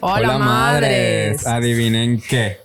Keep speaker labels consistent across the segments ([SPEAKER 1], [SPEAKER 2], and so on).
[SPEAKER 1] Hola, madres.
[SPEAKER 2] Adivinen qué.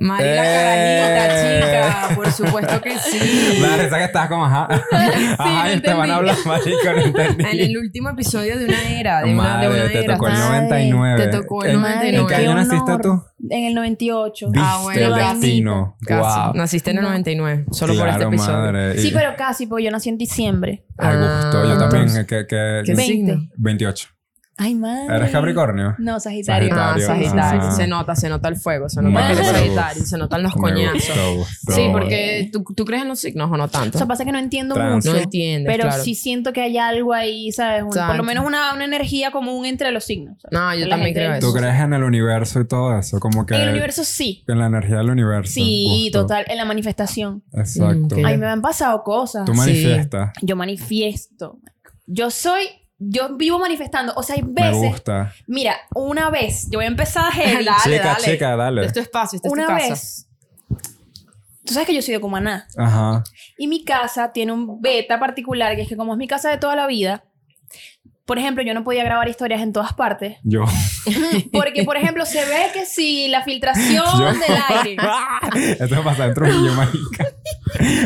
[SPEAKER 1] Mari la
[SPEAKER 2] Eh.
[SPEAKER 1] carajita, chica. Por supuesto que sí.
[SPEAKER 2] Me da risa que estabas como ajá. ajá, y te van
[SPEAKER 1] entendí.
[SPEAKER 2] a hablar, marico, no entendí.
[SPEAKER 1] En el último episodio de una era. De una, de
[SPEAKER 2] Madre,
[SPEAKER 1] una
[SPEAKER 2] te
[SPEAKER 1] era.
[SPEAKER 2] tocó el
[SPEAKER 3] Madre,
[SPEAKER 2] 99.
[SPEAKER 1] te tocó el
[SPEAKER 2] ¿En- ¿En
[SPEAKER 1] 99.
[SPEAKER 2] qué año
[SPEAKER 3] Qué
[SPEAKER 2] naciste
[SPEAKER 3] honor.
[SPEAKER 2] tú?
[SPEAKER 3] En el 98.
[SPEAKER 2] Viste
[SPEAKER 1] Ah, bueno,
[SPEAKER 2] el
[SPEAKER 1] casi.
[SPEAKER 2] destino.
[SPEAKER 1] Casi.
[SPEAKER 2] Wow.
[SPEAKER 1] Naciste en el
[SPEAKER 3] No.
[SPEAKER 1] 99, solo por este
[SPEAKER 2] Claro,
[SPEAKER 1] episodio.
[SPEAKER 2] madre.
[SPEAKER 3] Sí,
[SPEAKER 2] Y-
[SPEAKER 3] pero casi, porque yo nací en diciembre.
[SPEAKER 2] Ay, gusto, yo
[SPEAKER 1] Ah.
[SPEAKER 2] también. que- que-
[SPEAKER 1] ¿Qué
[SPEAKER 3] 20.
[SPEAKER 1] signo?
[SPEAKER 2] 28.
[SPEAKER 3] Ay, madre.
[SPEAKER 2] ¿Eres Capricornio?
[SPEAKER 3] No, Sagitario.
[SPEAKER 2] Sagitario.
[SPEAKER 1] Ah, Sagitario.
[SPEAKER 2] Ah.
[SPEAKER 1] Se nota, se nota el fuego, se nota el
[SPEAKER 2] Madre.
[SPEAKER 1] Sagitario, se notan los
[SPEAKER 2] Me
[SPEAKER 1] coñazos.
[SPEAKER 2] gustó, gustó.
[SPEAKER 1] Sí, porque ¿tú, tú crees en los signos o no tanto.
[SPEAKER 3] O sea, pasa que no entiendo
[SPEAKER 2] Trans.
[SPEAKER 3] mucho.
[SPEAKER 1] no entiendes,
[SPEAKER 3] pero
[SPEAKER 1] claro.
[SPEAKER 3] sí siento que hay algo ahí, ¿sabes? Un- por
[SPEAKER 1] Exacto.
[SPEAKER 3] lo menos una, una energía común entre los signos. ¿sabes?
[SPEAKER 1] No, yo
[SPEAKER 3] La
[SPEAKER 1] también
[SPEAKER 3] gente-
[SPEAKER 1] creo
[SPEAKER 2] ¿Tú
[SPEAKER 1] eso.
[SPEAKER 2] crees en el universo y todo eso? Como que
[SPEAKER 3] En el universo sí.
[SPEAKER 2] en la energía del universo.
[SPEAKER 3] Sí,
[SPEAKER 2] Justo.
[SPEAKER 3] total. En la manifestación.
[SPEAKER 2] Exacto.
[SPEAKER 1] Mm, ok.
[SPEAKER 3] Ay, me han pasado cosas.
[SPEAKER 2] Tú manifiestas.
[SPEAKER 3] Yo manifiesto. Yo soy. Yo vivo manifestando. O sea, hay
[SPEAKER 2] Me
[SPEAKER 3] veces.
[SPEAKER 2] gusta.
[SPEAKER 3] Mira, una vez. Yo voy a empezar heavy.
[SPEAKER 1] Dale,
[SPEAKER 2] chica,
[SPEAKER 1] dale.
[SPEAKER 2] chica, dale.
[SPEAKER 1] Es tu espacio, esta es tu
[SPEAKER 3] una
[SPEAKER 1] casa.
[SPEAKER 3] vez. Tú sabes que yo soy de Cumaná.
[SPEAKER 2] Ajá.
[SPEAKER 3] Y mi casa tiene un beta particular, que es que como es mi casa de toda la vida, por ejemplo, yo no podía grabar historias en todas partes.
[SPEAKER 2] Yo.
[SPEAKER 3] Porque, por ejemplo, se ve que si la filtración
[SPEAKER 2] Yo.
[SPEAKER 3] del aire.
[SPEAKER 2] Esto me pasa en Trujillo, marica.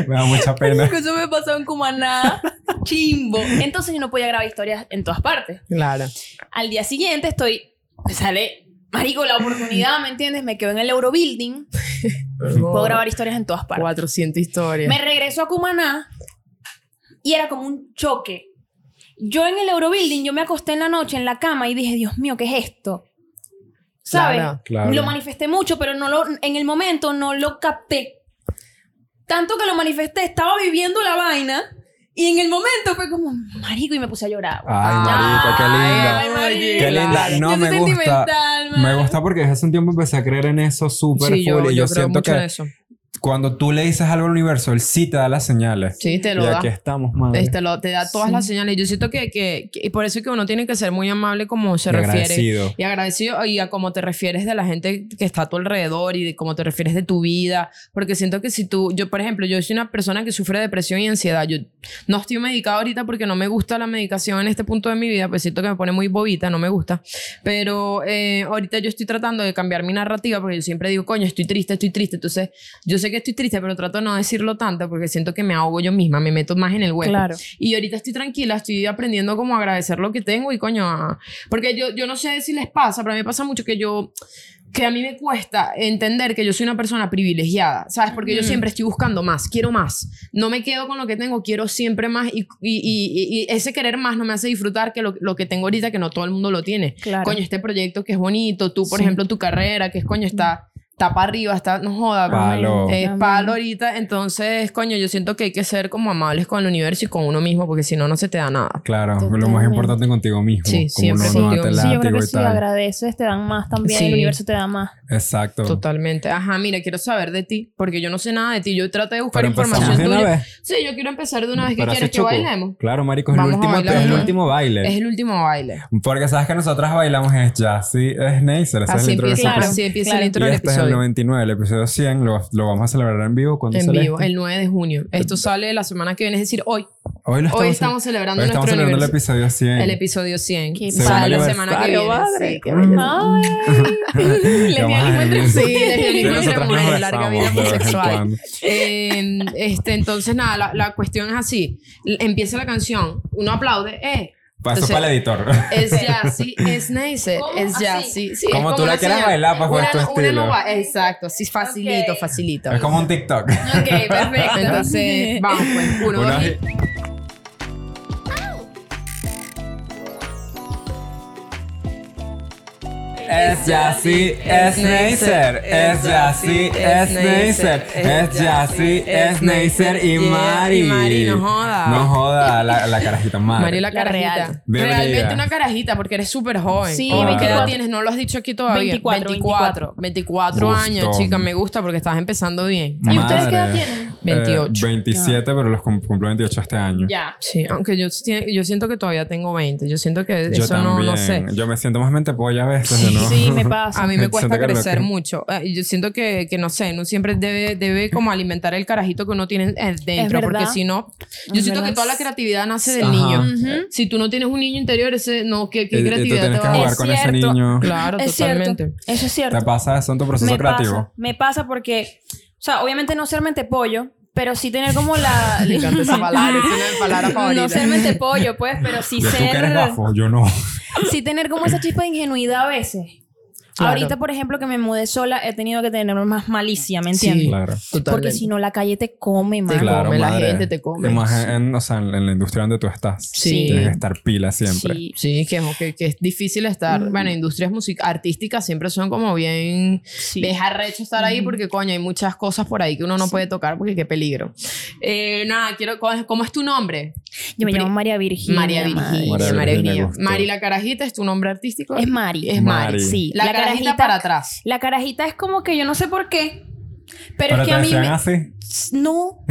[SPEAKER 2] Me da mucha pena.
[SPEAKER 3] Marico, Eso me pasó en Cumaná. Chimbo. Entonces yo no podía grabar historias en todas partes.
[SPEAKER 1] Claro.
[SPEAKER 3] Al día siguiente estoy. Me sale. Marico, la oportunidad, ¿me entiendes? Me quedo en el Eurobuilding. Puedo grabar historias en todas partes.
[SPEAKER 1] 400 historias.
[SPEAKER 3] Me regreso a Cumaná y era como un choque. Yo en el Eurobuilding, yo me acosté en la noche en la cama y dije, Dios mío, ¿qué es esto? ¿Sabes?
[SPEAKER 1] Claro,
[SPEAKER 2] claro.
[SPEAKER 3] Lo manifesté mucho, pero no lo, en el momento no lo capté. Tanto que lo manifesté, estaba viviendo la vaina y en el momento fue como, marico, y me puse a llorar. güey.
[SPEAKER 2] Ay, marica, qué linda.
[SPEAKER 3] Ay, marica.
[SPEAKER 2] Qué linda. Ah, No,
[SPEAKER 3] Yo soy
[SPEAKER 2] me gusta.
[SPEAKER 3] sentimental, man.
[SPEAKER 2] Me gusta porque desde hace un tiempo empecé a creer en eso súper
[SPEAKER 1] Sí, yo,
[SPEAKER 2] full. y yo,
[SPEAKER 1] yo creo
[SPEAKER 2] siento
[SPEAKER 1] mucho
[SPEAKER 2] que
[SPEAKER 1] de eso.
[SPEAKER 2] cuando tú le dices algo al universo, él sí te da las señales.
[SPEAKER 1] Sí, te lo
[SPEAKER 2] y
[SPEAKER 1] da.
[SPEAKER 2] aquí estamos, madre.
[SPEAKER 1] Este, lo- te da todas
[SPEAKER 3] Sí.
[SPEAKER 1] las señales. Yo siento que, que, que- y por eso es que uno tiene que ser muy amable como se
[SPEAKER 2] Y
[SPEAKER 1] refiere.
[SPEAKER 2] agradecido.
[SPEAKER 1] Y agradecido y a cómo te refieres de la gente que está a tu alrededor y de cómo te refieres de tu vida. Porque siento que si tú, yo por ejemplo, yo soy una persona que sufre de depresión y ansiedad. Yo no estoy medicada ahorita porque no me gusta la medicación en este punto de mi vida, pues siento que me pone muy bobita, no me gusta. Pero eh, ahorita yo estoy tratando de cambiar mi narrativa porque yo siempre digo, coño, estoy triste, estoy triste. Entonces, yo sé que estoy triste, pero trato de no decirlo tanto porque siento que me ahogo yo misma, me meto más en el hueco.
[SPEAKER 3] Claro.
[SPEAKER 1] Y ahorita estoy tranquila, estoy aprendiendo como a agradecer lo que tengo y coño, a- porque yo, yo no sé si les pasa, pero a mí me pasa mucho que yo, que a mí me cuesta entender que yo soy una persona privilegiada, ¿sabes? Porque yo
[SPEAKER 3] Ujú.
[SPEAKER 1] siempre estoy buscando más, quiero más, no me quedo con lo que tengo, quiero siempre más y, y- y- y- y ese querer más no me hace disfrutar que lo, lo que tengo ahorita que no todo el mundo lo tiene.
[SPEAKER 3] Claro.
[SPEAKER 1] Coño, este proyecto que es bonito, tú, por
[SPEAKER 3] Sí.
[SPEAKER 1] ejemplo, tu carrera, que es coño, está... Tapa arriba, está, no joda,
[SPEAKER 2] Palo.
[SPEAKER 1] es
[SPEAKER 3] Amén.
[SPEAKER 1] palo ahorita, entonces, coño, yo siento que hay que ser como amables con el universo y con uno mismo, porque si no, no se te da nada.
[SPEAKER 2] Claro, lo más
[SPEAKER 3] Totalmente.
[SPEAKER 2] importante es contigo mismo.
[SPEAKER 1] Sí,
[SPEAKER 2] como
[SPEAKER 1] siempre
[SPEAKER 2] no-
[SPEAKER 1] contigo
[SPEAKER 2] no
[SPEAKER 1] mismo.
[SPEAKER 2] darte
[SPEAKER 3] Sí, yo creo
[SPEAKER 2] látigo
[SPEAKER 3] que
[SPEAKER 2] y
[SPEAKER 3] si
[SPEAKER 2] tal.
[SPEAKER 3] agradeces, te dan más también.
[SPEAKER 1] Sí.
[SPEAKER 3] El universo te da más.
[SPEAKER 2] Exacto.
[SPEAKER 1] Totalmente. Ajá, mira, quiero saber de ti, porque yo no sé nada de ti. Yo traté de buscar
[SPEAKER 2] Pero
[SPEAKER 1] información
[SPEAKER 2] empezamos de una
[SPEAKER 1] tuya.
[SPEAKER 2] vez.
[SPEAKER 1] Sí, yo quiero empezar de una vez. ¿Qué
[SPEAKER 2] Pero Eh.
[SPEAKER 1] quieres
[SPEAKER 2] hace
[SPEAKER 1] que
[SPEAKER 2] chucu.
[SPEAKER 1] bailemos?
[SPEAKER 2] Claro, marico, es el,
[SPEAKER 1] Vamos a
[SPEAKER 2] último,
[SPEAKER 1] bailar
[SPEAKER 2] es el
[SPEAKER 1] una.
[SPEAKER 2] último baile.
[SPEAKER 1] Es el último baile.
[SPEAKER 2] Porque sabes que nosotras bailamos es jazz, sí, es Neisser, esa es
[SPEAKER 1] Así
[SPEAKER 2] la introducción.
[SPEAKER 1] empieza,
[SPEAKER 3] Claro,
[SPEAKER 1] así empieza
[SPEAKER 3] claro.
[SPEAKER 1] el intro
[SPEAKER 2] y
[SPEAKER 1] del
[SPEAKER 2] este es el
[SPEAKER 1] episodio.
[SPEAKER 2] 99, el episodio 100, lo, lo vamos a celebrar en vivo. ¿Cuándo
[SPEAKER 1] En
[SPEAKER 2] sale
[SPEAKER 1] vivo,
[SPEAKER 2] este?
[SPEAKER 1] el 9 de junio. Esto sale la semana que viene, es decir, hoy.
[SPEAKER 2] Hoy lo estamos,
[SPEAKER 1] Hoy estamos celebrando
[SPEAKER 2] hoy estamos
[SPEAKER 1] nuestro
[SPEAKER 2] celebrando el
[SPEAKER 1] aniversario.
[SPEAKER 2] episodio 100.
[SPEAKER 1] El episodio 100.
[SPEAKER 3] Qué
[SPEAKER 1] Sale la
[SPEAKER 2] padre.
[SPEAKER 1] semana que
[SPEAKER 3] Aniversario,
[SPEAKER 1] viene.
[SPEAKER 3] madre,
[SPEAKER 1] sí.
[SPEAKER 3] qué belleza. Ay.
[SPEAKER 2] lesbianismo entre-
[SPEAKER 1] Sí, lesbianismo entre
[SPEAKER 2] nosotras nos
[SPEAKER 1] mujeres, larga vida
[SPEAKER 2] besamos de vez en
[SPEAKER 1] homosexual.
[SPEAKER 2] cuando.
[SPEAKER 1] Eh, este, entonces, nada, la, la cuestión es así. L- Empieza la canción, uno aplaude, eh.
[SPEAKER 2] Paso
[SPEAKER 1] Entonces-
[SPEAKER 2] para el editor.
[SPEAKER 1] Es jazzy, es nice,
[SPEAKER 3] ¿Cómo?
[SPEAKER 1] es
[SPEAKER 3] Así.
[SPEAKER 1] jazzy. Sí, es
[SPEAKER 2] Como tú
[SPEAKER 1] una
[SPEAKER 2] la quieras
[SPEAKER 1] señal.
[SPEAKER 2] bailar, pues, por
[SPEAKER 1] Una-
[SPEAKER 2] tu
[SPEAKER 1] una
[SPEAKER 2] estilo.
[SPEAKER 1] no va- Exacto, así facilito,
[SPEAKER 3] Ok.
[SPEAKER 1] facilito.
[SPEAKER 2] es como un TikTok.
[SPEAKER 3] Ok, perfecto.
[SPEAKER 1] Entonces, vamos, pues, uno,
[SPEAKER 2] Una-
[SPEAKER 1] dos y-
[SPEAKER 2] Es Jassy, es Neisser, es Jassy, es Neisser, es Jassy, es Neisser y Mari.
[SPEAKER 1] Y Mari, no joda.
[SPEAKER 2] No joda, la, la carajita Mari.
[SPEAKER 1] Mario la
[SPEAKER 3] La
[SPEAKER 1] carajita.
[SPEAKER 3] real.
[SPEAKER 2] Debería.
[SPEAKER 1] Realmente una carajita porque eres súper joven.
[SPEAKER 3] Sí,
[SPEAKER 1] ¿Cómo ¿Qué edad
[SPEAKER 2] 24.
[SPEAKER 1] tienes? No lo has dicho aquí todavía.
[SPEAKER 3] 24,
[SPEAKER 1] 24, 24 años,
[SPEAKER 2] Gusto.
[SPEAKER 1] chica. Me gusta porque estás empezando bien.
[SPEAKER 3] ¿Y ustedes qué edad
[SPEAKER 2] Madre.
[SPEAKER 3] tienen?
[SPEAKER 1] 28.
[SPEAKER 2] 27, pero los cum- cumplo 28 este año.
[SPEAKER 3] Ya.
[SPEAKER 1] Sí, aunque yo, si- yo siento que todavía tengo 20. Yo siento que
[SPEAKER 2] Yo
[SPEAKER 1] eso no,
[SPEAKER 2] también.
[SPEAKER 1] no sé.
[SPEAKER 2] Yo me siento más mente polla a veces, ¿no?
[SPEAKER 3] Sí, me pasa.
[SPEAKER 1] A mí me
[SPEAKER 2] Siento
[SPEAKER 1] cuesta
[SPEAKER 2] que lo
[SPEAKER 1] crecer
[SPEAKER 2] que-
[SPEAKER 1] mucho. Eh, Yo siento que, que no sé, no siempre debe, debe como alimentar el carajito que uno tiene eh, dentro, porque
[SPEAKER 3] verdad.
[SPEAKER 1] si no, yo
[SPEAKER 3] Es
[SPEAKER 1] siento
[SPEAKER 3] verdad.
[SPEAKER 1] que toda la creatividad nace del
[SPEAKER 2] Ajá.
[SPEAKER 1] niño.
[SPEAKER 3] Ujú.
[SPEAKER 1] Si tú no tienes un niño interior, ese no, ¿qué, qué
[SPEAKER 2] Y- y tú
[SPEAKER 1] creatividad
[SPEAKER 2] tienes
[SPEAKER 1] te
[SPEAKER 2] que
[SPEAKER 1] va a
[SPEAKER 2] jugar
[SPEAKER 1] dar?
[SPEAKER 3] Es
[SPEAKER 2] con ese
[SPEAKER 3] cierto.
[SPEAKER 2] niño.
[SPEAKER 1] Claro,
[SPEAKER 3] Es
[SPEAKER 1] totalmente.
[SPEAKER 3] cierto. Eso es cierto.
[SPEAKER 2] ¿Te pasa eso en tu proceso
[SPEAKER 3] me
[SPEAKER 2] creativo?
[SPEAKER 3] pasa, me pasa porque, o sea, obviamente no ser mente pollo, pero sí tener como la...
[SPEAKER 1] Me encanta esa palabra, es una de mis palabras favoritas.
[SPEAKER 3] no ser mente pollo, pues, pero sí
[SPEAKER 2] Yo, tú que eres
[SPEAKER 3] ser...
[SPEAKER 2] gafo, yo no.
[SPEAKER 3] Sí tener como esa chispa de ingenuidad a veces.
[SPEAKER 1] Claro.
[SPEAKER 3] Ahorita, por ejemplo, que me mudé sola, he tenido que tener más malicia, ¿me
[SPEAKER 1] Sí,
[SPEAKER 3] entiendes?
[SPEAKER 2] Claro.
[SPEAKER 1] totalmente.
[SPEAKER 3] Porque si no, la calle te come, man.
[SPEAKER 1] Te come la gente, te come.
[SPEAKER 2] Y más en, en- o sea, en, en la industria donde tú estás.
[SPEAKER 1] Sí.
[SPEAKER 2] Tienes que estar pila siempre.
[SPEAKER 3] Sí.
[SPEAKER 1] Sí, que, es- que, que es difícil estar.
[SPEAKER 3] Mm.
[SPEAKER 1] Bueno, industrias music artísticas siempre son como bien.
[SPEAKER 3] Sí.
[SPEAKER 1] Es arrecho estar ahí porque, coño, hay muchas cosas por ahí que uno no puede tocar porque qué peligro. Eh, nada, quiero. ¿cómo es- ¿Cómo es tu nombre?
[SPEAKER 3] Yo me
[SPEAKER 1] Pri-
[SPEAKER 3] llamo María Virginia.
[SPEAKER 1] María Virginia.
[SPEAKER 2] María
[SPEAKER 1] María
[SPEAKER 2] Virginia
[SPEAKER 1] Virginia.
[SPEAKER 2] Gusto.
[SPEAKER 1] Mari la Carajita es tu nombre artístico.
[SPEAKER 3] Es Mari.
[SPEAKER 1] Es
[SPEAKER 2] Mari.
[SPEAKER 1] Mari.
[SPEAKER 3] Sí.
[SPEAKER 1] La, carajita, para atrás.
[SPEAKER 3] La carajita es como que yo no sé por qué. Pero,
[SPEAKER 2] Pero
[SPEAKER 3] es
[SPEAKER 2] te
[SPEAKER 3] que a mí
[SPEAKER 2] decían
[SPEAKER 3] me...
[SPEAKER 2] así.
[SPEAKER 3] No.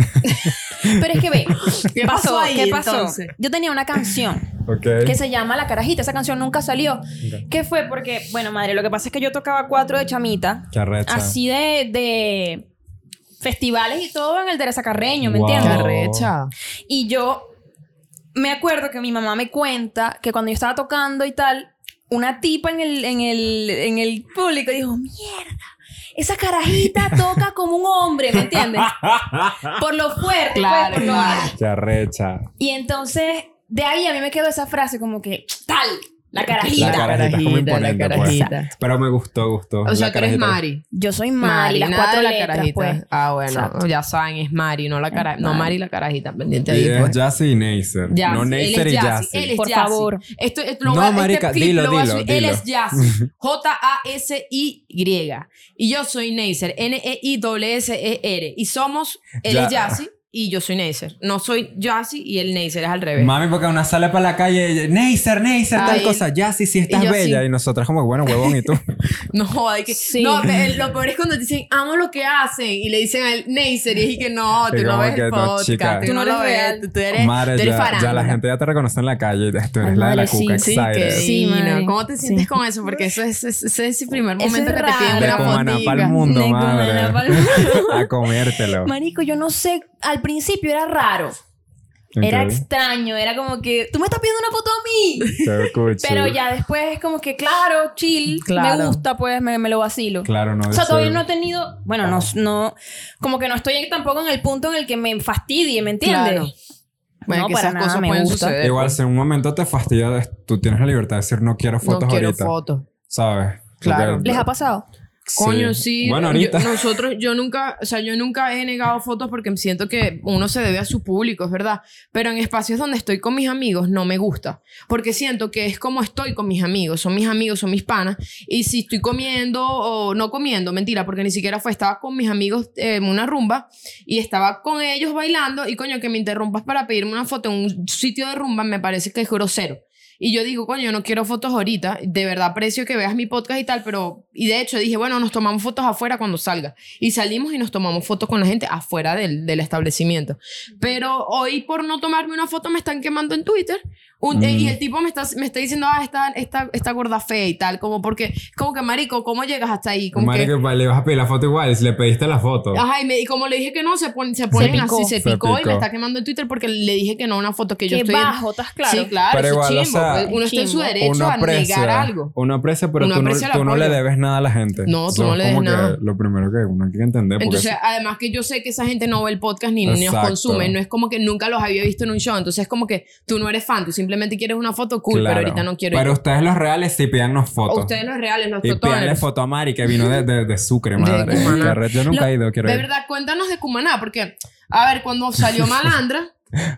[SPEAKER 3] pero es que ve.
[SPEAKER 1] ¿Qué pasó ahí,
[SPEAKER 3] ¿Qué pasó?
[SPEAKER 1] entonces?
[SPEAKER 3] Yo tenía una canción
[SPEAKER 2] Ok.
[SPEAKER 3] que se llama La Carajita. Esa canción nunca salió. ¿Qué fue? Porque, bueno, madre, lo que pasa es que yo tocaba cuatro de chamita.
[SPEAKER 2] Qué arrecha.
[SPEAKER 3] Así de, de festivales y todo en el Teresa Carreño, ¿me
[SPEAKER 2] Wow.
[SPEAKER 1] Qué
[SPEAKER 3] entiendes?
[SPEAKER 1] arrecha.
[SPEAKER 3] Y yo me acuerdo que mi mamá me cuenta que cuando yo estaba tocando y tal, una tipa en el, en el, en el público dijo, mierda, esa carajita toca como un hombre, ¿me entiendes? Por lo fuerte, pues,
[SPEAKER 1] Claro,
[SPEAKER 3] por lo-
[SPEAKER 1] claro.
[SPEAKER 2] Qué arrecha.
[SPEAKER 3] Y entonces, de ahí a mí me quedó esa frase como que, tal, la carajita.
[SPEAKER 2] La carajita es como
[SPEAKER 1] carajita, la
[SPEAKER 2] imponente, pues.
[SPEAKER 1] carajita.
[SPEAKER 2] Pero me gustó, gustó.
[SPEAKER 1] O sea,
[SPEAKER 2] La
[SPEAKER 1] que eres
[SPEAKER 2] carajita-
[SPEAKER 1] Mari.
[SPEAKER 3] Yo soy Mari, las
[SPEAKER 1] nada
[SPEAKER 3] cuatro
[SPEAKER 1] de la
[SPEAKER 3] letras,
[SPEAKER 1] carajita.
[SPEAKER 3] pues.
[SPEAKER 1] Ah, bueno,
[SPEAKER 3] Exacto.
[SPEAKER 1] ya saben, es Mari, no la carajita. No, Mari la carajita, pendiente
[SPEAKER 2] Y
[SPEAKER 1] ahí.
[SPEAKER 2] es
[SPEAKER 1] pues.
[SPEAKER 2] Jassy y Neisser.
[SPEAKER 1] Jazzy.
[SPEAKER 2] No Neisser
[SPEAKER 1] él
[SPEAKER 2] y
[SPEAKER 1] es Jazzy.
[SPEAKER 2] Jassy.
[SPEAKER 1] Él es
[SPEAKER 3] Por
[SPEAKER 1] Jazzy.
[SPEAKER 3] favor.
[SPEAKER 1] Esto, esto lo
[SPEAKER 2] No,
[SPEAKER 1] voy a- este
[SPEAKER 2] marica,
[SPEAKER 1] clip
[SPEAKER 2] dilo,
[SPEAKER 1] lo voy a
[SPEAKER 2] dilo,
[SPEAKER 1] subir. Él
[SPEAKER 2] dilo.
[SPEAKER 1] es Jazzy. J-A-S-I-Y. E Y yo soy Neisser. E N-E-I-S-S-E-R. Y somos, él
[SPEAKER 2] Ya.
[SPEAKER 1] es Jazzy y yo soy Neisser. No soy Jazzy y el Neisser es al revés.
[SPEAKER 2] Mami, porque una sale para la calle, ella, Neisser, Neisser, tal
[SPEAKER 1] Ay,
[SPEAKER 2] cosa, Jassy, sí estás
[SPEAKER 1] y yo
[SPEAKER 2] bella.
[SPEAKER 1] sí.
[SPEAKER 2] Y nosotras como, bueno, huevón, ¿y tú?
[SPEAKER 1] No, joda, que.
[SPEAKER 3] Sí.
[SPEAKER 1] No, pe- lo peor es cuando te dicen, amo lo que hacen. Y le dicen al Neisser. Y es que no, tú
[SPEAKER 2] Y
[SPEAKER 1] no
[SPEAKER 2] como
[SPEAKER 1] ves
[SPEAKER 2] que
[SPEAKER 1] el
[SPEAKER 2] no,
[SPEAKER 1] podcast.
[SPEAKER 2] chica.
[SPEAKER 1] Tú no lo ves.
[SPEAKER 3] real.
[SPEAKER 1] Tú, tú eres,
[SPEAKER 2] Madre,
[SPEAKER 1] tú eres
[SPEAKER 2] ya, ya la
[SPEAKER 1] farándula.
[SPEAKER 2] gente ya te reconoce en la calle. ya Tú eres la de la
[SPEAKER 3] Madre, sí,
[SPEAKER 2] cuca,
[SPEAKER 1] Sí,
[SPEAKER 2] excited.
[SPEAKER 1] que
[SPEAKER 3] Sí,
[SPEAKER 1] divino.
[SPEAKER 3] madre.
[SPEAKER 1] ¿Cómo te sientes
[SPEAKER 3] Sí.
[SPEAKER 1] con eso? Porque eso es, es- ese es el primer
[SPEAKER 3] Eso es
[SPEAKER 1] momento que te
[SPEAKER 3] raro.
[SPEAKER 1] piden
[SPEAKER 2] De
[SPEAKER 1] Ah, una
[SPEAKER 2] Cumaná para el
[SPEAKER 1] fotica.
[SPEAKER 2] mundo,
[SPEAKER 3] De Cumaná
[SPEAKER 2] madre.
[SPEAKER 3] pa'l mundo.
[SPEAKER 2] A comértelo.
[SPEAKER 3] Marico, yo no sé, al principio era raro. Era
[SPEAKER 2] Ok.
[SPEAKER 3] extraño, era como que, tú me estás pidiendo una foto a mí.
[SPEAKER 2] Qué cuchi.
[SPEAKER 3] Pero ya después es como que, claro, chill,
[SPEAKER 1] Claro.
[SPEAKER 3] me gusta, pues me, me lo vacilo.
[SPEAKER 2] Claro, no.
[SPEAKER 3] O sea,
[SPEAKER 2] eso-
[SPEAKER 3] todavía no he tenido, bueno, no, no, como que no estoy tampoco en el punto en el que me fastidie, ¿me entiendes?
[SPEAKER 1] Claro. Bueno,
[SPEAKER 3] No,
[SPEAKER 1] que
[SPEAKER 3] para
[SPEAKER 1] esas
[SPEAKER 3] nada,
[SPEAKER 1] cosas
[SPEAKER 3] me
[SPEAKER 1] pueden
[SPEAKER 3] gusta.
[SPEAKER 1] suceder.
[SPEAKER 2] Igual, si en un momento te fastidia, tú tienes la libertad de decir, no quiero
[SPEAKER 1] no
[SPEAKER 2] fotos
[SPEAKER 1] quiero
[SPEAKER 2] ahorita.
[SPEAKER 1] fotos.
[SPEAKER 2] ¿Sabes?
[SPEAKER 1] Claro.
[SPEAKER 2] Porque-
[SPEAKER 3] ¿Les ha pasado?
[SPEAKER 1] Coño, sí.
[SPEAKER 2] Bueno,
[SPEAKER 1] yo-
[SPEAKER 2] ahorita.
[SPEAKER 1] nosotros, yo nunca, o sea, yo nunca he negado fotos porque siento que uno se debe a su público, es verdad. Pero en espacios donde estoy con mis amigos no me gusta. Porque siento que es como estoy con mis amigos. Son mis amigos, son mis panas. Y si estoy comiendo o no comiendo, mentira, porque ni siquiera fue. Estaba con mis amigos eh, en una rumba y estaba con ellos bailando. Y coño, que me interrumpas para pedirme una foto en un sitio de rumba me parece que es grosero. Y yo digo, coño, yo no quiero fotos ahorita. De verdad aprecio que veas mi podcast y tal, pero... Y de hecho dije, bueno, nos tomamos fotos afuera cuando salga. Y salimos y nos tomamos fotos con la gente afuera del, del establecimiento. Pero hoy por no tomarme una foto me están quemando en Twitter. Un- eh, y el tipo me está, me está diciendo, ah, esta, esta, esta gorda fea y tal. Como porque... Como que, marico, ¿cómo llegas hasta ahí? Como
[SPEAKER 2] Madre,
[SPEAKER 1] que...
[SPEAKER 2] que le vas a pedir la foto igual, si le pediste la foto.
[SPEAKER 1] Ajá, y, me- y como le dije que no, se, pon- se ponen
[SPEAKER 3] picó.
[SPEAKER 1] así, se
[SPEAKER 2] Se
[SPEAKER 1] picó, y
[SPEAKER 2] picó.
[SPEAKER 1] me está quemando en Twitter porque le dije que no a una foto que yo
[SPEAKER 3] Que
[SPEAKER 1] estoy...
[SPEAKER 3] bajo, estás claro.
[SPEAKER 1] Sí, claro,
[SPEAKER 2] Pero
[SPEAKER 1] eso es
[SPEAKER 2] igual, o
[SPEAKER 1] chimbo,
[SPEAKER 2] sea,
[SPEAKER 1] pues, uno está en su
[SPEAKER 3] Chimbo.
[SPEAKER 1] derecho a negar algo.
[SPEAKER 2] Uno aprecia, pero
[SPEAKER 1] Uno
[SPEAKER 2] tú,
[SPEAKER 1] aprecia el
[SPEAKER 2] no, tú no le
[SPEAKER 1] apoyo.
[SPEAKER 2] debes nada a la gente.
[SPEAKER 1] No, tú
[SPEAKER 2] Eso
[SPEAKER 1] no
[SPEAKER 2] es
[SPEAKER 1] le debes
[SPEAKER 2] como que
[SPEAKER 1] nada.
[SPEAKER 2] Lo primero que uno hay que entender. Porque
[SPEAKER 1] Entonces, además que yo sé que esa gente no ve el podcast ni nos
[SPEAKER 2] Exacto.
[SPEAKER 1] consume, no es como que nunca los había visto en un show, entonces es como que tú no eres fan, tú simplemente quieres una foto cool,
[SPEAKER 2] claro.
[SPEAKER 1] pero ahorita no quiero
[SPEAKER 2] Pero
[SPEAKER 1] yo.
[SPEAKER 2] ustedes los reales sí pídanos fotos.
[SPEAKER 1] O ustedes los reales, los
[SPEAKER 2] y pídanle
[SPEAKER 1] totones.
[SPEAKER 2] foto a Mari, que vino de, de, de Sucre,
[SPEAKER 1] De
[SPEAKER 2] madre.
[SPEAKER 1] Cumaná.
[SPEAKER 2] Qué arrecho, yo nunca he ido, quiero
[SPEAKER 1] De
[SPEAKER 2] ir.
[SPEAKER 1] verdad, cuéntanos de Cumaná, porque, a ver, cuando salió Malandra,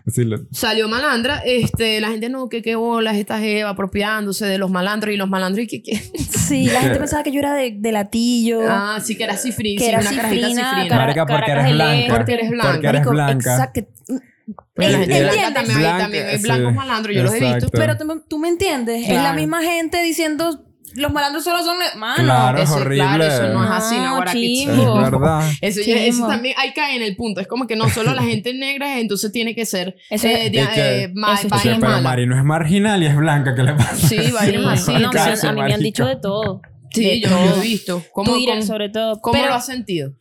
[SPEAKER 2] Sí, lo-
[SPEAKER 1] salió Malandra, este, la gente, no, que qué bolas esta jeva apropiándose de los malandros y los malandros, y que, que-
[SPEAKER 3] Sí, la gente pensaba que yo era de, de latillo.
[SPEAKER 1] Ah, sí, que era cifrín,
[SPEAKER 3] Que
[SPEAKER 1] sí,
[SPEAKER 3] era
[SPEAKER 1] una carajita
[SPEAKER 3] cifrina,
[SPEAKER 1] cifrina.
[SPEAKER 3] cara-
[SPEAKER 2] Marica, porque
[SPEAKER 3] Caracas
[SPEAKER 2] eres
[SPEAKER 3] del
[SPEAKER 2] blanca.
[SPEAKER 3] Este.
[SPEAKER 1] Porque eres
[SPEAKER 2] Porque
[SPEAKER 1] blanca.
[SPEAKER 2] eres
[SPEAKER 3] Marico,
[SPEAKER 2] blanca.
[SPEAKER 3] exacto.
[SPEAKER 1] Pero la
[SPEAKER 2] Y-
[SPEAKER 1] gente
[SPEAKER 2] y-
[SPEAKER 1] blanca también hay,
[SPEAKER 2] blanca,
[SPEAKER 1] también hay
[SPEAKER 2] sí.
[SPEAKER 1] blancos malandros, yo los he visto.
[SPEAKER 2] Exacto.
[SPEAKER 3] Pero tú, tú me entiendes, es la
[SPEAKER 1] Claro.
[SPEAKER 3] misma gente diciendo los malandros solo son. Mano.
[SPEAKER 2] Claro, es
[SPEAKER 1] eso, Claro,
[SPEAKER 2] horrible.
[SPEAKER 1] eso no es así,
[SPEAKER 3] No,
[SPEAKER 1] no, ahora qué
[SPEAKER 3] chimbo.
[SPEAKER 2] Es
[SPEAKER 1] chimbo.
[SPEAKER 2] verdad.
[SPEAKER 1] Eso, ya- eso
[SPEAKER 3] Chimbo.
[SPEAKER 1] también, ahí cae en el punto. Es como que no solo la gente negra, entonces tiene que ser
[SPEAKER 3] Eso
[SPEAKER 1] eh,
[SPEAKER 3] es-
[SPEAKER 1] dia-
[SPEAKER 2] Y que-
[SPEAKER 1] eh, ma-
[SPEAKER 4] eso es
[SPEAKER 1] vaina
[SPEAKER 2] O sea, pero
[SPEAKER 1] mala.
[SPEAKER 2] Mari no es marginal y es blanca, ¿qué le pasa?
[SPEAKER 1] Sí,
[SPEAKER 4] Sí,
[SPEAKER 1] vaina así.
[SPEAKER 4] no, me
[SPEAKER 1] claro.
[SPEAKER 4] han- a mí me han
[SPEAKER 2] marica.
[SPEAKER 4] dicho de todo.
[SPEAKER 1] Sí,
[SPEAKER 4] de
[SPEAKER 1] yo
[SPEAKER 4] todo.
[SPEAKER 1] lo he visto. ¿Cómo,
[SPEAKER 4] Twitter,
[SPEAKER 1] cómo-
[SPEAKER 4] sobre todo.
[SPEAKER 1] cómo
[SPEAKER 4] pero
[SPEAKER 1] lo has sentido?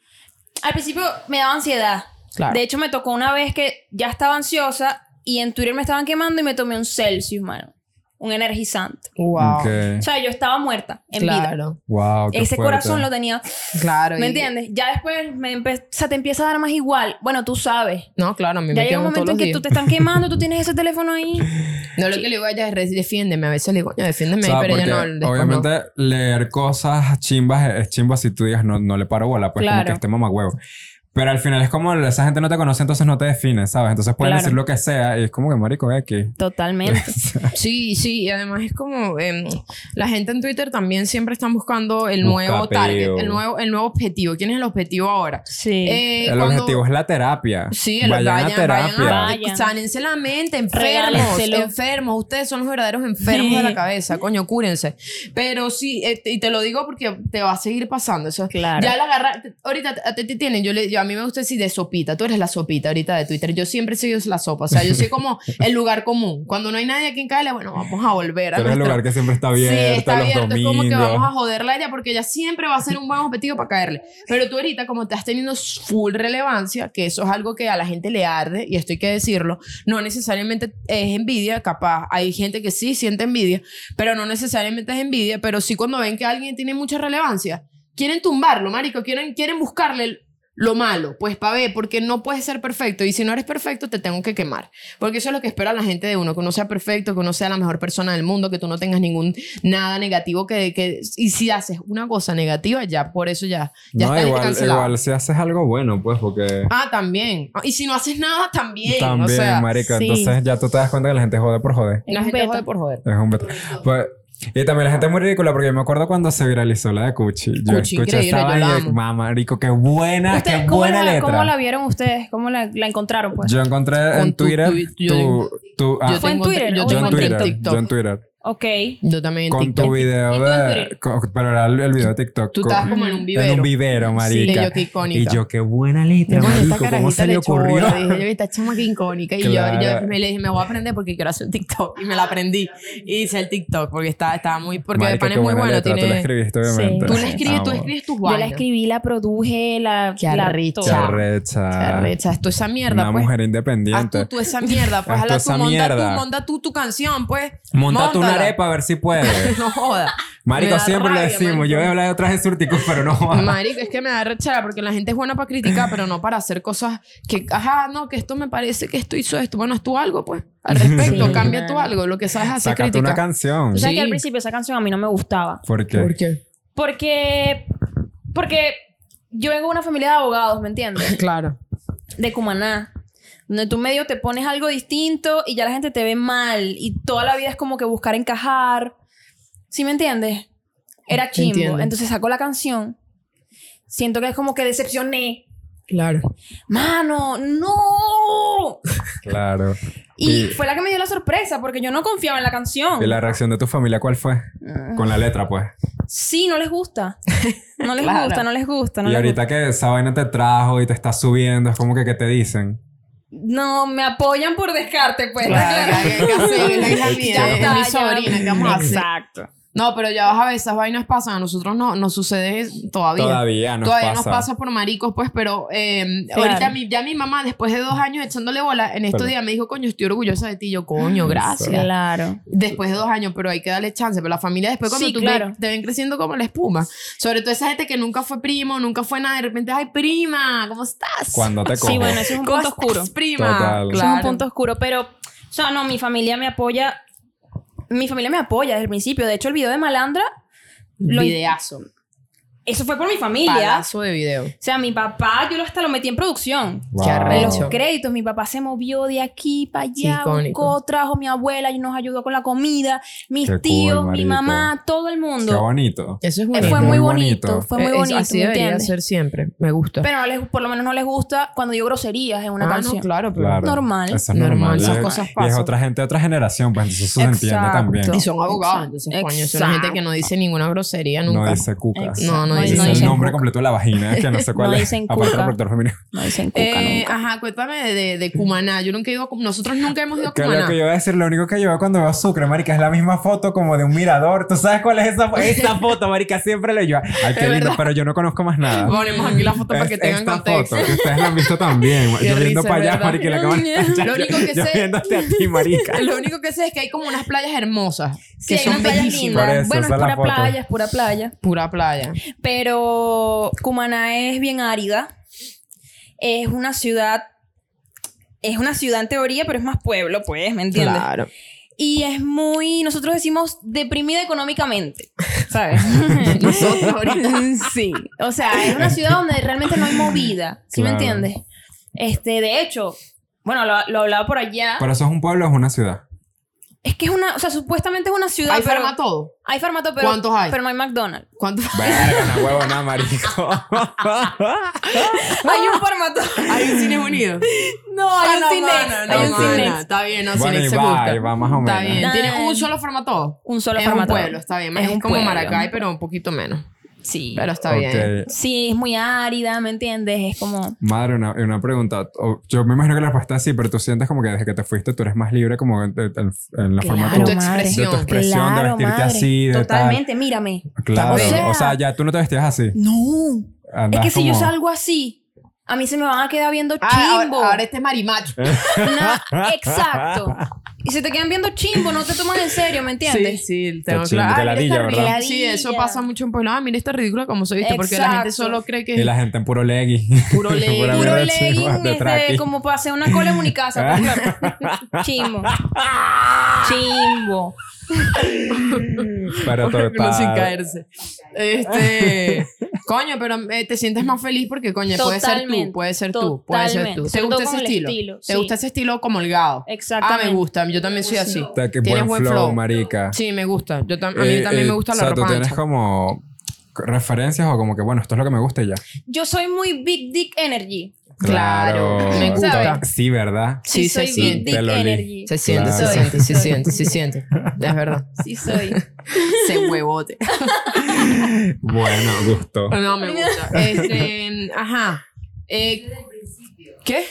[SPEAKER 3] Al principio me daba ansiedad.
[SPEAKER 1] Claro.
[SPEAKER 3] De hecho, me tocó una vez que ya estaba ansiosa y en Twitter me estaban quemando y me tomé un Celsius, mano. Un energizante.
[SPEAKER 1] Wow.
[SPEAKER 2] Ok.
[SPEAKER 3] O sea, yo estaba muerta en vida.
[SPEAKER 1] Claro,
[SPEAKER 2] Wow, qué
[SPEAKER 3] Ese
[SPEAKER 2] fuerte.
[SPEAKER 3] corazón lo tenía.
[SPEAKER 1] claro.
[SPEAKER 3] ¿Me
[SPEAKER 1] y-
[SPEAKER 3] entiendes? Ya después me empe- o sea, te empieza a dar más igual. Bueno, tú sabes.
[SPEAKER 1] No, claro, a mí
[SPEAKER 3] Ya
[SPEAKER 1] me
[SPEAKER 3] llega un
[SPEAKER 1] quedan todos
[SPEAKER 3] momento en
[SPEAKER 1] los
[SPEAKER 3] que
[SPEAKER 1] días.
[SPEAKER 3] tú te están quemando, tú tienes ese teléfono ahí.
[SPEAKER 1] No, lo que le digo a ella es "Res- defiéndeme. A veces le digo, "Coño, defiéndeme,
[SPEAKER 2] O sea,
[SPEAKER 1] ahí", pero
[SPEAKER 2] porque
[SPEAKER 1] ella no. después
[SPEAKER 2] obviamente leer cosas chimbas es chimba si tú digas no, no le paro bola, pues como
[SPEAKER 3] Claro.
[SPEAKER 2] que este mamagüevo. Pero al final es como esa gente no te conoce, entonces no te define, ¿sabes? Entonces pueden
[SPEAKER 3] Claro.
[SPEAKER 2] decir lo que sea y es como que marico X.
[SPEAKER 3] Totalmente.
[SPEAKER 1] no. Sí, sí, y además es como em, la gente en Twitter también siempre están buscando el
[SPEAKER 2] Busca
[SPEAKER 1] nuevo target,
[SPEAKER 2] peo.
[SPEAKER 1] el nuevo, el nuevo objetivo. ¿Quién es el objetivo ahora?
[SPEAKER 4] Sí.
[SPEAKER 1] Eh,
[SPEAKER 2] el
[SPEAKER 1] cuando-
[SPEAKER 2] objetivo es la terapia.
[SPEAKER 1] Sí, el-
[SPEAKER 2] vayan, a terapia.
[SPEAKER 4] vayan.
[SPEAKER 1] sánense la mente, enfermos,
[SPEAKER 4] Regálenselo.
[SPEAKER 1] enfermos. Ustedes son los verdaderos enfermos de la cabeza, coño, cúrense. Pero sí, este, y te lo digo porque te va a seguir pasando. Eso.
[SPEAKER 4] Claro.
[SPEAKER 1] Ya la agarra, te- ahorita a ti te tienen, yo, le- yo- a mí me gusta decir de sopita, tú eres la sopita ahorita de Twitter, yo siempre he sido la sopa, o sea, yo soy como el lugar común. Cuando no hay nadie a quien caerle, bueno, vamos a volver a
[SPEAKER 2] Pero es el
[SPEAKER 1] nuestro-
[SPEAKER 2] lugar que siempre está abierto,
[SPEAKER 1] sí, está
[SPEAKER 2] los
[SPEAKER 1] abierto. Es
[SPEAKER 2] domingos.
[SPEAKER 1] como que vamos a joderla a ella porque ella siempre va a ser un buen objetivo para caerle. Pero tú ahorita, como estás teniendo full relevancia, que eso es algo que a la gente le arde, y esto hay que decirlo, no necesariamente es envidia, capaz. Hay gente que sí siente envidia, pero no necesariamente es envidia, pero sí cuando ven que alguien tiene mucha relevancia, quieren tumbarlo, marico, quieren, quieren buscarle el- lo malo, pues para ver, porque no puedes ser perfecto y si no eres perfecto te tengo que quemar, porque eso es lo que espera la gente de uno, que uno sea perfecto, que uno sea la mejor persona del mundo, que tú no tengas ningún nada negativo que, que y si haces una cosa negativa ya por eso ya ya
[SPEAKER 2] no,
[SPEAKER 1] estás
[SPEAKER 2] igual,
[SPEAKER 1] cancelado.
[SPEAKER 2] igual si haces algo bueno, pues, porque
[SPEAKER 1] Ah, también. Ah, Y si no haces nada también,
[SPEAKER 2] también,
[SPEAKER 1] o sea,
[SPEAKER 2] marica.
[SPEAKER 4] sí.
[SPEAKER 2] Entonces ya tú te das cuenta que la gente jode por joder.
[SPEAKER 1] la
[SPEAKER 4] Es
[SPEAKER 1] gente
[SPEAKER 4] beta.
[SPEAKER 1] jode por joder.
[SPEAKER 2] Es un beta. Pues, y también la gente es muy ridícula porque yo me acuerdo cuando se viralizó la de Cuchi. Yo
[SPEAKER 1] Cuchi,
[SPEAKER 2] escuché
[SPEAKER 1] increíble,
[SPEAKER 2] esta
[SPEAKER 1] yo
[SPEAKER 2] vaina
[SPEAKER 1] la
[SPEAKER 2] y
[SPEAKER 1] amo.
[SPEAKER 2] mamá, rico, qué buena,
[SPEAKER 3] Usted-
[SPEAKER 2] Ah, qué
[SPEAKER 3] ¿cómo,
[SPEAKER 2] buena
[SPEAKER 3] la,
[SPEAKER 2] letra.
[SPEAKER 3] cómo la vieron ustedes? ¿Cómo la, la encontraron? Pues?
[SPEAKER 2] Yo encontré en
[SPEAKER 1] Con tu
[SPEAKER 2] Twitter
[SPEAKER 1] tuit,
[SPEAKER 2] tu,
[SPEAKER 1] yo digo-
[SPEAKER 2] tu- ah,
[SPEAKER 1] te
[SPEAKER 3] Fue en
[SPEAKER 1] encontré-
[SPEAKER 3] Twitter,
[SPEAKER 1] yo
[SPEAKER 3] o
[SPEAKER 1] te
[SPEAKER 2] yo en
[SPEAKER 1] encontré en
[SPEAKER 2] Twitter,
[SPEAKER 1] TikTok.
[SPEAKER 2] yo en Twitter.
[SPEAKER 3] ok.
[SPEAKER 1] Yo también en
[SPEAKER 2] Con
[SPEAKER 1] TikTok.
[SPEAKER 2] tu video
[SPEAKER 3] ¿Y tú en
[SPEAKER 2] de...
[SPEAKER 3] Twitter?
[SPEAKER 2] con- pero era el, el video de TikTok.
[SPEAKER 1] Tú
[SPEAKER 2] con-
[SPEAKER 1] estabas como en un vivero.
[SPEAKER 2] En un vivero, marica.
[SPEAKER 1] Sí, yo qué icónica.
[SPEAKER 2] y yo, qué buena letra,
[SPEAKER 1] No, esta
[SPEAKER 2] marico. ¿Cómo
[SPEAKER 1] carajita
[SPEAKER 2] se
[SPEAKER 1] le
[SPEAKER 2] le
[SPEAKER 1] echó
[SPEAKER 2] ocurrió?
[SPEAKER 1] bola. Dije, yo, esta chama que icónica. Y yo- yo,
[SPEAKER 2] Claro.
[SPEAKER 1] me le dije, me voy a aprender porque quiero hacer un TikTok. Y me la aprendí. Y hice el TikTok porque estaba, estaba muy... Porque
[SPEAKER 2] Marica,
[SPEAKER 1] de
[SPEAKER 2] qué
[SPEAKER 1] pan es muy
[SPEAKER 2] buena
[SPEAKER 1] bueno.
[SPEAKER 2] letra, Tú la
[SPEAKER 1] Tiene,
[SPEAKER 2] escribiste,
[SPEAKER 4] Sí.
[SPEAKER 2] obviamente.
[SPEAKER 1] tú, la escribes, tú
[SPEAKER 2] Amo.
[SPEAKER 1] escribes tus
[SPEAKER 4] yo la
[SPEAKER 1] vainas.
[SPEAKER 4] escribí, la produje, la.
[SPEAKER 1] Qué
[SPEAKER 4] la
[SPEAKER 1] arrecha.
[SPEAKER 4] todo.
[SPEAKER 2] Qué
[SPEAKER 1] Chao.
[SPEAKER 2] arrecha.
[SPEAKER 1] Qué arrecha, Esto esa mierda,
[SPEAKER 2] Una
[SPEAKER 1] pues.
[SPEAKER 2] mujer
[SPEAKER 1] Haz
[SPEAKER 2] independiente.
[SPEAKER 1] tú, tú esa mierda, pues
[SPEAKER 2] Haz
[SPEAKER 1] hazla
[SPEAKER 2] tú
[SPEAKER 1] tú,
[SPEAKER 2] esa
[SPEAKER 1] monta
[SPEAKER 2] mierda.
[SPEAKER 1] tú, monta tú tu canción, pues.
[SPEAKER 2] Monta tú una
[SPEAKER 1] Móntala.
[SPEAKER 2] arepa a ver si puedes.
[SPEAKER 1] No joda. Me
[SPEAKER 2] Marico,
[SPEAKER 1] da
[SPEAKER 2] siempre
[SPEAKER 1] rabia,
[SPEAKER 2] lo decimos.
[SPEAKER 1] marico.
[SPEAKER 2] Yo voy a hablar de otras de Surticus, pero no va.
[SPEAKER 1] Marico, es que me da rechera porque la gente es buena para criticar, pero no para hacer cosas que, ajá, no, que esto me parece que esto hizo esto. Bueno, haz tú algo, pues. Al respecto,
[SPEAKER 4] Sí,
[SPEAKER 1] cambia tú
[SPEAKER 4] claro.
[SPEAKER 1] algo. Lo que sabes hacer
[SPEAKER 2] Sácate
[SPEAKER 1] crítica.
[SPEAKER 2] una canción.
[SPEAKER 3] Tú sabes que
[SPEAKER 1] Sí.
[SPEAKER 3] al principio esa canción a mí no me gustaba.
[SPEAKER 2] ¿Por qué?
[SPEAKER 1] qué?
[SPEAKER 3] Porque. Porque yo vengo de una familia de abogados, ¿me entiendes?
[SPEAKER 1] Claro.
[SPEAKER 3] De Cumaná. Donde tú medio te pones algo distinto y ya la gente te ve mal. Y toda la vida es como que buscar encajar. ¿Sí me entiendes? Era chimbo.
[SPEAKER 1] Entiendo.
[SPEAKER 3] Entonces saco la canción. Siento que es como que decepcioné.
[SPEAKER 1] Claro.
[SPEAKER 3] ¡Mano! ¡No!
[SPEAKER 2] Claro.
[SPEAKER 3] Y
[SPEAKER 2] Y-
[SPEAKER 3] fue la que me dio la sorpresa porque yo no confiaba en la canción.
[SPEAKER 2] ¿Y la reacción de tu familia cuál fue? Con la letra, pues.
[SPEAKER 3] Sí, no les gusta. No les
[SPEAKER 1] Claro.
[SPEAKER 3] gusta, no les gusta. No
[SPEAKER 2] y
[SPEAKER 3] les
[SPEAKER 2] ahorita que esa vaina te trajo y te está subiendo, es como que ¿qué te dicen?
[SPEAKER 3] No, me apoyan por descarte, pues.
[SPEAKER 1] Claro,
[SPEAKER 3] Claro.
[SPEAKER 1] que hacer, la hija mía,
[SPEAKER 3] Ya
[SPEAKER 1] es
[SPEAKER 3] está,
[SPEAKER 1] mi
[SPEAKER 3] ya.
[SPEAKER 1] sobrina, ¿qué vamos a hacer?
[SPEAKER 4] Exacto.
[SPEAKER 1] No, pero ya vas a ver, esas vainas pasan. A nosotros no, no sucede es- todavía.
[SPEAKER 2] Todavía nos
[SPEAKER 1] Todavía
[SPEAKER 2] pasa.
[SPEAKER 1] nos pasa por maricos, pues, pero eh,
[SPEAKER 4] Claro.
[SPEAKER 1] ahorita mi- ya mi mamá, después de dos años echándole bola, en estos
[SPEAKER 2] Perdón.
[SPEAKER 1] días me dijo, coño, estoy orgullosa de ti. Yo, coño, gracias.
[SPEAKER 4] Claro.
[SPEAKER 1] Después de dos años, pero hay que darle chance. Pero la familia después cuando
[SPEAKER 3] Sí,
[SPEAKER 1] tú
[SPEAKER 3] claro.
[SPEAKER 1] te, te ven creciendo como la espuma. Sobre todo esa gente que nunca fue primo, nunca fue nada. De repente, ay, prima, ¿cómo estás?
[SPEAKER 2] Cuando te cojo.
[SPEAKER 4] Sí, bueno, eso es un
[SPEAKER 1] ¿Cómo
[SPEAKER 4] punto
[SPEAKER 1] estás,
[SPEAKER 4] oscuro.
[SPEAKER 1] prima?
[SPEAKER 2] Total. Eso
[SPEAKER 3] Eso es un
[SPEAKER 1] Claro.
[SPEAKER 3] punto oscuro, pero, o sea, no, mi familia me apoya. Mi familia me apoya desde el principio. De hecho, el video de Malandra, lo-
[SPEAKER 1] Videazo.
[SPEAKER 3] Eso fue por mi familia.
[SPEAKER 1] Palazo de video.
[SPEAKER 3] O sea, mi papá, yo lo- hasta lo metí en producción.
[SPEAKER 1] Qué arrecho.
[SPEAKER 3] Los créditos, mi papá se movió de aquí para allá,
[SPEAKER 1] Icónico.
[SPEAKER 3] buscó, trajo a mi abuela y nos ayudó con la comida, mis
[SPEAKER 2] Qué cool,
[SPEAKER 3] tíos, mi
[SPEAKER 2] marico.
[SPEAKER 3] mamá, todo el
[SPEAKER 2] Qué
[SPEAKER 3] mundo.
[SPEAKER 2] bonito.
[SPEAKER 1] Eso es
[SPEAKER 3] Eh,
[SPEAKER 1] bueno.
[SPEAKER 3] fue muy
[SPEAKER 2] Muy
[SPEAKER 3] bonito,
[SPEAKER 2] bonito.
[SPEAKER 3] fue muy
[SPEAKER 1] Eh, eso-
[SPEAKER 3] bonito,
[SPEAKER 1] Así
[SPEAKER 3] ¿me
[SPEAKER 1] debería
[SPEAKER 3] entiendes?
[SPEAKER 1] ser siempre. Me gusta.
[SPEAKER 3] Pero no les, por lo menos no les gusta cuando digo groserías en una
[SPEAKER 1] Ah,
[SPEAKER 3] canción.
[SPEAKER 1] no, claro, pero-
[SPEAKER 2] Claro.
[SPEAKER 3] Normal.
[SPEAKER 2] Eso es
[SPEAKER 1] Normal,
[SPEAKER 2] normal.
[SPEAKER 1] esas
[SPEAKER 2] Y-
[SPEAKER 1] cosas
[SPEAKER 2] Y es
[SPEAKER 1] pasan.
[SPEAKER 2] otra gente de otra generación, pues entonces eso se entiende
[SPEAKER 3] Exacto.
[SPEAKER 2] también.
[SPEAKER 1] Y son abogados,
[SPEAKER 3] Exacto.
[SPEAKER 1] entonces, coño, son una gente que no dice ninguna grosería nunca.
[SPEAKER 2] No dice cucas.
[SPEAKER 1] No, no dicen-
[SPEAKER 2] dice el
[SPEAKER 1] dicen
[SPEAKER 2] nombre
[SPEAKER 3] cuca.
[SPEAKER 2] completo de la vagina, que no sé cuál
[SPEAKER 3] No
[SPEAKER 2] es.
[SPEAKER 3] dicen
[SPEAKER 2] Aparte del
[SPEAKER 3] cuca.
[SPEAKER 2] protector femenino.
[SPEAKER 3] No dicen cuca
[SPEAKER 1] Eh,
[SPEAKER 3] nunca.
[SPEAKER 1] ajá, cuéntame de, de Cumaná. Yo nunca he ido a Cum- Nosotros nunca hemos ido a
[SPEAKER 2] Que lo
[SPEAKER 1] Cumaná.
[SPEAKER 2] que yo voy a decir, lo único que yo veo cuando veo Sucre, marica, es la misma foto como de un mirador. ¿Tú sabes cuál es esa, fo- esa foto, marica? Siempre le yo. Ay, qué
[SPEAKER 1] Es
[SPEAKER 2] lindo,
[SPEAKER 1] verdad.
[SPEAKER 2] pero yo no conozco más nada.
[SPEAKER 1] Ponemos aquí la foto para
[SPEAKER 2] Es
[SPEAKER 1] que tengan
[SPEAKER 2] esta
[SPEAKER 1] contexto.
[SPEAKER 2] foto, que ustedes la han visto también.
[SPEAKER 1] Qué
[SPEAKER 2] yo viendo
[SPEAKER 1] risa,
[SPEAKER 2] para allá,
[SPEAKER 1] ¿verdad?
[SPEAKER 2] marica, y la cámara.
[SPEAKER 1] Lo único que
[SPEAKER 2] yo
[SPEAKER 1] sé-
[SPEAKER 2] viéndote a ti, marica.
[SPEAKER 1] Lo único que sé es que hay como unas playas hermosas
[SPEAKER 3] Sí,
[SPEAKER 1] que
[SPEAKER 3] hay
[SPEAKER 1] son
[SPEAKER 3] unas playas
[SPEAKER 1] bellísimas.
[SPEAKER 2] Por
[SPEAKER 3] lindas.
[SPEAKER 2] eso,
[SPEAKER 3] Bueno, es
[SPEAKER 2] esa es la
[SPEAKER 3] pura
[SPEAKER 2] foto.
[SPEAKER 3] playa, es pura playa.
[SPEAKER 1] Pura playa.
[SPEAKER 3] Pero Cumaná es bien árida. Es una ciudad. Es una ciudad en teoría, pero es más pueblo, pues, ¿me entiendes?
[SPEAKER 1] Claro.
[SPEAKER 3] Y es muy, nosotros decimos, deprimida económicamente, ¿sabes?
[SPEAKER 1] Nosotros ahorita.
[SPEAKER 3] sí. O sea, es una ciudad donde realmente no hay movida, ¿sí me
[SPEAKER 2] Claro.
[SPEAKER 3] entiendes? Este, de hecho, bueno, lo, lo hablaba por allá.
[SPEAKER 2] Pero eso es un pueblo, es una ciudad.
[SPEAKER 3] es que es una, o sea, supuestamente es una ciudad.
[SPEAKER 1] ¿Hay
[SPEAKER 3] pero-
[SPEAKER 1] farma todo?
[SPEAKER 3] Hay farmato, pero,
[SPEAKER 1] ¿Cuántos hay?
[SPEAKER 3] pero no hay McDonald's.
[SPEAKER 1] ¿Cuánto?
[SPEAKER 2] Verga, una huevona, marico.
[SPEAKER 3] Hay un farmato.
[SPEAKER 1] ¿Hay un Ah, Cines Unidos?
[SPEAKER 3] No, hay un Cinex.
[SPEAKER 2] no,
[SPEAKER 3] hay un
[SPEAKER 2] no,
[SPEAKER 3] Cinex.
[SPEAKER 2] no.
[SPEAKER 1] Está bien, no,
[SPEAKER 2] Bueno,
[SPEAKER 1] Cinex
[SPEAKER 2] y
[SPEAKER 1] se
[SPEAKER 2] va,
[SPEAKER 1] busca.
[SPEAKER 2] y va más o
[SPEAKER 1] Está
[SPEAKER 2] menos.
[SPEAKER 1] bien. ¿Tiene
[SPEAKER 3] Ay.
[SPEAKER 1] un solo formato?
[SPEAKER 3] Un solo
[SPEAKER 1] es un
[SPEAKER 3] formato.
[SPEAKER 1] pueblo, está bien.
[SPEAKER 3] Es
[SPEAKER 1] Es,
[SPEAKER 3] un
[SPEAKER 1] como
[SPEAKER 3] pueblo.
[SPEAKER 1] Maracay, pero un poquito menos.
[SPEAKER 3] Sí.
[SPEAKER 1] Pero está bien.
[SPEAKER 2] Ok.
[SPEAKER 3] Sí, es muy árida, ¿me entiendes? Es como.
[SPEAKER 2] Madre, una, una pregunta. O- Yo me imagino que la respuesta es sí, pero tú sientes como que desde que te fuiste tú eres más libre como en, en- en la forma
[SPEAKER 1] Claro,
[SPEAKER 2] de
[SPEAKER 1] tu
[SPEAKER 2] tu,
[SPEAKER 1] madre.
[SPEAKER 2] de tu expresión, de
[SPEAKER 3] Claro,
[SPEAKER 2] vestirte
[SPEAKER 3] madre.
[SPEAKER 2] así, de
[SPEAKER 3] Totalmente, mírame.
[SPEAKER 2] tal. Claro. O
[SPEAKER 1] O
[SPEAKER 2] sea,
[SPEAKER 1] sea-
[SPEAKER 2] ya tú no te vestías así.
[SPEAKER 3] No. Es
[SPEAKER 2] Andabas
[SPEAKER 3] que si yo
[SPEAKER 2] como-
[SPEAKER 3] salgo así, a mí se me van a quedar viendo
[SPEAKER 1] Ah, ahora-
[SPEAKER 3] chimbo.
[SPEAKER 1] ahora, este es marimacho.
[SPEAKER 2] Eh,
[SPEAKER 3] Na- exacto. Y se te quedan viendo chimbo, no te toman en serio, ¿me entiendes?
[SPEAKER 1] Sí, sí,
[SPEAKER 2] Qué chimbo, qué
[SPEAKER 1] mira
[SPEAKER 2] ladilla,
[SPEAKER 1] esta
[SPEAKER 2] ¿verdad?
[SPEAKER 1] ridícula. Sí, eso
[SPEAKER 3] Ladilla.
[SPEAKER 1] pasa mucho en Puebla. Ah, mira esta ridícula como se viste, porque la gente
[SPEAKER 3] Exacto.
[SPEAKER 1] solo cree que
[SPEAKER 2] Y la gente en puro leggy.
[SPEAKER 1] Puro legging.
[SPEAKER 2] Pura
[SPEAKER 3] Puro
[SPEAKER 2] mierda chimba,
[SPEAKER 3] legging,
[SPEAKER 2] de
[SPEAKER 3] este,
[SPEAKER 2] traqui.
[SPEAKER 3] como para hacer una cola en unicasa. por ejemplo. chimbo. Chimbo.
[SPEAKER 2] Pero total.
[SPEAKER 1] no sin caerse. Este, coño, pero eh, te sientes más feliz porque coño, puede ser tú,
[SPEAKER 3] Totalmente,
[SPEAKER 1] puede ser tú, puede ser tú.
[SPEAKER 3] totalmente.
[SPEAKER 1] ¿Te
[SPEAKER 3] Sobre
[SPEAKER 1] gusta
[SPEAKER 3] todo
[SPEAKER 1] ese
[SPEAKER 3] con el
[SPEAKER 1] estilo?
[SPEAKER 3] estilo,
[SPEAKER 1] ¿Te
[SPEAKER 3] sí.
[SPEAKER 1] gusta ese estilo como holgado? Ah,
[SPEAKER 3] Exactamente.
[SPEAKER 1] me gusta, yo también soy así.
[SPEAKER 2] O sea, que
[SPEAKER 1] Tienes
[SPEAKER 2] buen flow, marica.
[SPEAKER 1] Sí, me gusta. Yo tam- a mí
[SPEAKER 2] Eh,
[SPEAKER 1] también
[SPEAKER 2] eh,
[SPEAKER 1] me gusta
[SPEAKER 2] o
[SPEAKER 1] la
[SPEAKER 2] sea,
[SPEAKER 1] ropa
[SPEAKER 2] tú tienes
[SPEAKER 1] ancha.
[SPEAKER 2] como referencias o como que bueno, esto es lo que me gusta y ya.
[SPEAKER 3] Yo soy muy Big Dick Energy.
[SPEAKER 1] Claro, me gusta.
[SPEAKER 2] Total. Sí, ¿verdad?
[SPEAKER 1] Sí,
[SPEAKER 3] Sí,
[SPEAKER 1] se
[SPEAKER 3] soy Big
[SPEAKER 1] siente.
[SPEAKER 3] Dick
[SPEAKER 2] Te lo olí.
[SPEAKER 3] Energy.
[SPEAKER 1] Se siente, se
[SPEAKER 2] Claro.
[SPEAKER 1] siente, se siente, se siente. Es verdad.
[SPEAKER 3] Sí, soy.
[SPEAKER 1] Se huevote.
[SPEAKER 2] Bueno, gusto.
[SPEAKER 1] No, me gusta. Este, ajá. Eh, ¿Qué?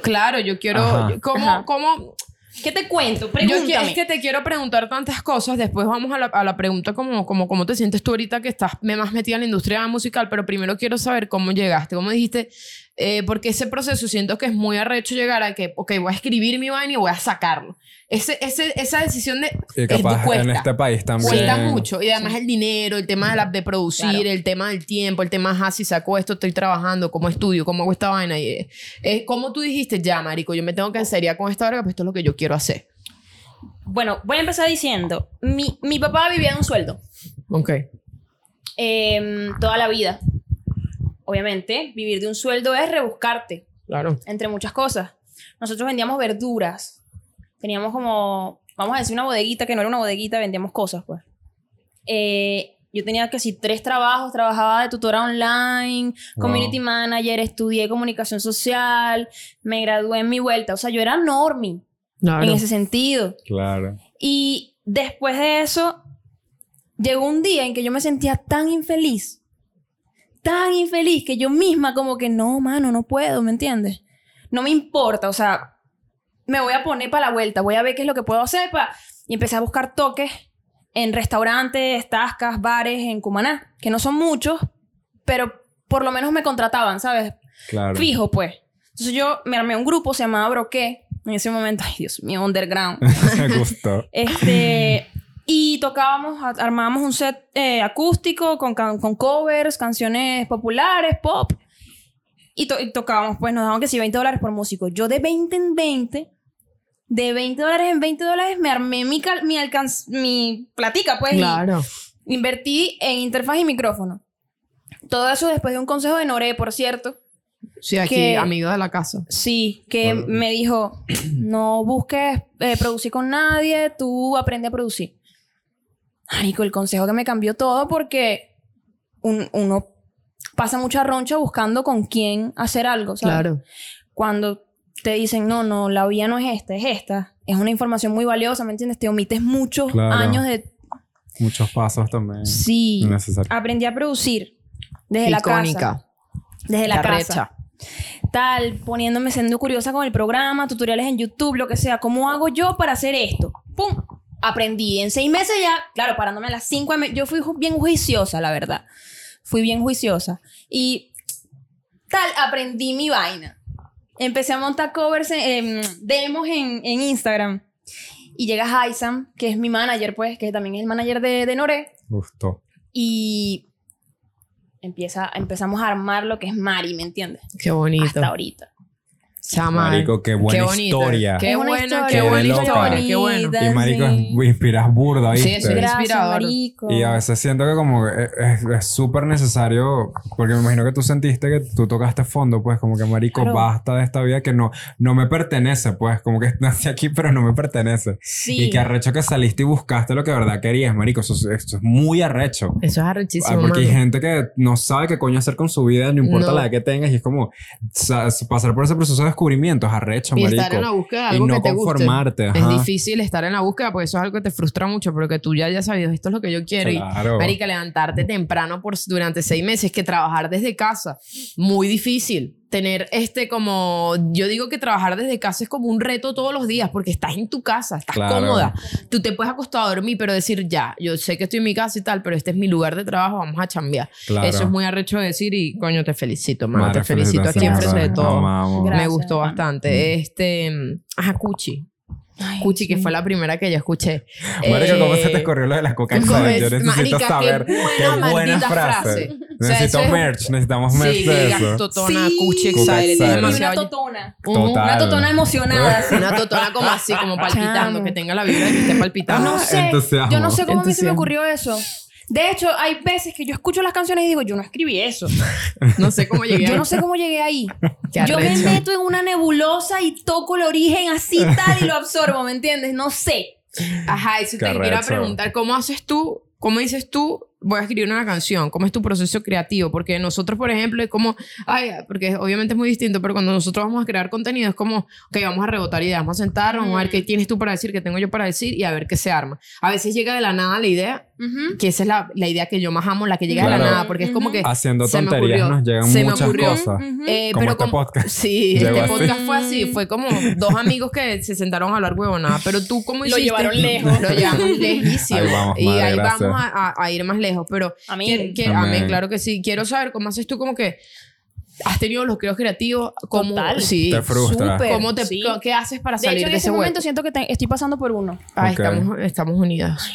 [SPEAKER 1] Claro, yo
[SPEAKER 2] Ajá.
[SPEAKER 1] quiero. ¿Cómo,
[SPEAKER 3] Ajá.
[SPEAKER 1] cómo?
[SPEAKER 3] ¿Qué te cuento?
[SPEAKER 1] Yo qui-
[SPEAKER 3] Pregúntame.
[SPEAKER 1] es que te quiero preguntar tantas cosas. Después vamos a la, a la pregunta como, como cómo te sientes tú ahorita que estás me- más metida en la industria musical. Pero primero quiero saber cómo llegaste, cómo dijiste, eh, porque ese proceso siento que es muy arrecho llegar a que, ok, voy a escribir mi vaina y voy a sacarlo. Ese, ese, esa decisión de
[SPEAKER 2] Y
[SPEAKER 1] es-
[SPEAKER 2] capaz en
[SPEAKER 1] cuesta.
[SPEAKER 2] este país también.
[SPEAKER 1] Cuesta mucho. Y además el dinero, el tema de, la- de producir, el tema del tiempo, el tema, ajá, si saco esto, estoy trabajando, cómo estudio, cómo hago esta vaina. Y, eh, eh, ¿Cómo tú dijiste, ya, marico, yo me tengo que enseriar con esta verga, pues esto es lo que yo quiero hacer?
[SPEAKER 3] Bueno, voy a empezar diciendo, mi, mi papá vivía de un sueldo
[SPEAKER 1] Ok.
[SPEAKER 3] em, toda la vida. Obviamente, vivir de un sueldo es rebuscarte,
[SPEAKER 1] Claro.
[SPEAKER 3] entre muchas cosas. Nosotros vendíamos verduras. Teníamos como, vamos a decir, una bodeguita que no era una bodeguita, vendíamos cosas, pues. Eh, yo tenía casi tres trabajos, trabajaba de tutora online,
[SPEAKER 2] Wow.
[SPEAKER 3] community manager, estudié comunicación social, me gradué en mi vuelta, o sea, yo era normie
[SPEAKER 1] Ah,
[SPEAKER 3] en ese sentido.
[SPEAKER 2] Claro.
[SPEAKER 3] Y después de eso, llegó un día en que yo me sentía tan infeliz, tan infeliz, que yo misma como que, no, mano, no puedo, ¿me entiendes? No me importa, o sea, me voy a poner para la vuelta, voy a ver qué es lo que puedo hacer. pa- Y empecé a buscar toques en restaurantes, tascas, bares en Cumaná, que no son muchos, pero por lo menos me contrataban, ¿sabes?
[SPEAKER 2] Claro.
[SPEAKER 3] Fijo, pues. Entonces yo me armé un grupo, se llamaba Broqué, en ese momento, ay Dios mío, underground.
[SPEAKER 2] Gusto.
[SPEAKER 3] Este, y tocábamos, a- armábamos un set eh, acústico con, can- con covers, canciones populares, pop. Y, to- y tocábamos, pues nos daban que sí, 20 dólares por músico. Yo de 20 en 20, de 20 dólares en 20 dólares, me armé mi, cal- mi, alcanz- mi platica, pues. y-
[SPEAKER 1] Claro.
[SPEAKER 3] Y, Invertí en interfaz y micrófono. Todo eso después de un consejo de Noré, por cierto.
[SPEAKER 1] Sí, aquí,
[SPEAKER 3] que-
[SPEAKER 1] amigos de la casa.
[SPEAKER 3] Sí, que
[SPEAKER 2] Bueno.
[SPEAKER 3] me dijo, no busques eh, producir con nadie, tú aprende a producir. Marico, el consejo que me cambió todo porque un- uno pasa mucha roncha buscando con quién hacer algo, ¿sabes?
[SPEAKER 1] Claro.
[SPEAKER 3] Cuando te dicen, no, no, la vía no es esta, es esta. Es una información muy valiosa, ¿me entiendes? Te omites muchos
[SPEAKER 2] Claro.
[SPEAKER 3] años de...
[SPEAKER 2] Muchos pasos también.
[SPEAKER 3] Sí,
[SPEAKER 2] Innecesarios.
[SPEAKER 3] aprendí a producir desde la casa.
[SPEAKER 1] Icónica.
[SPEAKER 3] Desde la
[SPEAKER 1] Carrecha.
[SPEAKER 3] casa. tal, poniéndome siendo curiosa con el programa, tutoriales en YouTube, lo que sea, ¿cómo hago yo para hacer esto? ¡Pum! Aprendí en seis meses ya, claro, parándome a las cinco, de me- yo fui ju- bien juiciosa, la verdad, fui bien juiciosa y tal, aprendí mi vaina. Empecé a montar covers, en- em, demos en, en Instagram y llega Haisam, que es mi manager, pues, que también es el manager de, de Noré
[SPEAKER 2] Gustó.
[SPEAKER 3] y empieza, empezamos a armar lo que es Mari, ¿me entiendes?
[SPEAKER 1] Qué bonito.
[SPEAKER 3] Hasta ahorita.
[SPEAKER 1] Chama.
[SPEAKER 2] Marico, qué buena
[SPEAKER 1] bonito.
[SPEAKER 2] historia.
[SPEAKER 1] Qué
[SPEAKER 3] Es una
[SPEAKER 1] buena,
[SPEAKER 3] historia
[SPEAKER 1] qué
[SPEAKER 2] Qué
[SPEAKER 1] buena
[SPEAKER 2] loca.
[SPEAKER 1] historia. Qué bueno.
[SPEAKER 3] Bonita.
[SPEAKER 2] Y marico,
[SPEAKER 3] sí.
[SPEAKER 2] es- inspiras burda,
[SPEAKER 1] Sí,
[SPEAKER 2] ¿viste?
[SPEAKER 1] eso es
[SPEAKER 3] Gracias,
[SPEAKER 1] inspirador.
[SPEAKER 3] marico.
[SPEAKER 2] Y a veces siento que como que es es súper necesario, porque me imagino que tú sentiste que tú tocaste fondo, pues como que marico,
[SPEAKER 3] Claro.
[SPEAKER 2] basta de esta vida que no, no me pertenece, pues como que nací aquí pero no me pertenece.
[SPEAKER 3] Sí.
[SPEAKER 2] Y que arrecho que saliste y buscaste lo que de verdad querías, marico, eso, es- esto es muy arrecho.
[SPEAKER 1] Eso es
[SPEAKER 2] Ah,
[SPEAKER 1] arrechísimo.
[SPEAKER 2] porque hay
[SPEAKER 1] mano.
[SPEAKER 2] gente que no sabe qué coño hacer con su vida, no importa
[SPEAKER 1] No.
[SPEAKER 2] la edad que tengas, y es como sa- pasar por ese proceso de descubrimiento es arrecho,
[SPEAKER 1] Y
[SPEAKER 2] marico.
[SPEAKER 1] estar en la búsqueda de
[SPEAKER 2] Y
[SPEAKER 1] algo
[SPEAKER 2] no
[SPEAKER 1] que te guste.
[SPEAKER 2] conformarte, ajá.
[SPEAKER 1] Es difícil estar en la búsqueda porque eso es algo que te frustra mucho, pero que tú ya hayas sabido esto es lo que yo quiero. Y,
[SPEAKER 2] Claro.
[SPEAKER 1] marica, levantarte temprano por, durante seis meses, que trabajar desde casa, muy difícil. Tener este como, yo digo que trabajar desde casa es como un reto todos los días porque estás en tu casa, estás
[SPEAKER 2] Claro.
[SPEAKER 1] cómoda. Tú te puedes acostar a dormir, pero decir ya, yo sé que estoy en mi casa y tal, pero este es mi lugar de trabajo, vamos a chambear.
[SPEAKER 2] Claro.
[SPEAKER 1] Eso es muy arrecho de decir y coño, te felicito, mano,
[SPEAKER 2] Madre,
[SPEAKER 1] te felicito aquí
[SPEAKER 2] felicitaciones,
[SPEAKER 1] enfrente de
[SPEAKER 2] madre.
[SPEAKER 1] todo.
[SPEAKER 2] Amamos.
[SPEAKER 3] Gracias.
[SPEAKER 1] Me gustó
[SPEAKER 3] mano.
[SPEAKER 1] bastante. Este, mm, ajá, Cuchi.
[SPEAKER 3] Ay,
[SPEAKER 1] Cuchi, que
[SPEAKER 3] sí.
[SPEAKER 1] fue la primera que yo escuché.
[SPEAKER 2] Marico, ¿cómo
[SPEAKER 1] Eh,
[SPEAKER 2] se te corrió lo de la coca
[SPEAKER 1] ¿cómo
[SPEAKER 2] Cola? Yo
[SPEAKER 1] es?
[SPEAKER 2] necesito
[SPEAKER 1] Marica, qué
[SPEAKER 2] saber
[SPEAKER 1] buena
[SPEAKER 2] qué buena
[SPEAKER 1] maldita
[SPEAKER 2] frase.
[SPEAKER 1] frase. O sea, eso
[SPEAKER 2] Necesito
[SPEAKER 1] es-
[SPEAKER 2] merch, necesitamos merch
[SPEAKER 1] Sí, que
[SPEAKER 2] de
[SPEAKER 1] digas
[SPEAKER 2] eso.
[SPEAKER 1] totona,
[SPEAKER 3] Sí.
[SPEAKER 1] Cuchi
[SPEAKER 2] Cuchi
[SPEAKER 1] Excited. Es
[SPEAKER 2] Excited.
[SPEAKER 3] Y
[SPEAKER 1] demasiado.
[SPEAKER 3] una totona.
[SPEAKER 1] Ujú.
[SPEAKER 2] Total.
[SPEAKER 3] Una totona emocionada. así.
[SPEAKER 1] Una totona como así, como palpitando,
[SPEAKER 3] Chamo.
[SPEAKER 1] que tenga la vibra de que esté palpitando.
[SPEAKER 3] No sé.
[SPEAKER 2] entusiasmo.
[SPEAKER 3] Yo no sé cómo a mí se me
[SPEAKER 1] Entusiasmo.
[SPEAKER 3] ocurrió eso. De hecho, hay veces que yo escucho las canciones y digo, yo no escribí eso.
[SPEAKER 1] No sé cómo llegué.
[SPEAKER 3] Yo no sé cómo llegué ahí.
[SPEAKER 1] Qué
[SPEAKER 3] Yo me
[SPEAKER 1] arrecho.
[SPEAKER 3] meto en una nebulosa y toco el origen así tal y lo absorbo, ¿me entiendes? No sé.
[SPEAKER 1] Ajá, eso
[SPEAKER 2] Qué
[SPEAKER 1] te quiero
[SPEAKER 2] arrecho.
[SPEAKER 1] preguntar, ¿cómo haces tú? ¿Cómo dices tú? Voy a escribir una canción. ¿Cómo es tu proceso creativo? Porque nosotros, por ejemplo, es como, ay, porque obviamente es muy distinto, pero cuando nosotros vamos a crear contenido es como, ok, vamos a rebotar ideas, vamos a sentarnos, vamos a ver qué tienes tú para decir, qué tengo yo para decir y a ver qué se arma. A veces llega de la nada la idea,
[SPEAKER 3] Ujú.
[SPEAKER 1] que esa es la, la idea que yo más amo, la que llega de la
[SPEAKER 2] Claro.
[SPEAKER 1] nada, porque es como que...
[SPEAKER 2] Haciendo
[SPEAKER 1] eh, se me ocurrió,
[SPEAKER 2] tonterías nos llegan
[SPEAKER 1] se me
[SPEAKER 2] muchas
[SPEAKER 1] ocurrió.
[SPEAKER 2] cosas.
[SPEAKER 3] Ujú.
[SPEAKER 1] eh,
[SPEAKER 2] Como
[SPEAKER 1] pero
[SPEAKER 2] este podcast.
[SPEAKER 1] Sí,
[SPEAKER 2] Llegó
[SPEAKER 1] este
[SPEAKER 2] así.
[SPEAKER 1] podcast fue así. Fue como dos amigos que se sentaron a hablar huevonada. Pero tú, ¿cómo
[SPEAKER 3] Lo
[SPEAKER 1] hiciste?
[SPEAKER 3] llevaron lejos.
[SPEAKER 1] Lo llevamos lejísimo.
[SPEAKER 2] Ahí vamos,
[SPEAKER 1] y
[SPEAKER 2] madre,
[SPEAKER 1] ahí
[SPEAKER 2] gracias.
[SPEAKER 1] vamos a, a- a ir más lejos. Pero, que,
[SPEAKER 3] Amén.
[SPEAKER 1] que-
[SPEAKER 2] Amén.
[SPEAKER 1] amén. claro que sí. Quiero saber cómo haces tú como que has tenido los creos creativos. Cómo,
[SPEAKER 3] Total.
[SPEAKER 1] Sí.
[SPEAKER 2] Te frustras.
[SPEAKER 3] Súper.
[SPEAKER 1] ¿Cómo te,
[SPEAKER 3] Sí.
[SPEAKER 1] ¿Qué haces para
[SPEAKER 3] De
[SPEAKER 1] salir
[SPEAKER 3] hecho, en
[SPEAKER 1] de
[SPEAKER 3] ese
[SPEAKER 1] ese
[SPEAKER 3] momento
[SPEAKER 1] hueco?
[SPEAKER 3] siento que te- estoy pasando por uno.
[SPEAKER 1] Ah,
[SPEAKER 2] Ok.
[SPEAKER 1] estamos, estamos unidas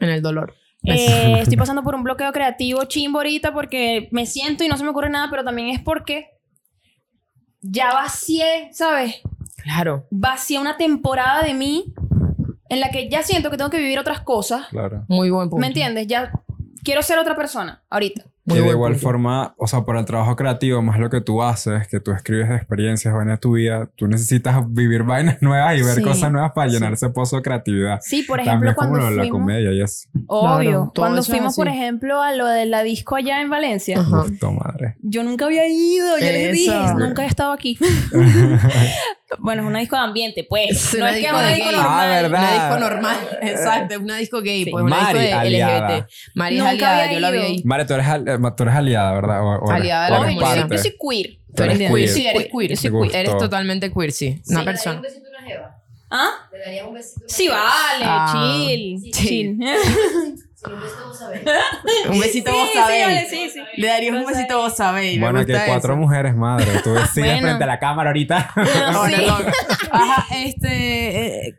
[SPEAKER 1] en el dolor.
[SPEAKER 2] Pues,
[SPEAKER 3] Eh, estoy pasando por un bloqueo creativo chimbo ahorita porque me siento y no se me ocurre nada, pero también es porque ya vacié, ¿sabes?
[SPEAKER 1] Claro.
[SPEAKER 3] Vacié una temporada de mí en la que ya siento que tengo que vivir otras cosas.
[SPEAKER 2] Claro.
[SPEAKER 1] Muy buen punto.
[SPEAKER 3] ¿Me entiendes? Ya quiero ser otra persona ahorita.
[SPEAKER 1] Muy
[SPEAKER 2] y de
[SPEAKER 1] buen
[SPEAKER 2] igual
[SPEAKER 1] punto.
[SPEAKER 2] forma, o sea, para el trabajo creativo, más lo que tú haces, que tú escribes de experiencias, vainas de tu vida, tú necesitas vivir vainas nuevas y ver
[SPEAKER 3] Sí.
[SPEAKER 2] cosas nuevas para llenar ese pozo de creatividad.
[SPEAKER 3] Sí, por
[SPEAKER 2] También
[SPEAKER 3] ejemplo,
[SPEAKER 2] es como
[SPEAKER 3] cuando
[SPEAKER 2] lo de la
[SPEAKER 3] fuimos...
[SPEAKER 2] comedia y eso.
[SPEAKER 3] Obvio.
[SPEAKER 1] Claro, todo
[SPEAKER 3] cuando
[SPEAKER 1] eso es
[SPEAKER 3] fuimos, por
[SPEAKER 1] así.
[SPEAKER 3] ejemplo, a lo de la disco allá en Valencia.
[SPEAKER 1] Ajá.
[SPEAKER 2] Justo, madre.
[SPEAKER 3] Yo nunca había ido, yo les dije,
[SPEAKER 1] Eso.
[SPEAKER 3] nunca he estado aquí. bueno, es una disco de ambiente, pues.
[SPEAKER 1] Es
[SPEAKER 3] no
[SPEAKER 1] una
[SPEAKER 3] es que
[SPEAKER 1] disco
[SPEAKER 3] es una
[SPEAKER 1] de
[SPEAKER 3] disco
[SPEAKER 1] gay.
[SPEAKER 3] normal.
[SPEAKER 2] Ah, ¿verdad?
[SPEAKER 1] Una disco normal, exacto, una disco gay,
[SPEAKER 3] Sí.
[SPEAKER 1] pues una
[SPEAKER 2] Mari,
[SPEAKER 1] disco de
[SPEAKER 2] aliada.
[SPEAKER 1] LGBT. Mari es
[SPEAKER 3] Nunca
[SPEAKER 1] aliada,
[SPEAKER 3] había
[SPEAKER 1] yo la vi
[SPEAKER 3] ido.
[SPEAKER 1] ahí.
[SPEAKER 2] Madre, tú eres, al- eh, tú eres aliada, ¿verdad? O- o eres-
[SPEAKER 1] Aliada de
[SPEAKER 2] o
[SPEAKER 1] la
[SPEAKER 2] eres
[SPEAKER 3] No, yo, soy,
[SPEAKER 1] parte.
[SPEAKER 3] yo soy queer.
[SPEAKER 2] Tú eres
[SPEAKER 1] Tú
[SPEAKER 2] queer.
[SPEAKER 1] sí, eres queer.
[SPEAKER 2] Yo soy Me queer.
[SPEAKER 1] Eres
[SPEAKER 2] gustó.
[SPEAKER 1] totalmente queer, sí. Una
[SPEAKER 4] Sí,
[SPEAKER 1] persona.
[SPEAKER 4] ¿Le darías un besito a una jeva?
[SPEAKER 3] ¿Ah?
[SPEAKER 4] ¿Le darías un besito? a una
[SPEAKER 3] Sí,
[SPEAKER 4] jeva?
[SPEAKER 3] vale,
[SPEAKER 1] Ah.
[SPEAKER 3] chill.
[SPEAKER 1] Sí.
[SPEAKER 3] Chill.
[SPEAKER 4] Solo un besito, vos sabés.
[SPEAKER 1] Un besito vos
[SPEAKER 3] sí,
[SPEAKER 1] sabéis.
[SPEAKER 3] vale, sí, sí.
[SPEAKER 1] Le darías un besito vos sabéis. me
[SPEAKER 2] Bueno, que
[SPEAKER 1] gusta
[SPEAKER 2] cuatro
[SPEAKER 1] eso.
[SPEAKER 2] mujeres, madre. Tú decides
[SPEAKER 3] Bueno.
[SPEAKER 2] frente a la cámara ahorita.
[SPEAKER 1] Ahora,
[SPEAKER 3] Sí.
[SPEAKER 1] loca. Ajá, este. eh,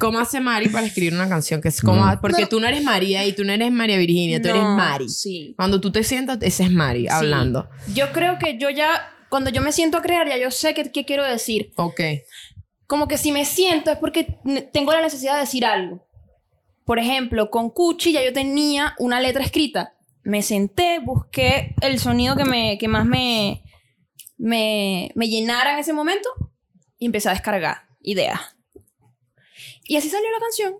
[SPEAKER 1] ¿Cómo hace Mari para escribir una canción? Que es como,
[SPEAKER 2] Mm.
[SPEAKER 1] Porque tú no eres María y tú no eres María Virginia, tú eres
[SPEAKER 3] No,
[SPEAKER 1] Mari.
[SPEAKER 3] Sí.
[SPEAKER 1] Cuando tú te sientas, esa es Mari hablando.
[SPEAKER 3] Yo creo que yo ya, cuando yo me siento a crear, ya yo sé qué, qué quiero decir.
[SPEAKER 1] Ok.
[SPEAKER 3] Como que si me siento es porque n- tengo la necesidad de decir algo. Por ejemplo, con Cuchi ya yo tenía una letra escrita. Me senté, busqué el sonido que, me, que más me, me, me llenara en ese momento y empecé a descargar ideas. Y así salió la canción.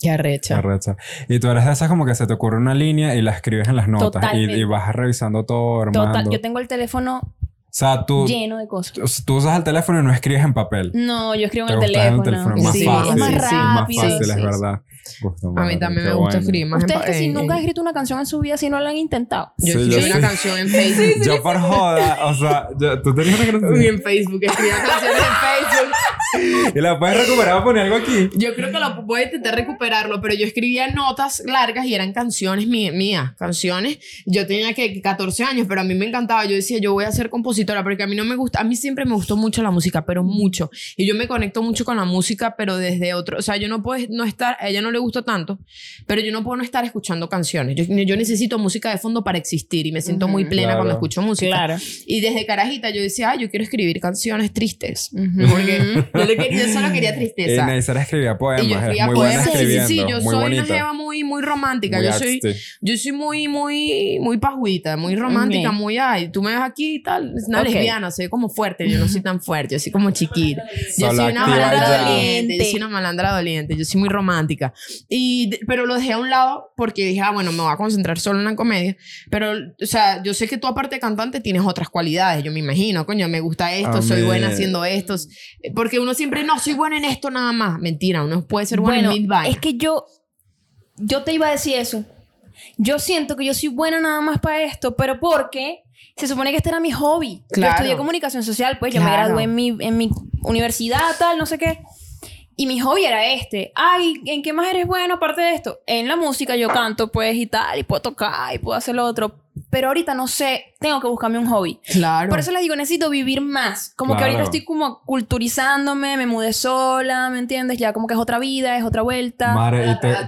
[SPEAKER 1] Qué arrecha.
[SPEAKER 2] Arrecha. Y tú eres de esas como que se te ocurre una línea y la escribes en las notas y,
[SPEAKER 3] Totalmente.
[SPEAKER 2] y vas revisando todo, armando.
[SPEAKER 3] Total, yo tengo el teléfono
[SPEAKER 2] O sea, tú,
[SPEAKER 3] lleno de cosas.
[SPEAKER 2] tú usas el teléfono y no escribes en papel.
[SPEAKER 3] No, yo escribo en
[SPEAKER 2] Te
[SPEAKER 3] el
[SPEAKER 2] gusta
[SPEAKER 3] teléfono.
[SPEAKER 2] el teléfono es más
[SPEAKER 1] Sí,
[SPEAKER 2] fácil.
[SPEAKER 3] es más
[SPEAKER 1] sí,
[SPEAKER 2] es
[SPEAKER 3] rápido.
[SPEAKER 2] fácil,
[SPEAKER 3] sí,
[SPEAKER 2] es
[SPEAKER 3] sí.
[SPEAKER 2] verdad. Gusta,
[SPEAKER 1] A mí
[SPEAKER 2] madre,
[SPEAKER 1] también
[SPEAKER 2] qué
[SPEAKER 1] me gusta
[SPEAKER 2] bueno.
[SPEAKER 1] escribir más eh, en
[SPEAKER 3] Ustedes que
[SPEAKER 1] pa-
[SPEAKER 3] si
[SPEAKER 1] en-
[SPEAKER 3] nunca han
[SPEAKER 1] en-
[SPEAKER 3] escrito una canción en su vida, si no la han intentado.
[SPEAKER 1] Yo
[SPEAKER 2] Sí, yo
[SPEAKER 1] escribí una
[SPEAKER 2] sí.
[SPEAKER 1] canción en Facebook.
[SPEAKER 2] Yo por joda, o sea, yo- tú tenías una
[SPEAKER 1] Uy,
[SPEAKER 2] canción
[SPEAKER 1] en Facebook, escribí una canción en Facebook.
[SPEAKER 2] y la puedes recuperar o poner algo aquí.
[SPEAKER 1] Yo creo que lo voy a intentar recuperarlo, pero yo escribía notas largas y eran canciones mí- mías, canciones. Yo tenía que 14 años, pero a mí me encantaba. Yo decía, yo voy a ser compositora porque a mí no me gusta, a mí siempre me gustó mucho la música, pero mucho. Y yo me conecto mucho con la música, pero desde otro, o sea, yo no puedo no estar, a ella no le gusta tanto, pero yo no puedo no estar escuchando canciones. Yo, yo necesito música de fondo para existir y me siento muy plena
[SPEAKER 2] Claro.
[SPEAKER 1] cuando escucho música. Y desde carajita yo decía, ah, yo quiero escribir canciones tristes.
[SPEAKER 3] Ujú.
[SPEAKER 1] Porque yo, le quería- yo solo quería
[SPEAKER 2] Y
[SPEAKER 1] tristeza.
[SPEAKER 2] Neisera escribía poemas,
[SPEAKER 1] Y yo
[SPEAKER 2] es
[SPEAKER 1] escribía
[SPEAKER 2] muy
[SPEAKER 1] poemas.
[SPEAKER 2] buena
[SPEAKER 1] Sí, sí,
[SPEAKER 2] escribiendo,
[SPEAKER 1] sí, yo
[SPEAKER 2] muy
[SPEAKER 1] soy
[SPEAKER 2] bonita.
[SPEAKER 1] una jeva muy, muy romántica.
[SPEAKER 2] muy
[SPEAKER 1] yo, soy,
[SPEAKER 2] artsy.
[SPEAKER 1] yo soy muy, muy, muy pajuita, muy romántica,
[SPEAKER 3] Ok.
[SPEAKER 1] muy ay. Tú me ves aquí y tal. Es una
[SPEAKER 3] Ok.
[SPEAKER 1] lesbiana, soy como fuerte. Yo no soy tan fuerte, yo soy como chiquita. Yo
[SPEAKER 2] Solo
[SPEAKER 1] soy una
[SPEAKER 2] activa
[SPEAKER 1] malandra
[SPEAKER 2] ya.
[SPEAKER 1] doliente. Yo soy una malandra doliente. Yo soy muy romántica. Y, de- pero lo dejé a un lado porque dije, ah, bueno, me voy a concentrar solo en la comedia. Pero, o sea, yo sé que tú, aparte de cantante, tienes otras cualidades. Yo me imagino, coño, me gusta esto, soy
[SPEAKER 2] Amén.
[SPEAKER 1] buena haciendo esto. Porque uno siempre, no, soy buena en esto nada más. Mentira, uno puede ser bueno, en mil vainas.
[SPEAKER 3] es que yo, yo te iba a decir eso. Yo siento que yo soy buena nada más para esto, pero porque se supone que este era mi hobby.
[SPEAKER 1] Claro.
[SPEAKER 3] Yo estudié comunicación social, pues yo me
[SPEAKER 1] Claro.
[SPEAKER 3] gradué en mi, en mi universidad, tal, no sé qué. Y mi hobby era este. Ay, ¿en qué más eres bueno aparte de esto? En la música yo canto, pues, y tal, y puedo tocar, y puedo hacer lo otro. Pero ahorita no sé, tengo que buscarme un hobby.
[SPEAKER 1] Claro.
[SPEAKER 3] Por eso les digo, necesito vivir más. Como que
[SPEAKER 2] Ah, Claro.
[SPEAKER 3] ahorita estoy como culturizándome, me mudé sola, ¿me entiendes? Ya como que es otra vida, es otra vuelta.
[SPEAKER 2] Madre, y te,
[SPEAKER 4] pues.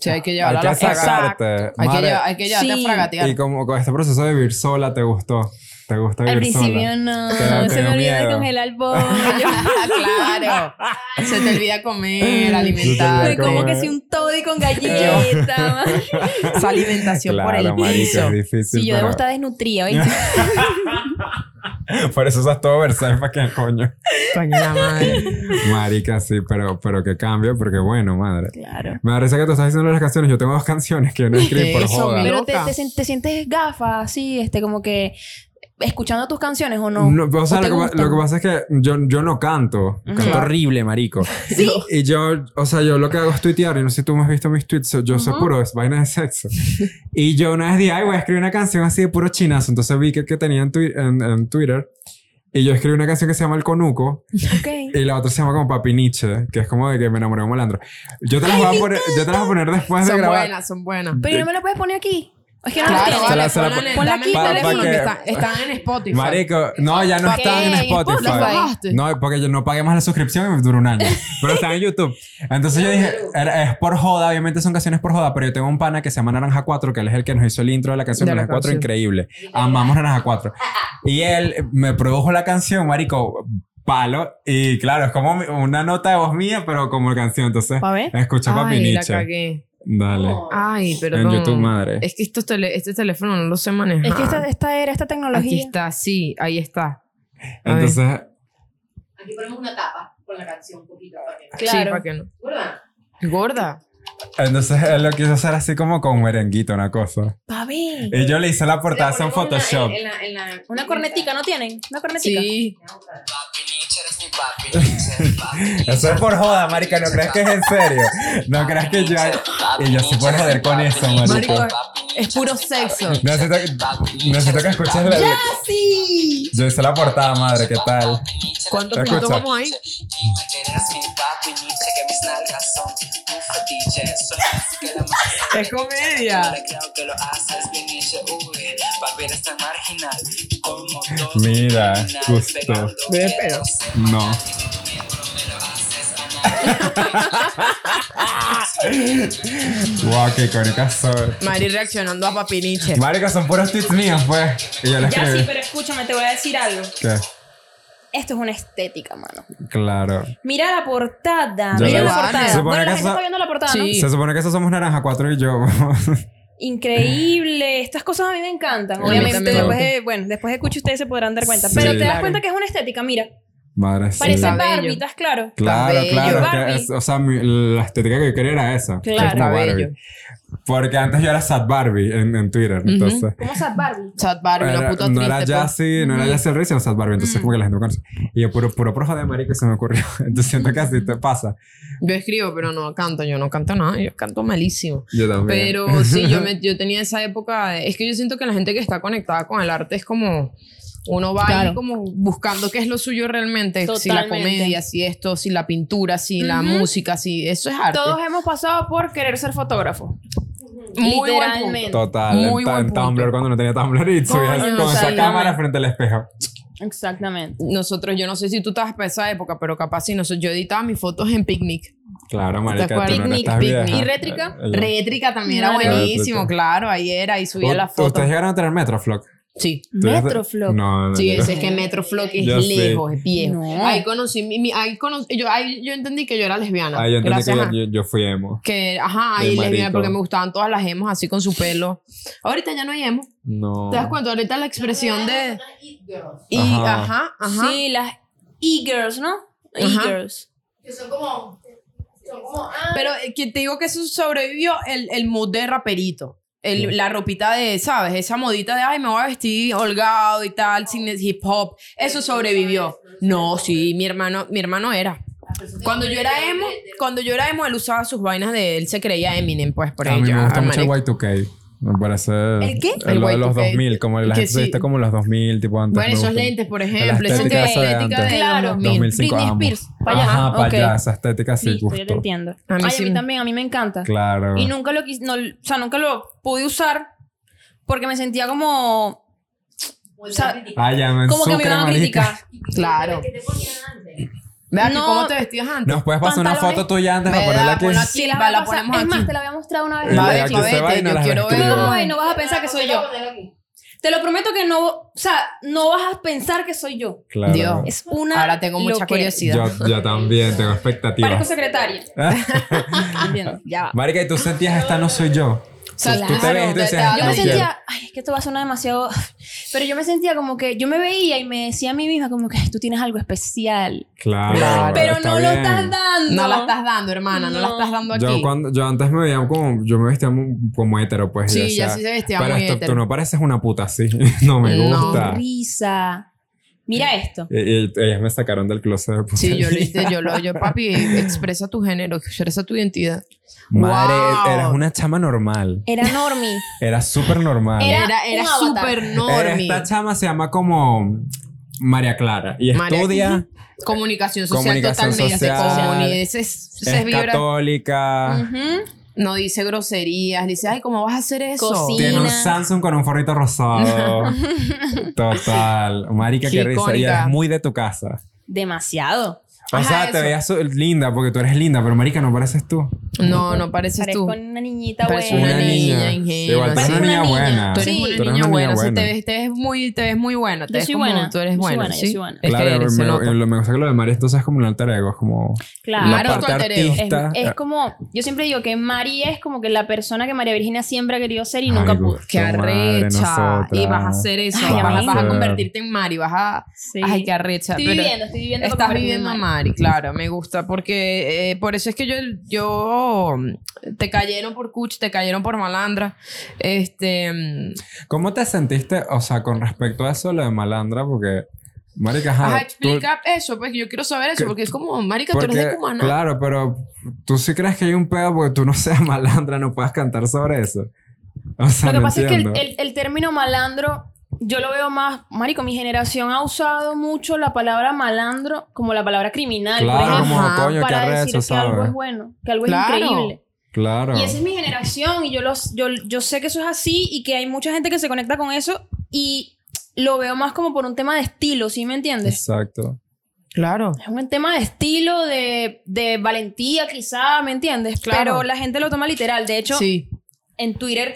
[SPEAKER 1] Sí, hay que llevarla
[SPEAKER 2] hay
[SPEAKER 1] a la
[SPEAKER 2] que
[SPEAKER 1] fragata.
[SPEAKER 2] sacarte.
[SPEAKER 1] Hay que,
[SPEAKER 2] Madre,
[SPEAKER 1] llevar, hay que llevarte
[SPEAKER 3] Sí.
[SPEAKER 1] a fragatear.
[SPEAKER 2] y como con este proceso de vivir sola, ¿te gustó? ¿Te gusta
[SPEAKER 3] Al
[SPEAKER 2] vivir
[SPEAKER 3] principio
[SPEAKER 2] sola?
[SPEAKER 3] no,
[SPEAKER 2] Te da-
[SPEAKER 3] se
[SPEAKER 2] tengo
[SPEAKER 3] me olvida de
[SPEAKER 2] miedo.
[SPEAKER 3] congelar el pollo.
[SPEAKER 1] claro. Se te olvida comer,
[SPEAKER 2] Se
[SPEAKER 3] Me
[SPEAKER 1] alimentarte.
[SPEAKER 2] te olvida
[SPEAKER 3] como
[SPEAKER 2] comer.
[SPEAKER 3] que si un toddy con galleta. man.
[SPEAKER 1] Esa alimentación por el
[SPEAKER 2] Claro, marico,
[SPEAKER 1] piso.
[SPEAKER 2] es difícil.
[SPEAKER 3] Sí, yo debo
[SPEAKER 2] pero-
[SPEAKER 3] estar desnutrida, ¿viste?
[SPEAKER 2] Por eso usas todo Versailles para que coño.
[SPEAKER 1] Coño, la madre.
[SPEAKER 2] Marica, sí, pero, pero que cambio, porque bueno, madre.
[SPEAKER 3] Claro.
[SPEAKER 2] Me parece que tú estás diciendo las canciones. Yo tengo dos canciones que yo no escribí por
[SPEAKER 1] Eso,
[SPEAKER 2] joda.
[SPEAKER 1] mira.
[SPEAKER 3] Pero te,
[SPEAKER 1] loca.
[SPEAKER 3] te sen- te sientes gafa, así, este, como que escuchando tus canciones o no.
[SPEAKER 2] No, o sea,
[SPEAKER 3] ¿O te
[SPEAKER 2] lo que, pa-
[SPEAKER 3] gustan?
[SPEAKER 2] lo que pasa es que yo, yo no canto. Canto
[SPEAKER 1] Claro.
[SPEAKER 2] horrible, marico.
[SPEAKER 3] Sí.
[SPEAKER 2] Y yo, o sea, yo lo que hago es tuitear. Y no sé si tú me has visto mis tweets. Yo soy puro es vaina de sexo. y yo una vez dije, ay, voy a escribir una canción así de puro chinazo. Entonces vi que, que tenía en, twi- en- en Twitter. Y yo escribí una canción que se llama El Conuco.
[SPEAKER 3] Ok.
[SPEAKER 2] Y la otra se llama como Papi Nietzsche. Que es como de que me enamoré de un malandro. Yo te las voy a poner, yo te las voy a poner después de
[SPEAKER 1] Son
[SPEAKER 2] grabar.
[SPEAKER 1] buenas, son buenas.
[SPEAKER 3] Pero ¿y no me lo puedes poner aquí. Es que no lo
[SPEAKER 1] Claro,
[SPEAKER 3] tienes.
[SPEAKER 2] Se la-
[SPEAKER 1] vale,
[SPEAKER 2] se la-
[SPEAKER 1] ponle-
[SPEAKER 3] ponla
[SPEAKER 1] dame
[SPEAKER 3] aquí,
[SPEAKER 1] el
[SPEAKER 2] pa-
[SPEAKER 1] teléfono
[SPEAKER 2] pa'
[SPEAKER 1] que
[SPEAKER 2] que-
[SPEAKER 1] está- están en Spotify.
[SPEAKER 2] Marico, no, ya no
[SPEAKER 1] ¿Para
[SPEAKER 2] están en
[SPEAKER 3] qué?
[SPEAKER 2] Spotify.
[SPEAKER 1] Spotify.
[SPEAKER 2] No, porque yo no pagué más la suscripción y me duró un año. Pero están en YouTube. Entonces yo dije, era- es por joda, obviamente son canciones por joda, pero yo tengo un pana que se llama Naranja 4, que él es el que nos hizo el intro de la canción
[SPEAKER 1] De la
[SPEAKER 2] Naranja 4,
[SPEAKER 1] canción.
[SPEAKER 2] increíble. Amamos Naranja 4. Y él me produjo la canción, marico, palo. Y claro, es como mi- una nota de voz mía, pero como canción. Entonces,
[SPEAKER 3] A ver.
[SPEAKER 2] escucha Papi
[SPEAKER 1] Ay, la
[SPEAKER 2] Nietzsche.
[SPEAKER 1] cagué.
[SPEAKER 2] Dale.
[SPEAKER 3] Ah.
[SPEAKER 1] Ay, perdón.
[SPEAKER 2] En YouTube, madre.
[SPEAKER 1] Es que estos tele- este teléfono no lo sé manejar.
[SPEAKER 3] Es que esta, esta era esta
[SPEAKER 1] Aquí
[SPEAKER 3] tecnología.
[SPEAKER 1] está, sí, ahí está. A ver.
[SPEAKER 2] Entonces,
[SPEAKER 4] Aquí ponemos una tapa con la canción un poquito para que.
[SPEAKER 1] Sí,
[SPEAKER 3] Claro.
[SPEAKER 1] para que no.
[SPEAKER 4] Bueno,
[SPEAKER 1] Gorda.
[SPEAKER 2] entonces él lo quiso hacer así como con merenguito, una cosa.
[SPEAKER 3] Pa' ver.
[SPEAKER 2] Y yo le hice la portada
[SPEAKER 4] le
[SPEAKER 2] en
[SPEAKER 4] ponemos una-
[SPEAKER 2] Photoshop.
[SPEAKER 4] en la- en la-
[SPEAKER 3] Una cornetica, ¿no tienen? Una cornetica.
[SPEAKER 1] Sí.
[SPEAKER 2] Eso es por joda, marica. No creas que es en serio. No creas que yo. Y yo sí puedo joder con eso,
[SPEAKER 1] Marico,
[SPEAKER 2] marico.
[SPEAKER 1] es puro sexo.
[SPEAKER 2] Necesito, necesito que escuches la.
[SPEAKER 3] sí!
[SPEAKER 2] Yo hice la portada, madre. ¿Qué tal?
[SPEAKER 1] ¿Cuántos
[SPEAKER 2] ¿Te
[SPEAKER 1] puntos
[SPEAKER 2] escucha?
[SPEAKER 1] vamos ahí?
[SPEAKER 5] Dime que eres mi papi Nietzsche, que mis nalgas son un fetiche. Soy así que la madre
[SPEAKER 1] Es comedia.
[SPEAKER 5] le creo que lo haces bien Nietzsche. Uy, papi eres tan marginal como todo
[SPEAKER 2] Mira,
[SPEAKER 5] criminal,
[SPEAKER 2] justo.
[SPEAKER 5] pegando
[SPEAKER 1] Ve de
[SPEAKER 5] quieto,
[SPEAKER 1] pedo.
[SPEAKER 2] No. Wow, qué icónicas son.
[SPEAKER 1] Mari reaccionando a Papi Nietzsche.
[SPEAKER 2] Marica, son puros tweets míos, pues. Y yo le
[SPEAKER 3] Ya sí,
[SPEAKER 2] escribí.
[SPEAKER 3] pero escúchame, te voy a decir algo.
[SPEAKER 2] ¿Qué?
[SPEAKER 3] Esto es una estética, mano.
[SPEAKER 2] Claro.
[SPEAKER 3] Mira la portada.
[SPEAKER 2] Ya
[SPEAKER 3] mira
[SPEAKER 1] la
[SPEAKER 3] la
[SPEAKER 1] vi.
[SPEAKER 3] portada.
[SPEAKER 1] Se
[SPEAKER 2] pone
[SPEAKER 3] Bueno,
[SPEAKER 2] acá
[SPEAKER 3] la gente
[SPEAKER 2] esa-
[SPEAKER 3] está viendo la portada, ¿no?
[SPEAKER 1] Sí.
[SPEAKER 2] Se supone que esos somos naranja, cuatro y yo.
[SPEAKER 3] Increíble. Estas cosas a mí me encantan.
[SPEAKER 1] A
[SPEAKER 2] mí
[SPEAKER 3] Obviamente,
[SPEAKER 2] también.
[SPEAKER 3] después de, bueno, después de escucho ustedes se podrán dar cuenta.
[SPEAKER 2] Sí.
[SPEAKER 3] Pero te das
[SPEAKER 1] Claro.
[SPEAKER 3] cuenta que es una estética, mira.
[SPEAKER 2] Madre sí.
[SPEAKER 3] Parece
[SPEAKER 1] Está
[SPEAKER 3] Barbie,
[SPEAKER 1] bello.
[SPEAKER 3] ¿estás claro?
[SPEAKER 2] Claro,
[SPEAKER 1] bello.
[SPEAKER 2] claro. que
[SPEAKER 3] Barbie.
[SPEAKER 2] es- o sea, mi- la estética que yo quería era esa. que es
[SPEAKER 3] Claro.
[SPEAKER 2] como
[SPEAKER 1] Está
[SPEAKER 2] Barbie.
[SPEAKER 1] bello.
[SPEAKER 2] Porque antes yo era Sad Barbie en, en Twitter.
[SPEAKER 1] Ujú.
[SPEAKER 2] Entonces.
[SPEAKER 3] ¿Cómo es Barbie?
[SPEAKER 1] Chat Barbie,
[SPEAKER 2] era-
[SPEAKER 1] una puta
[SPEAKER 2] no
[SPEAKER 1] triste.
[SPEAKER 2] era
[SPEAKER 1] pero-
[SPEAKER 2] Jassy, no era
[SPEAKER 1] Ujú.
[SPEAKER 2] Jassy el Rey, sino Sad Barbie. Entonces,
[SPEAKER 3] Mm.
[SPEAKER 2] como que la gente me conoce. Y yo, puro, puro proja de marico, se me ocurrió. Entonces, siento que así te pasa.
[SPEAKER 1] Yo escribo, pero no canto. Yo no canto nada. Yo canto malísimo.
[SPEAKER 2] Yo también.
[SPEAKER 1] Pero sí, yo, me- yo tenía esa época. de- es que yo siento que la gente que está conectada con el arte es como. Uno va ahí
[SPEAKER 3] Claro.
[SPEAKER 1] como buscando qué es lo suyo realmente. Si la
[SPEAKER 3] Totalmente.
[SPEAKER 1] comedia, si esto, si la pintura, si la
[SPEAKER 3] Ujú.
[SPEAKER 1] música, si eso es arte.
[SPEAKER 3] Todos hemos pasado por querer ser fotógrafo.
[SPEAKER 1] Muy buen punto.
[SPEAKER 3] Literalmente.
[SPEAKER 2] Total,
[SPEAKER 1] Muy
[SPEAKER 2] en,
[SPEAKER 1] buen
[SPEAKER 2] ta- en
[SPEAKER 1] punto.
[SPEAKER 2] Tumblr cuando no tenía Tumblr y subías
[SPEAKER 3] Coño,
[SPEAKER 2] con esa
[SPEAKER 3] exactamente.
[SPEAKER 2] cámara frente al espejo.
[SPEAKER 3] Exactamente.
[SPEAKER 1] Nosotros, yo no sé si tú estabas para esa época, pero capaz si nosotros, yo editaba mis fotos en picnic.
[SPEAKER 2] Claro, marica,
[SPEAKER 1] acuerdas?
[SPEAKER 2] tú no
[SPEAKER 1] Picnic,
[SPEAKER 2] estás
[SPEAKER 1] picnic.
[SPEAKER 2] vieja.
[SPEAKER 3] ¿Y rétrica?
[SPEAKER 2] Eh, eh,
[SPEAKER 1] Rétrica también era
[SPEAKER 3] Claro.
[SPEAKER 1] buenísimo,
[SPEAKER 2] Rétrica.
[SPEAKER 1] claro, ahí era y subía
[SPEAKER 2] ¿U-
[SPEAKER 1] las fotos.
[SPEAKER 2] ¿Ustedes llegaron a tener Metroflog?
[SPEAKER 1] Sí.
[SPEAKER 2] ¿Ustedes-
[SPEAKER 3] Metroflog.
[SPEAKER 2] No, no.
[SPEAKER 1] Sí,
[SPEAKER 2] yo-
[SPEAKER 1] ese es que Metroflog es
[SPEAKER 2] Ya sé.
[SPEAKER 1] lejos, es viejo.
[SPEAKER 3] No.
[SPEAKER 1] Ahí conocí, mi- mi- ahí conocí yo, ahí yo entendí que yo era lesbiana.
[SPEAKER 2] Ah, yo entendí
[SPEAKER 1] gracias
[SPEAKER 2] que
[SPEAKER 1] a-
[SPEAKER 2] yo, yo fui emo.
[SPEAKER 1] que, ajá, ahí
[SPEAKER 2] De
[SPEAKER 1] lesbiana,
[SPEAKER 2] marico.
[SPEAKER 1] porque me gustaban todas las emos así con su pelo. Ahorita ya no hay emo.
[SPEAKER 2] No.
[SPEAKER 1] ¿Te das cuenta? Ahorita la expresión de.
[SPEAKER 4] Girls,
[SPEAKER 1] Y,
[SPEAKER 2] Ajá.
[SPEAKER 1] ajá, ajá.
[SPEAKER 3] Sí, las e-girls, ¿no?
[SPEAKER 1] Ajá.
[SPEAKER 3] E-girls.
[SPEAKER 4] que son como. Son como. Ah,
[SPEAKER 1] Pero eh, que te digo que eso sobrevivió el, el mood de raperito. El- la ropita de, ¿sabes? Esa modita de, ay, me voy a vestir holgado y tal, sin el hip hop. Eso sobrevivió. No, sí, mi hermano, mi hermano era. Cuando yo era emo, cuando yo era emo, él usaba sus vainas de, él se creía Eminem, pues, por
[SPEAKER 2] a mí
[SPEAKER 1] ello.
[SPEAKER 2] me gusta
[SPEAKER 1] Ah,
[SPEAKER 2] mucho el
[SPEAKER 1] marico.
[SPEAKER 2] Y2K. Me parece. ¿El
[SPEAKER 3] qué?
[SPEAKER 1] El
[SPEAKER 2] El de los
[SPEAKER 1] Y2K.
[SPEAKER 2] 2000, como la
[SPEAKER 1] Que
[SPEAKER 2] gente se
[SPEAKER 1] sí.
[SPEAKER 2] viste como los 2000, tipo antes.
[SPEAKER 1] Bueno,
[SPEAKER 2] me
[SPEAKER 1] esos
[SPEAKER 2] gusta.
[SPEAKER 1] lentes, por ejemplo. Esa
[SPEAKER 2] estética
[SPEAKER 1] estética
[SPEAKER 3] esa
[SPEAKER 1] de,
[SPEAKER 2] de antes.
[SPEAKER 3] Claro.
[SPEAKER 1] los 2000.
[SPEAKER 2] 2005
[SPEAKER 3] Britney
[SPEAKER 2] amo.
[SPEAKER 3] Spears, pa' allá.
[SPEAKER 2] Ajá, para
[SPEAKER 3] Ok.
[SPEAKER 2] allá, esa estética sí,
[SPEAKER 3] Listo,
[SPEAKER 2] gusto.
[SPEAKER 3] yo te entiendo.
[SPEAKER 1] A mí
[SPEAKER 3] Ay,
[SPEAKER 1] sí
[SPEAKER 3] a mí
[SPEAKER 1] me-
[SPEAKER 3] también, a mí me encanta.
[SPEAKER 2] Claro.
[SPEAKER 3] Y nunca lo quis- no, o sea, nunca lo pude usar porque me sentía como,
[SPEAKER 4] Muy
[SPEAKER 3] o sea,
[SPEAKER 4] bien.
[SPEAKER 2] Ah, ya, me
[SPEAKER 3] como que me
[SPEAKER 2] sucre,
[SPEAKER 3] iban a
[SPEAKER 2] marica.
[SPEAKER 3] criticar.
[SPEAKER 4] pues, Y que-
[SPEAKER 1] Claro.
[SPEAKER 4] que te ponían antes.
[SPEAKER 1] Vea que
[SPEAKER 3] No.
[SPEAKER 1] cómo te vestías antes.
[SPEAKER 2] ¿Nos puedes pasar una
[SPEAKER 3] Pantalones.
[SPEAKER 2] foto tuya antes para
[SPEAKER 1] Me
[SPEAKER 2] ponerla
[SPEAKER 1] da,
[SPEAKER 2] aquí?
[SPEAKER 1] ponla aquí.
[SPEAKER 3] Sí, la
[SPEAKER 1] Va, la
[SPEAKER 3] voy a pasar.
[SPEAKER 1] ponemos
[SPEAKER 3] Es
[SPEAKER 1] aquí.
[SPEAKER 3] más, te la había mostrado una vez.
[SPEAKER 2] Y
[SPEAKER 1] Va,
[SPEAKER 2] la
[SPEAKER 1] ve,
[SPEAKER 2] que
[SPEAKER 1] va,
[SPEAKER 2] se
[SPEAKER 1] vete,
[SPEAKER 2] va y no
[SPEAKER 1] yo
[SPEAKER 2] las
[SPEAKER 1] quiero ver.
[SPEAKER 2] describo.
[SPEAKER 3] Ay, no vas a pensar que
[SPEAKER 4] Ah,
[SPEAKER 3] soy yo. Te lo prometo que no, o sea, no vas a pensar que soy yo.
[SPEAKER 2] Claro.
[SPEAKER 1] Dios.
[SPEAKER 3] Es una
[SPEAKER 1] Ahora tengo mucha
[SPEAKER 3] loquera.
[SPEAKER 1] curiosidad.
[SPEAKER 2] Yo, yo también tengo
[SPEAKER 3] Parezco
[SPEAKER 2] expectativas. Ah,
[SPEAKER 3] secretaria. Entiendo.
[SPEAKER 1] Ya va.
[SPEAKER 2] Marica, ¿y tú sentías esta no soy yo?
[SPEAKER 1] O sea,
[SPEAKER 2] Tú- tú te
[SPEAKER 1] claro,
[SPEAKER 2] ves y tú
[SPEAKER 1] te-
[SPEAKER 2] dices,
[SPEAKER 1] te-
[SPEAKER 3] Yo
[SPEAKER 2] no
[SPEAKER 3] me
[SPEAKER 1] te-
[SPEAKER 2] quiero.
[SPEAKER 3] sentía, ay, es que esto va a sonar demasiado, pero yo me sentía como que, yo me veía y me decía a mí misma como que tú tienes algo especial,
[SPEAKER 2] Claro.
[SPEAKER 3] pero
[SPEAKER 2] está
[SPEAKER 3] no lo
[SPEAKER 2] bien.
[SPEAKER 3] estás dando.
[SPEAKER 1] No la estás dando, hermana, no, la
[SPEAKER 3] No.
[SPEAKER 1] estás dando aquí.
[SPEAKER 2] Yo, cuando, yo antes me veía como. Yo me vestía mu- como hétero, pues.
[SPEAKER 1] Sí,
[SPEAKER 2] yo decía,
[SPEAKER 1] ya sí se vestía
[SPEAKER 2] Pero
[SPEAKER 1] muy
[SPEAKER 2] esto,
[SPEAKER 1] hétero.
[SPEAKER 2] tú no pareces una puta así. no me
[SPEAKER 1] No.
[SPEAKER 2] gusta.
[SPEAKER 3] Risa. Mira esto.
[SPEAKER 2] Y, y ellas me sacaron del closet de puta.
[SPEAKER 1] Sí, yo le dije, yo lo, yo, papi, expresa tu género, expresa tu identidad.
[SPEAKER 2] Madre,
[SPEAKER 1] Wow.
[SPEAKER 2] eras una chama normal.
[SPEAKER 3] Era normie.
[SPEAKER 2] Era súper normal.
[SPEAKER 3] Era
[SPEAKER 1] Era, era
[SPEAKER 3] un avatar.
[SPEAKER 1] súper
[SPEAKER 2] Era-
[SPEAKER 1] normie.
[SPEAKER 2] Esta chama se llama como María Clara. Y
[SPEAKER 1] María-
[SPEAKER 2] estudia.
[SPEAKER 1] Comunicación social
[SPEAKER 2] Comunicación
[SPEAKER 1] totalmente.
[SPEAKER 2] social.
[SPEAKER 1] comuni- ese es- ese
[SPEAKER 2] Es
[SPEAKER 1] es vibra-
[SPEAKER 2] católica.
[SPEAKER 3] Ujú.
[SPEAKER 1] no dice groserías, dice, ay, ¿cómo vas a hacer eso?
[SPEAKER 3] Cocina.
[SPEAKER 2] Tiene un
[SPEAKER 3] Fina.
[SPEAKER 2] Samsung con un forrito rosado. Total. Marica, qué risa. Y
[SPEAKER 1] Icónica.
[SPEAKER 2] eres muy de tu casa.
[SPEAKER 3] Demasiado.
[SPEAKER 2] O
[SPEAKER 1] Ajá,
[SPEAKER 2] sea, te
[SPEAKER 1] eso.
[SPEAKER 2] veías su- linda porque tú eres linda, pero marica, no pareces tú.
[SPEAKER 1] No, no pareces
[SPEAKER 3] Parezco
[SPEAKER 1] tú.
[SPEAKER 3] una niñita
[SPEAKER 1] Parece
[SPEAKER 3] buena.
[SPEAKER 1] una niña ingenua,
[SPEAKER 2] Igual, tú eres
[SPEAKER 1] sí.
[SPEAKER 2] una niña
[SPEAKER 3] Parece una
[SPEAKER 2] buena.
[SPEAKER 3] niña.
[SPEAKER 1] Tú eres
[SPEAKER 3] Sí.
[SPEAKER 1] una
[SPEAKER 2] Tú eres
[SPEAKER 1] niña
[SPEAKER 2] una
[SPEAKER 1] buena,
[SPEAKER 2] niña
[SPEAKER 1] sí, te,
[SPEAKER 2] buena.
[SPEAKER 1] ves, te ves muy, te ves muy buena. Te
[SPEAKER 3] Yo
[SPEAKER 1] ves
[SPEAKER 3] soy
[SPEAKER 1] como
[SPEAKER 3] buena,
[SPEAKER 1] Tú eres
[SPEAKER 3] yo soy
[SPEAKER 1] buena,
[SPEAKER 3] buena, yo
[SPEAKER 1] sí.
[SPEAKER 3] soy buena.
[SPEAKER 1] Es
[SPEAKER 2] Claro,
[SPEAKER 1] que eres, se
[SPEAKER 2] me,
[SPEAKER 1] nota.
[SPEAKER 2] lo- me gusta que lo de María entonces es como un alter ego, es como
[SPEAKER 3] Claro.
[SPEAKER 2] la
[SPEAKER 1] Claro, tu
[SPEAKER 2] parte
[SPEAKER 1] alter ego.
[SPEAKER 3] Es,
[SPEAKER 2] artista.
[SPEAKER 3] es como, yo siempre digo que Mari es como que la persona que María Virginia siempre ha querido ser y nunca
[SPEAKER 2] Ay,
[SPEAKER 3] pudo.
[SPEAKER 2] gusto,
[SPEAKER 1] Qué
[SPEAKER 2] madre,
[SPEAKER 1] arrecha.
[SPEAKER 2] nosotras.
[SPEAKER 1] Y vas a hacer eso.
[SPEAKER 3] Ay,
[SPEAKER 1] vas, a- vas a
[SPEAKER 2] amigo.
[SPEAKER 1] convertirte en Mari. Vas a.
[SPEAKER 3] Sí.
[SPEAKER 1] Ay, qué arrecha.
[SPEAKER 3] estoy
[SPEAKER 1] pero-
[SPEAKER 3] viviendo, estoy viviendo.
[SPEAKER 1] Estás viviendo a Mari, claro, me gusta, porque eh, por eso es que yo, yo mm, te cayeron por Cuch, te cayeron por Malandra, este, mm,
[SPEAKER 2] ¿Cómo te sentiste, o sea, con respecto a eso, lo de Malandra? Porque, marica, ajá,
[SPEAKER 1] ajá,
[SPEAKER 2] tú-
[SPEAKER 1] explica eso, pues yo quiero saber eso,
[SPEAKER 2] que-
[SPEAKER 1] porque es como, marica, tú eres de Cumaná.
[SPEAKER 2] Claro, pero tú sí crees que hay un pedo porque tú no seas malandra, no puedas cantar sobre eso. O sea,
[SPEAKER 3] Lo que
[SPEAKER 2] no
[SPEAKER 3] pasa
[SPEAKER 2] entiendo.
[SPEAKER 3] es que el, el- el término malandro, yo lo veo más, marico, mi generación ha usado mucho la palabra malandro como la palabra criminal, por
[SPEAKER 2] Claro,
[SPEAKER 3] ejemplo,
[SPEAKER 2] como
[SPEAKER 1] Ajá,
[SPEAKER 2] coño, qué
[SPEAKER 3] para decir
[SPEAKER 2] arrecho,
[SPEAKER 3] que algo
[SPEAKER 2] ¿sabes?
[SPEAKER 3] es bueno, que algo
[SPEAKER 1] Claro.
[SPEAKER 3] es increíble.
[SPEAKER 2] Claro.
[SPEAKER 3] Y esa es mi generación y yo, los, yo, yo sé que eso es así y que hay mucha gente que se conecta con eso y lo veo más como por un tema de estilo, ¿sí me entiendes?
[SPEAKER 2] Exacto.
[SPEAKER 1] Claro.
[SPEAKER 3] Es un tema de estilo, de, de valentía quizá, ¿me entiendes?
[SPEAKER 1] Claro.
[SPEAKER 3] Pero la gente lo toma literal. De hecho,
[SPEAKER 1] sí,
[SPEAKER 3] en Twitter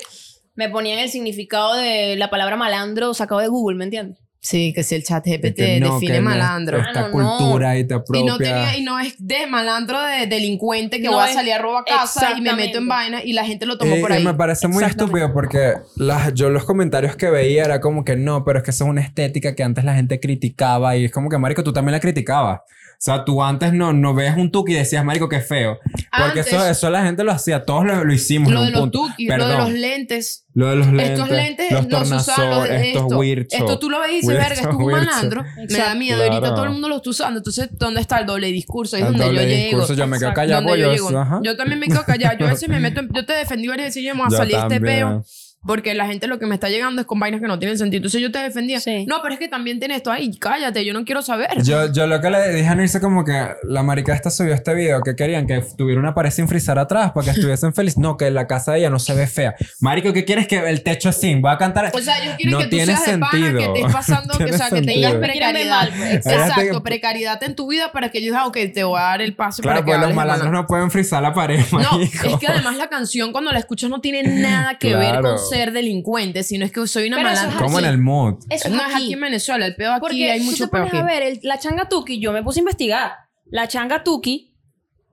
[SPEAKER 3] me ponían el significado de la palabra malandro sacado de Google, ¿me entiendes?
[SPEAKER 1] Sí, que si el chat GPT
[SPEAKER 2] De que Este, no, que
[SPEAKER 1] define
[SPEAKER 2] no es
[SPEAKER 1] malandro.
[SPEAKER 2] Esta
[SPEAKER 3] Ah, no, no.
[SPEAKER 2] cultura y te apropia.
[SPEAKER 1] Y no, tenía, y no es de malandro, de delincuente que
[SPEAKER 3] No
[SPEAKER 1] voy a
[SPEAKER 3] es-
[SPEAKER 1] salir a robar casa y me meto en
[SPEAKER 3] Exactamente.
[SPEAKER 1] vaina y la gente lo tomó
[SPEAKER 2] Eh,
[SPEAKER 1] por
[SPEAKER 2] eh,
[SPEAKER 1] ahí.
[SPEAKER 2] Me parece muy
[SPEAKER 3] Exactamente.
[SPEAKER 2] estúpido porque las, yo los comentarios que veía era como que no, pero es que eso es una estética que antes la gente criticaba y es como que, marico, tú también la criticabas. O sea, tú antes no, no ves un tuki y decías, marico, qué feo. Porque
[SPEAKER 1] Antes-
[SPEAKER 2] eso, eso la gente lo hacía, todos lo, lo hicimos. en
[SPEAKER 1] Lo
[SPEAKER 2] un
[SPEAKER 1] de los
[SPEAKER 2] punto.
[SPEAKER 1] tukis, lo de
[SPEAKER 2] Perdón.
[SPEAKER 1] los lentes.
[SPEAKER 2] Lo de los lentes.
[SPEAKER 1] Estos lentes
[SPEAKER 2] los
[SPEAKER 1] no se usaban los
[SPEAKER 2] tornasol,
[SPEAKER 1] de
[SPEAKER 2] estos
[SPEAKER 1] esto.
[SPEAKER 2] weirdos.
[SPEAKER 1] Esto tú lo ves y dices,
[SPEAKER 2] Wirchos,
[SPEAKER 1] verga, esto es un
[SPEAKER 2] wirchos.
[SPEAKER 1] malandro. Me da
[SPEAKER 3] Exacto.
[SPEAKER 1] miedo. Ahorita
[SPEAKER 2] Claro.
[SPEAKER 1] todo el mundo lo está usando. Entonces, ¿dónde está el doble discurso? Ahí es
[SPEAKER 2] El
[SPEAKER 1] donde yo
[SPEAKER 2] doble
[SPEAKER 1] llego.
[SPEAKER 2] discurso, yo me quedo
[SPEAKER 1] Exacto,
[SPEAKER 2] callado, pues
[SPEAKER 1] donde
[SPEAKER 2] yo- ajá.
[SPEAKER 1] Yo también me quedo callado. Yo a veces me meto en- Yo te defendí varias veces y yo me voy a
[SPEAKER 2] Yo
[SPEAKER 1] salir de este
[SPEAKER 2] también.
[SPEAKER 1] peo. Porque la gente lo que me está llegando es con vainas que no tienen sentido. Entonces yo te defendía.
[SPEAKER 3] Sí.
[SPEAKER 1] No, pero es que también tiene esto. Ay, cállate, yo no quiero saber.
[SPEAKER 2] Yo, yo lo que le dije a Nilce como que la marica esta subió este video que querían que tuviera una pared sin frizar atrás para que estuviesen felices. No, que la casa de ella no se ve fea. Marico, ¿qué quieres que el techo es sin? Va a cantar.
[SPEAKER 1] O sea, ellos quieren
[SPEAKER 2] No
[SPEAKER 1] que tú
[SPEAKER 2] tiene
[SPEAKER 1] seas de pana, que
[SPEAKER 2] sentido.
[SPEAKER 1] estés pasando, que, o
[SPEAKER 2] Tiene
[SPEAKER 1] sea, que
[SPEAKER 2] sentido.
[SPEAKER 1] tengas
[SPEAKER 2] Ellos
[SPEAKER 3] me quieren ver
[SPEAKER 1] precariedad.
[SPEAKER 3] mal, pues.
[SPEAKER 2] Ellos te-
[SPEAKER 1] Exacto, precariedad en tu vida para que ellos digan, ok, te voy a dar el paso
[SPEAKER 2] claro,
[SPEAKER 1] para que
[SPEAKER 2] pues los
[SPEAKER 1] hables de
[SPEAKER 2] malandros
[SPEAKER 1] malandro".
[SPEAKER 2] no pueden frizar la pared, marico.
[SPEAKER 1] No, es que además la canción cuando la escuchas no tiene nada que ver
[SPEAKER 2] Claro.
[SPEAKER 1] con ser delincuente, sino es que soy una
[SPEAKER 3] Pero eso es
[SPEAKER 1] malandra.
[SPEAKER 2] Como en
[SPEAKER 1] Sí.
[SPEAKER 2] el mood.
[SPEAKER 3] Eso
[SPEAKER 1] No es aquí en Venezuela, el pedo aquí,
[SPEAKER 3] Porque
[SPEAKER 1] hay
[SPEAKER 3] tú
[SPEAKER 1] mucho
[SPEAKER 3] te
[SPEAKER 1] pedo
[SPEAKER 3] pones
[SPEAKER 1] aquí.
[SPEAKER 3] a ver, el- la changa tuki, yo me puse a investigar. La changa tuki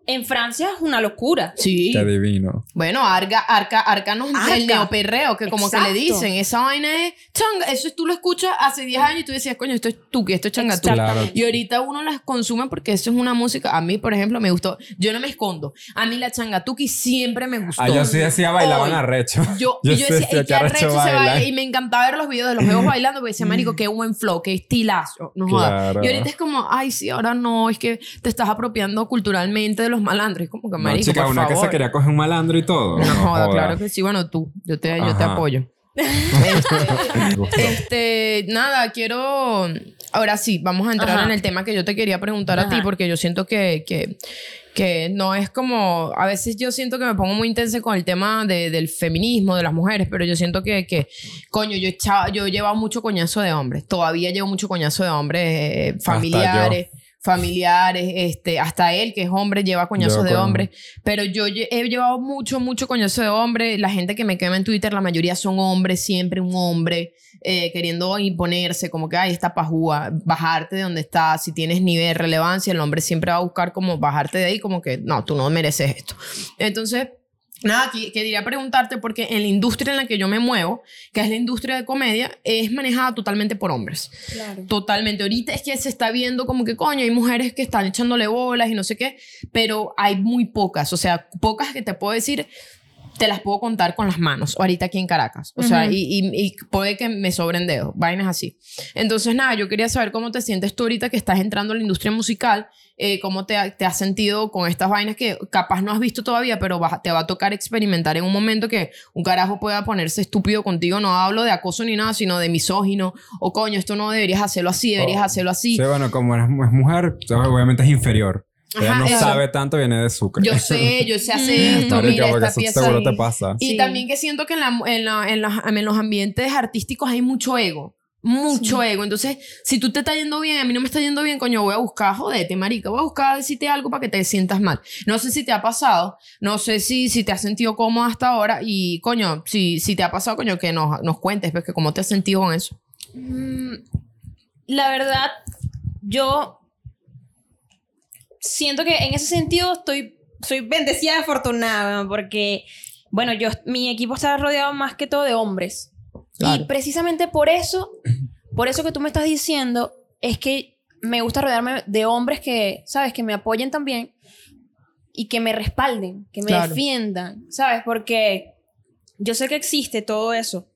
[SPEAKER 3] en Francia es una locura.
[SPEAKER 1] Sí.
[SPEAKER 2] Qué divino.
[SPEAKER 1] Bueno, arca, arca, arcanos
[SPEAKER 3] Arca.
[SPEAKER 1] el neoperreo, que como que le
[SPEAKER 3] Exacto.
[SPEAKER 1] dicen, esa vaina es changa. Eso es- tú lo escuchas hace 10 años y tú decías, coño, esto es tuki, esto es changa tuki.
[SPEAKER 2] Claro.
[SPEAKER 1] Y ahorita uno las consume porque eso es una música. A mí, por ejemplo, me gustó. Yo no me escondo. A mí la changatuki siempre me gustó.
[SPEAKER 2] Ah, yo sí decía bailaban
[SPEAKER 1] Hoy.
[SPEAKER 2] arrecho.
[SPEAKER 1] Yo,
[SPEAKER 2] Yo
[SPEAKER 1] y yo
[SPEAKER 2] sé,
[SPEAKER 1] decía,
[SPEAKER 2] tío,
[SPEAKER 1] "Ey,
[SPEAKER 2] qué
[SPEAKER 1] qué
[SPEAKER 2] arrecho
[SPEAKER 1] arrecho se
[SPEAKER 2] baila". Mm.
[SPEAKER 1] baila. Y me encantaba ver los videos de los juegos bailando porque decía, marico, qué buen flow, qué estilazo. No jodas.
[SPEAKER 2] Claro.
[SPEAKER 1] Y ahorita es como, ay, sí, ahora no, es que te estás apropiando culturalmente de los malandros. Es como que,
[SPEAKER 2] No,
[SPEAKER 1] marico,
[SPEAKER 2] chica,
[SPEAKER 1] por
[SPEAKER 2] una que
[SPEAKER 1] favor.
[SPEAKER 2] se quería coger un malandro y todo.
[SPEAKER 1] No, joda, claro que sí. Bueno, tú, yo te, yo te
[SPEAKER 2] Ajá.
[SPEAKER 1] apoyo.
[SPEAKER 2] Me gustó.
[SPEAKER 1] Este, nada, quiero. Ahora sí, vamos a entrar
[SPEAKER 3] Ajá.
[SPEAKER 1] en el tema que yo te quería preguntar a ti,
[SPEAKER 3] Ajá.
[SPEAKER 1] porque yo siento que, que, que no es como. A veces yo siento que me pongo muy intensa con el tema de- del feminismo, de las mujeres, pero yo siento que, que coño, yo, he echado- yo he llevado mucho coñazo de hombres. Todavía llevo mucho coñazo de hombres eh,
[SPEAKER 2] Hasta
[SPEAKER 1] familiares. familiares, este, hasta él que es hombre lleva coñazos
[SPEAKER 2] Yo
[SPEAKER 1] de
[SPEAKER 2] con-
[SPEAKER 1] hombres, pero yo lle- he llevado mucho, mucho coñazo de hombres, la gente que me quema en Twitter, la mayoría son hombres, siempre un hombre, eh, queriendo imponerse, como que, ay, esta pajúa, bajarte de donde estás, si tienes nivel, relevancia, el hombre siempre va a buscar como bajarte de ahí, como que, no, tú no mereces esto. Entonces, nada, que- quería preguntarte, porque en la industria en la que yo me muevo, que es la industria de comedia, es manejada totalmente por hombres.
[SPEAKER 3] Claro.
[SPEAKER 1] Totalmente. Ahorita es que se está viendo como que, coño, hay mujeres que están echándole bolas y no sé qué, pero hay muy pocas, o sea, pocas que te puedo decir, te las puedo contar con las manos, ahorita aquí en Caracas. O sea,
[SPEAKER 3] Ujú.
[SPEAKER 1] y, y- y puede que me sobren dedos, vainas así. Entonces, nada, yo quería saber cómo te sientes tú ahorita que estás entrando a la industria musical, eh, cómo te, ha- te has sentido con estas vainas que capaz no has visto todavía, pero vas- te va a tocar experimentar en un momento que un carajo pueda ponerse estúpido contigo. No hablo de acoso ni nada, sino de misógino. O coño, esto no deberías hacerlo así, deberías
[SPEAKER 2] Oh,
[SPEAKER 1] hacerlo así.
[SPEAKER 2] Sí, bueno, como eres- es mujer, obviamente es inferior. Ella
[SPEAKER 1] Ajá,
[SPEAKER 2] no
[SPEAKER 1] eso.
[SPEAKER 2] sabe tanto, viene de Sucre.
[SPEAKER 1] Yo sé, yo sé hacer
[SPEAKER 3] Mm.
[SPEAKER 1] esto,
[SPEAKER 2] Marica,
[SPEAKER 1] mira
[SPEAKER 2] porque
[SPEAKER 1] esta
[SPEAKER 2] eso
[SPEAKER 1] pieza.
[SPEAKER 2] seguro
[SPEAKER 1] ahí.
[SPEAKER 2] te pasa.
[SPEAKER 1] Y
[SPEAKER 3] Sí.
[SPEAKER 1] también que siento que en, la- en la- en los, en los ambientes artísticos hay mucho ego. Mucho ego. Entonces, si tú te está yendo bien, a mí no me está yendo bien, coño, voy a buscar, jodete, marica, voy a buscar decirte algo para que te sientas mal. No sé si te ha pasado, no sé si, si te has sentido cómodo hasta ahora y, coño, si, si te ha pasado, coño, que nos, nos cuentes, pues, que cómo te has sentido con eso.
[SPEAKER 3] Mm, La verdad, yo siento que en ese sentido estoy, soy bendecida y afortunada porque, bueno, yo, mi equipo está rodeado más que todo de hombres.
[SPEAKER 1] Claro.
[SPEAKER 3] Y precisamente por eso, por eso que tú me estás diciendo, es que me gusta rodearme de hombres que, ¿sabes? Que me apoyen también y que me respalden, que me
[SPEAKER 1] Claro.
[SPEAKER 3] defiendan, ¿sabes? Porque yo sé que existe todo eso.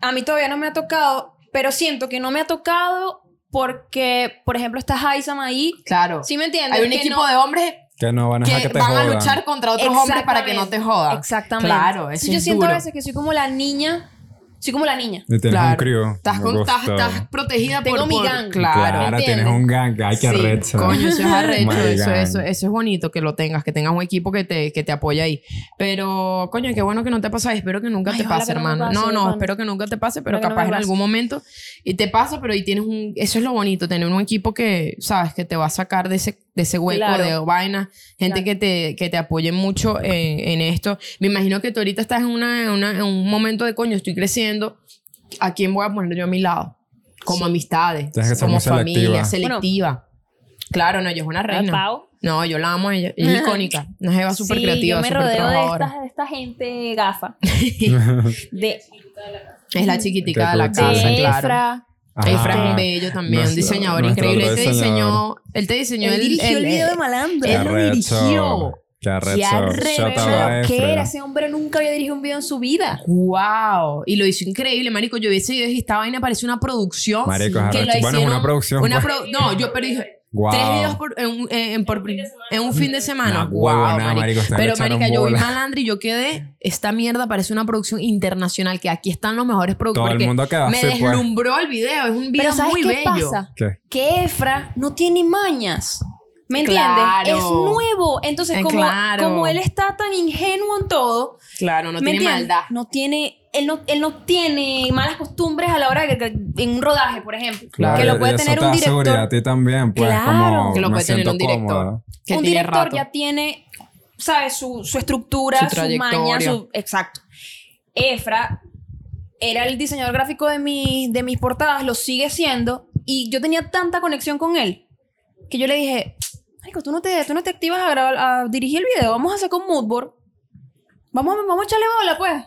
[SPEAKER 3] A mí todavía no me ha tocado, pero siento que no me ha tocado porque, por ejemplo, está Haizam ahí.
[SPEAKER 1] Claro.
[SPEAKER 3] ¿Sí me entiendes?
[SPEAKER 1] hay un
[SPEAKER 3] Que
[SPEAKER 1] equipo
[SPEAKER 3] no-
[SPEAKER 1] de hombres
[SPEAKER 2] Que no van a
[SPEAKER 1] que,
[SPEAKER 2] dejar que te
[SPEAKER 1] van
[SPEAKER 2] jodan.
[SPEAKER 1] a luchar contra otros hombres para que no te jodan.
[SPEAKER 3] Exactamente.
[SPEAKER 1] Claro, eso
[SPEAKER 3] Sí, Yo
[SPEAKER 1] es
[SPEAKER 3] siento
[SPEAKER 1] duro.
[SPEAKER 3] a veces que soy como la niña, soy como la niña.
[SPEAKER 2] Y tienes un
[SPEAKER 1] Claro.
[SPEAKER 2] crew.
[SPEAKER 1] Estás,
[SPEAKER 2] Me
[SPEAKER 1] con- estás-
[SPEAKER 2] gustó.
[SPEAKER 1] estás protegida
[SPEAKER 3] Tengo
[SPEAKER 1] por...
[SPEAKER 3] mi
[SPEAKER 1] por-
[SPEAKER 3] gang.
[SPEAKER 1] Claro.
[SPEAKER 2] Claro,
[SPEAKER 3] ¿me
[SPEAKER 2] tienes
[SPEAKER 3] entiendes?
[SPEAKER 2] un gang. Ay, qué
[SPEAKER 1] Sí,
[SPEAKER 2] arrecho.
[SPEAKER 1] Coño, eso es arrecho.
[SPEAKER 2] My
[SPEAKER 1] eso,
[SPEAKER 2] gang.
[SPEAKER 1] eso, eso es bonito que lo tengas, que tengas un equipo que te, que te apoye ahí. Pero, coño, qué bueno que no te pasa. Espero que nunca
[SPEAKER 3] Ay,
[SPEAKER 1] te
[SPEAKER 3] ojalá
[SPEAKER 1] pase,
[SPEAKER 3] que no me
[SPEAKER 1] hermano.
[SPEAKER 3] pase,
[SPEAKER 1] No, no,
[SPEAKER 3] hermano.
[SPEAKER 1] espero que nunca te pase, pero
[SPEAKER 3] Ojalá que no
[SPEAKER 1] capaz
[SPEAKER 3] me
[SPEAKER 1] en
[SPEAKER 3] pase.
[SPEAKER 1] algún momento y te pasa, pero ahí tienes un. Eso es lo bonito, tener un equipo que, sabes, que te va a sacar de ese, de ese hueco,
[SPEAKER 3] Claro.
[SPEAKER 1] de vaina. Gente
[SPEAKER 3] Claro.
[SPEAKER 1] que, te, que te apoye mucho en, en esto. Me imagino que tú ahorita estás en, una, en una- en un momento de coño, estoy creciendo. ¿A quién voy a poner yo a mi lado? como amistades,
[SPEAKER 2] Tienes que ser
[SPEAKER 1] como
[SPEAKER 2] muy selectiva.
[SPEAKER 1] familia, selectiva. claro, no, ella es una reina.
[SPEAKER 3] Pau.
[SPEAKER 1] No, yo la amo a ella. Es icónica. Una jeva súper
[SPEAKER 3] Sí,
[SPEAKER 1] creativa,
[SPEAKER 3] yo me
[SPEAKER 1] súper
[SPEAKER 3] rodeo de
[SPEAKER 1] trabajadora.
[SPEAKER 3] esta, de esta gente gafa. De,
[SPEAKER 1] Es la chiquitica de la
[SPEAKER 2] Qué
[SPEAKER 1] casa,
[SPEAKER 2] cool. Sí,
[SPEAKER 1] claro.
[SPEAKER 3] Efra.
[SPEAKER 2] Ajá.
[SPEAKER 1] Efra es bello también, un
[SPEAKER 2] Nuestro-
[SPEAKER 1] diseñador
[SPEAKER 2] nuestro
[SPEAKER 1] increíble. Él
[SPEAKER 2] otro
[SPEAKER 1] te diseñó,
[SPEAKER 2] diseñador.
[SPEAKER 1] él te diseñó
[SPEAKER 3] Él
[SPEAKER 1] el,
[SPEAKER 3] dirigió
[SPEAKER 1] el-
[SPEAKER 3] el, video de
[SPEAKER 1] el-
[SPEAKER 3] Malandro.
[SPEAKER 1] Él lo dirigió.
[SPEAKER 2] Qué arrecho.
[SPEAKER 3] Qué
[SPEAKER 2] Ah, Shout out
[SPEAKER 3] arrecho.
[SPEAKER 2] a
[SPEAKER 3] ¿Qué era?
[SPEAKER 2] Efra.
[SPEAKER 3] Ese hombre nunca había dirigido un video en su vida.
[SPEAKER 1] Wow, y lo hizo increíble, marico. Yo vi ese video y dije, esta vaina parece una producción
[SPEAKER 2] Marico, es
[SPEAKER 1] que
[SPEAKER 2] arrecho.
[SPEAKER 1] la hicieron.
[SPEAKER 2] Bueno, es una producción.
[SPEAKER 1] una
[SPEAKER 2] pues.
[SPEAKER 1] pro- no, yo pero dije
[SPEAKER 2] Wow.
[SPEAKER 1] tres videos por, en, un- eh, en- en- por- en un fin de semana.
[SPEAKER 2] Una
[SPEAKER 1] wow,
[SPEAKER 2] huevona, marico, ustedes le
[SPEAKER 1] pero
[SPEAKER 2] echaron
[SPEAKER 1] marica, yo vi
[SPEAKER 2] bola.
[SPEAKER 1] Malandro y yo quedé. Esta mierda parece una producción internacional que aquí están los mejores
[SPEAKER 2] Todo
[SPEAKER 1] productores.
[SPEAKER 2] el mundo quedó
[SPEAKER 1] me
[SPEAKER 2] así, pues.
[SPEAKER 1] deslumbró el video. Es un video
[SPEAKER 3] Pero ¿sabes
[SPEAKER 1] muy
[SPEAKER 3] qué
[SPEAKER 1] bello.
[SPEAKER 3] pasa?
[SPEAKER 2] ¿Qué?
[SPEAKER 3] Que Efra no tiene mañas. ¿Me entiendes?
[SPEAKER 1] Claro.
[SPEAKER 3] Es nuevo. Entonces,
[SPEAKER 1] Eh,
[SPEAKER 3] como,
[SPEAKER 1] claro.
[SPEAKER 3] como él está tan ingenuo en todo,
[SPEAKER 1] Claro, no
[SPEAKER 3] ¿me
[SPEAKER 1] tiene
[SPEAKER 3] entiendes?
[SPEAKER 1] maldad.
[SPEAKER 3] No tiene, él, no, él no tiene malas costumbres a la hora de que, que- en un rodaje, por ejemplo.
[SPEAKER 1] Claro,
[SPEAKER 3] que lo puede
[SPEAKER 2] y eso
[SPEAKER 3] tener
[SPEAKER 2] te
[SPEAKER 3] un
[SPEAKER 2] da seguridad
[SPEAKER 3] director.
[SPEAKER 2] a ti también, pues.
[SPEAKER 3] Claro.
[SPEAKER 2] Como,
[SPEAKER 1] Que lo
[SPEAKER 2] me
[SPEAKER 1] puede tener
[SPEAKER 2] siento
[SPEAKER 1] un director.
[SPEAKER 2] cómoda.
[SPEAKER 1] Que
[SPEAKER 3] un
[SPEAKER 1] tiene
[SPEAKER 3] director
[SPEAKER 1] rato.
[SPEAKER 3] ya tiene, ¿sabes? Su, su estructura,
[SPEAKER 1] Su
[SPEAKER 3] su, maña,
[SPEAKER 1] trayectoria.
[SPEAKER 3] su. Exacto. Efra era el diseñador gráfico de, mis de mis portadas, lo sigue siendo, y yo tenía tanta conexión con él que yo le dije, Marico, tú no te, tú no te activas a, grabar, a dirigir el video, vamos a hacer con Moodboard. Vamos, vamos a echarle bola, pues.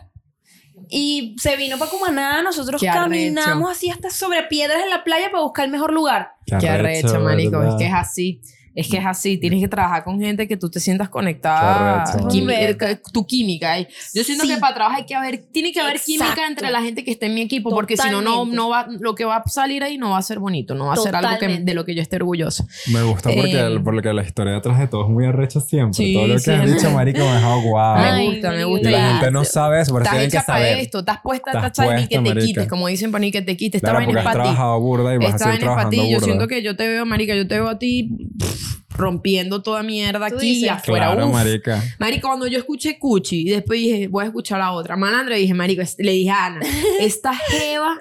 [SPEAKER 3] Y se vino para Cumaná, nosotros
[SPEAKER 1] Qué arrecho.
[SPEAKER 3] caminamos así hasta sobre piedras en la playa para buscar el mejor lugar.
[SPEAKER 1] Qué arrecho, marico. Es
[SPEAKER 2] ¿verdad?
[SPEAKER 1] que es así. Es que es así. Tienes que trabajar con gente que tú te sientas conectada.
[SPEAKER 2] Qué arrecho.
[SPEAKER 1] Quimi-
[SPEAKER 3] Verga.
[SPEAKER 1] eh, tu química. ahí. Yo siento
[SPEAKER 3] Sí.
[SPEAKER 1] que para trabajar hay que haber, tiene que haber química
[SPEAKER 3] Exacto.
[SPEAKER 1] entre la gente que está en mi equipo, porque si no, no,
[SPEAKER 3] Totalmente.
[SPEAKER 1] no va, lo que va a salir ahí no va a ser bonito, no va a ser algo que,
[SPEAKER 3] Totalmente.
[SPEAKER 1] de lo que yo esté orgullosa.
[SPEAKER 2] Me gusta porque,
[SPEAKER 1] Eh.
[SPEAKER 2] el- porque la historia detrás de todo es muy arrecho siempre.
[SPEAKER 1] Sí,
[SPEAKER 2] todo lo que
[SPEAKER 1] sí,
[SPEAKER 2] has
[SPEAKER 1] es
[SPEAKER 2] dicho, marico, me dejó guau.
[SPEAKER 1] me
[SPEAKER 3] Ay,
[SPEAKER 1] gusta, me
[SPEAKER 3] marico,
[SPEAKER 2] y
[SPEAKER 1] gusta.
[SPEAKER 2] la
[SPEAKER 1] Y-
[SPEAKER 2] gente no sabe eso, por eso
[SPEAKER 1] Estás
[SPEAKER 2] tienen que
[SPEAKER 1] hecha para
[SPEAKER 2] saber.
[SPEAKER 1] esto, estás puesta,
[SPEAKER 2] Estás
[SPEAKER 1] estás chava, ni que
[SPEAKER 2] puesta,
[SPEAKER 1] te
[SPEAKER 2] marica.
[SPEAKER 1] quites, como dicen para ni que te quites, esta
[SPEAKER 2] Claro,
[SPEAKER 1] vaina
[SPEAKER 2] porque
[SPEAKER 1] es
[SPEAKER 2] has
[SPEAKER 1] para ti.
[SPEAKER 2] trabajado burda y vas a
[SPEAKER 1] Esta
[SPEAKER 2] seguir
[SPEAKER 1] vaina es para
[SPEAKER 2] trabajando
[SPEAKER 1] ti. Yo
[SPEAKER 2] burda.
[SPEAKER 1] siento que yo te veo, marica, yo te veo a ti pff, rompiendo toda mierda
[SPEAKER 3] Tú
[SPEAKER 1] aquí y
[SPEAKER 3] dices.
[SPEAKER 1] afuera.
[SPEAKER 2] Claro,
[SPEAKER 1] uf.
[SPEAKER 2] marica.
[SPEAKER 1] Marico, cuando yo escuché Cuchi y después dije, voy a escuchar la otra. Malandra dije, marico, es- le dije a Ana, esta jeva,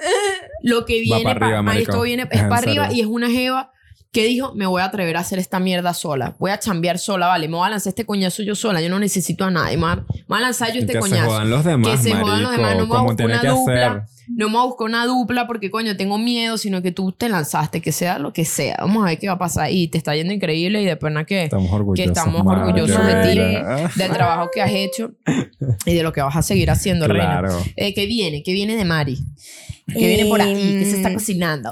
[SPEAKER 1] lo que viene
[SPEAKER 2] pa'
[SPEAKER 1] pa-
[SPEAKER 2] arriba, marico.
[SPEAKER 1] esto viene
[SPEAKER 2] Es
[SPEAKER 1] es
[SPEAKER 2] en
[SPEAKER 1] para arriba
[SPEAKER 2] serio.
[SPEAKER 1] y es una jeva que dijo, me voy a atrever a hacer esta mierda sola, voy a chambear sola, vale, me voy a lanzar este coñazo yo sola, yo no necesito a nadie, me voy a- me voy a lanzar yo
[SPEAKER 2] Y
[SPEAKER 1] este
[SPEAKER 2] que se
[SPEAKER 1] coñazo.
[SPEAKER 2] jodan los demás,
[SPEAKER 1] se
[SPEAKER 2] marico.
[SPEAKER 1] jodan los demás, no me
[SPEAKER 2] como
[SPEAKER 1] busco
[SPEAKER 2] tiene
[SPEAKER 1] una
[SPEAKER 2] que
[SPEAKER 1] dupla.
[SPEAKER 2] hacer.
[SPEAKER 1] No me busco una dupla porque, coño, tengo miedo, sino que tú te lanzaste, que sea lo que sea. Vamos a ver qué va a pasar. Y te está yendo increíble y de pena que
[SPEAKER 2] Estamos orgullosos.
[SPEAKER 1] estamos orgullosos
[SPEAKER 3] de ti.
[SPEAKER 2] Mara.
[SPEAKER 1] del trabajo que has hecho y de lo que vas a seguir haciendo, reina.
[SPEAKER 2] Claro.
[SPEAKER 1] Eh, ¿Qué viene? ¿Qué viene de Mari? ¿Qué viene por aquí? ¿Qué se
[SPEAKER 3] Em,
[SPEAKER 1] está cocinando?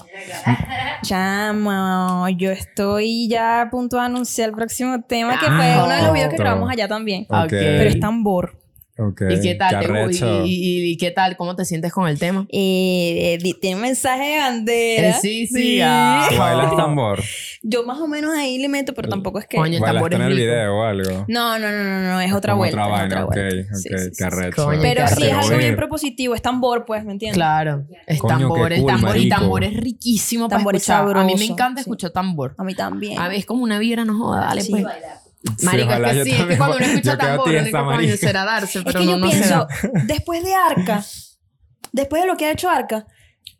[SPEAKER 3] Chamo, yo estoy ya a punto de anunciar el próximo tema que
[SPEAKER 1] Ah,
[SPEAKER 3] fue uno de los videos que
[SPEAKER 2] otro.
[SPEAKER 3] grabamos allá también.
[SPEAKER 1] Ah,
[SPEAKER 2] Ok.
[SPEAKER 3] Pero es tambor.
[SPEAKER 2] Ok.
[SPEAKER 1] ¿Y qué tal? te-
[SPEAKER 2] arrecho.
[SPEAKER 1] y, y- y qué tal? ¿Cómo te sientes con el tema?
[SPEAKER 3] Eh, di- tiene un mensaje de bandera.
[SPEAKER 1] Eh, sí, sí, ah.
[SPEAKER 2] ¿Tú bailas tambor?
[SPEAKER 3] Yo más o menos ahí le meto, pero tampoco es que.
[SPEAKER 1] Coño. el tambor
[SPEAKER 2] ¿Bailaste en
[SPEAKER 1] es
[SPEAKER 2] el
[SPEAKER 1] rico.
[SPEAKER 2] video o algo?
[SPEAKER 3] No, no, no, no, no, es otra
[SPEAKER 2] Como Otra
[SPEAKER 3] vuelta. es
[SPEAKER 2] vaina,
[SPEAKER 3] otra
[SPEAKER 2] ok,
[SPEAKER 3] vuelta.
[SPEAKER 2] ok.
[SPEAKER 3] Sí, sí, sí, sí.
[SPEAKER 2] Qué arrecho.
[SPEAKER 1] Coño, qué
[SPEAKER 3] Pero sí es
[SPEAKER 1] Pero
[SPEAKER 3] algo bien
[SPEAKER 2] Oye,
[SPEAKER 3] propositivo, es tambor, pues, ¿me entiendes?
[SPEAKER 1] Claro, es
[SPEAKER 2] Coño, qué
[SPEAKER 1] tambor, es
[SPEAKER 2] cool,
[SPEAKER 1] tambor y
[SPEAKER 2] marico.
[SPEAKER 1] tambor es riquísimo para
[SPEAKER 3] Tambor es
[SPEAKER 1] escuchar. a mí me
[SPEAKER 3] sabroso,
[SPEAKER 1] encanta
[SPEAKER 3] sí.
[SPEAKER 1] escuchar tambor.
[SPEAKER 3] A mí también.
[SPEAKER 1] A ver, es como una vibra, no joda, dale
[SPEAKER 3] Sí.
[SPEAKER 1] pues.
[SPEAKER 4] Bailar.
[SPEAKER 2] Sí,
[SPEAKER 1] Marico,
[SPEAKER 2] ojalá
[SPEAKER 1] es
[SPEAKER 2] yo
[SPEAKER 1] que sí, es que
[SPEAKER 2] también.
[SPEAKER 1] cuando uno escucha
[SPEAKER 2] Yo quedo
[SPEAKER 1] tambor, uno
[SPEAKER 2] tiesa,
[SPEAKER 1] coño
[SPEAKER 2] marica.
[SPEAKER 1] será darse,
[SPEAKER 3] es
[SPEAKER 1] pero
[SPEAKER 3] que
[SPEAKER 1] no,
[SPEAKER 3] yo
[SPEAKER 1] no se
[SPEAKER 3] pienso,
[SPEAKER 1] da.
[SPEAKER 3] después de Arca, después de lo que ha hecho Arca,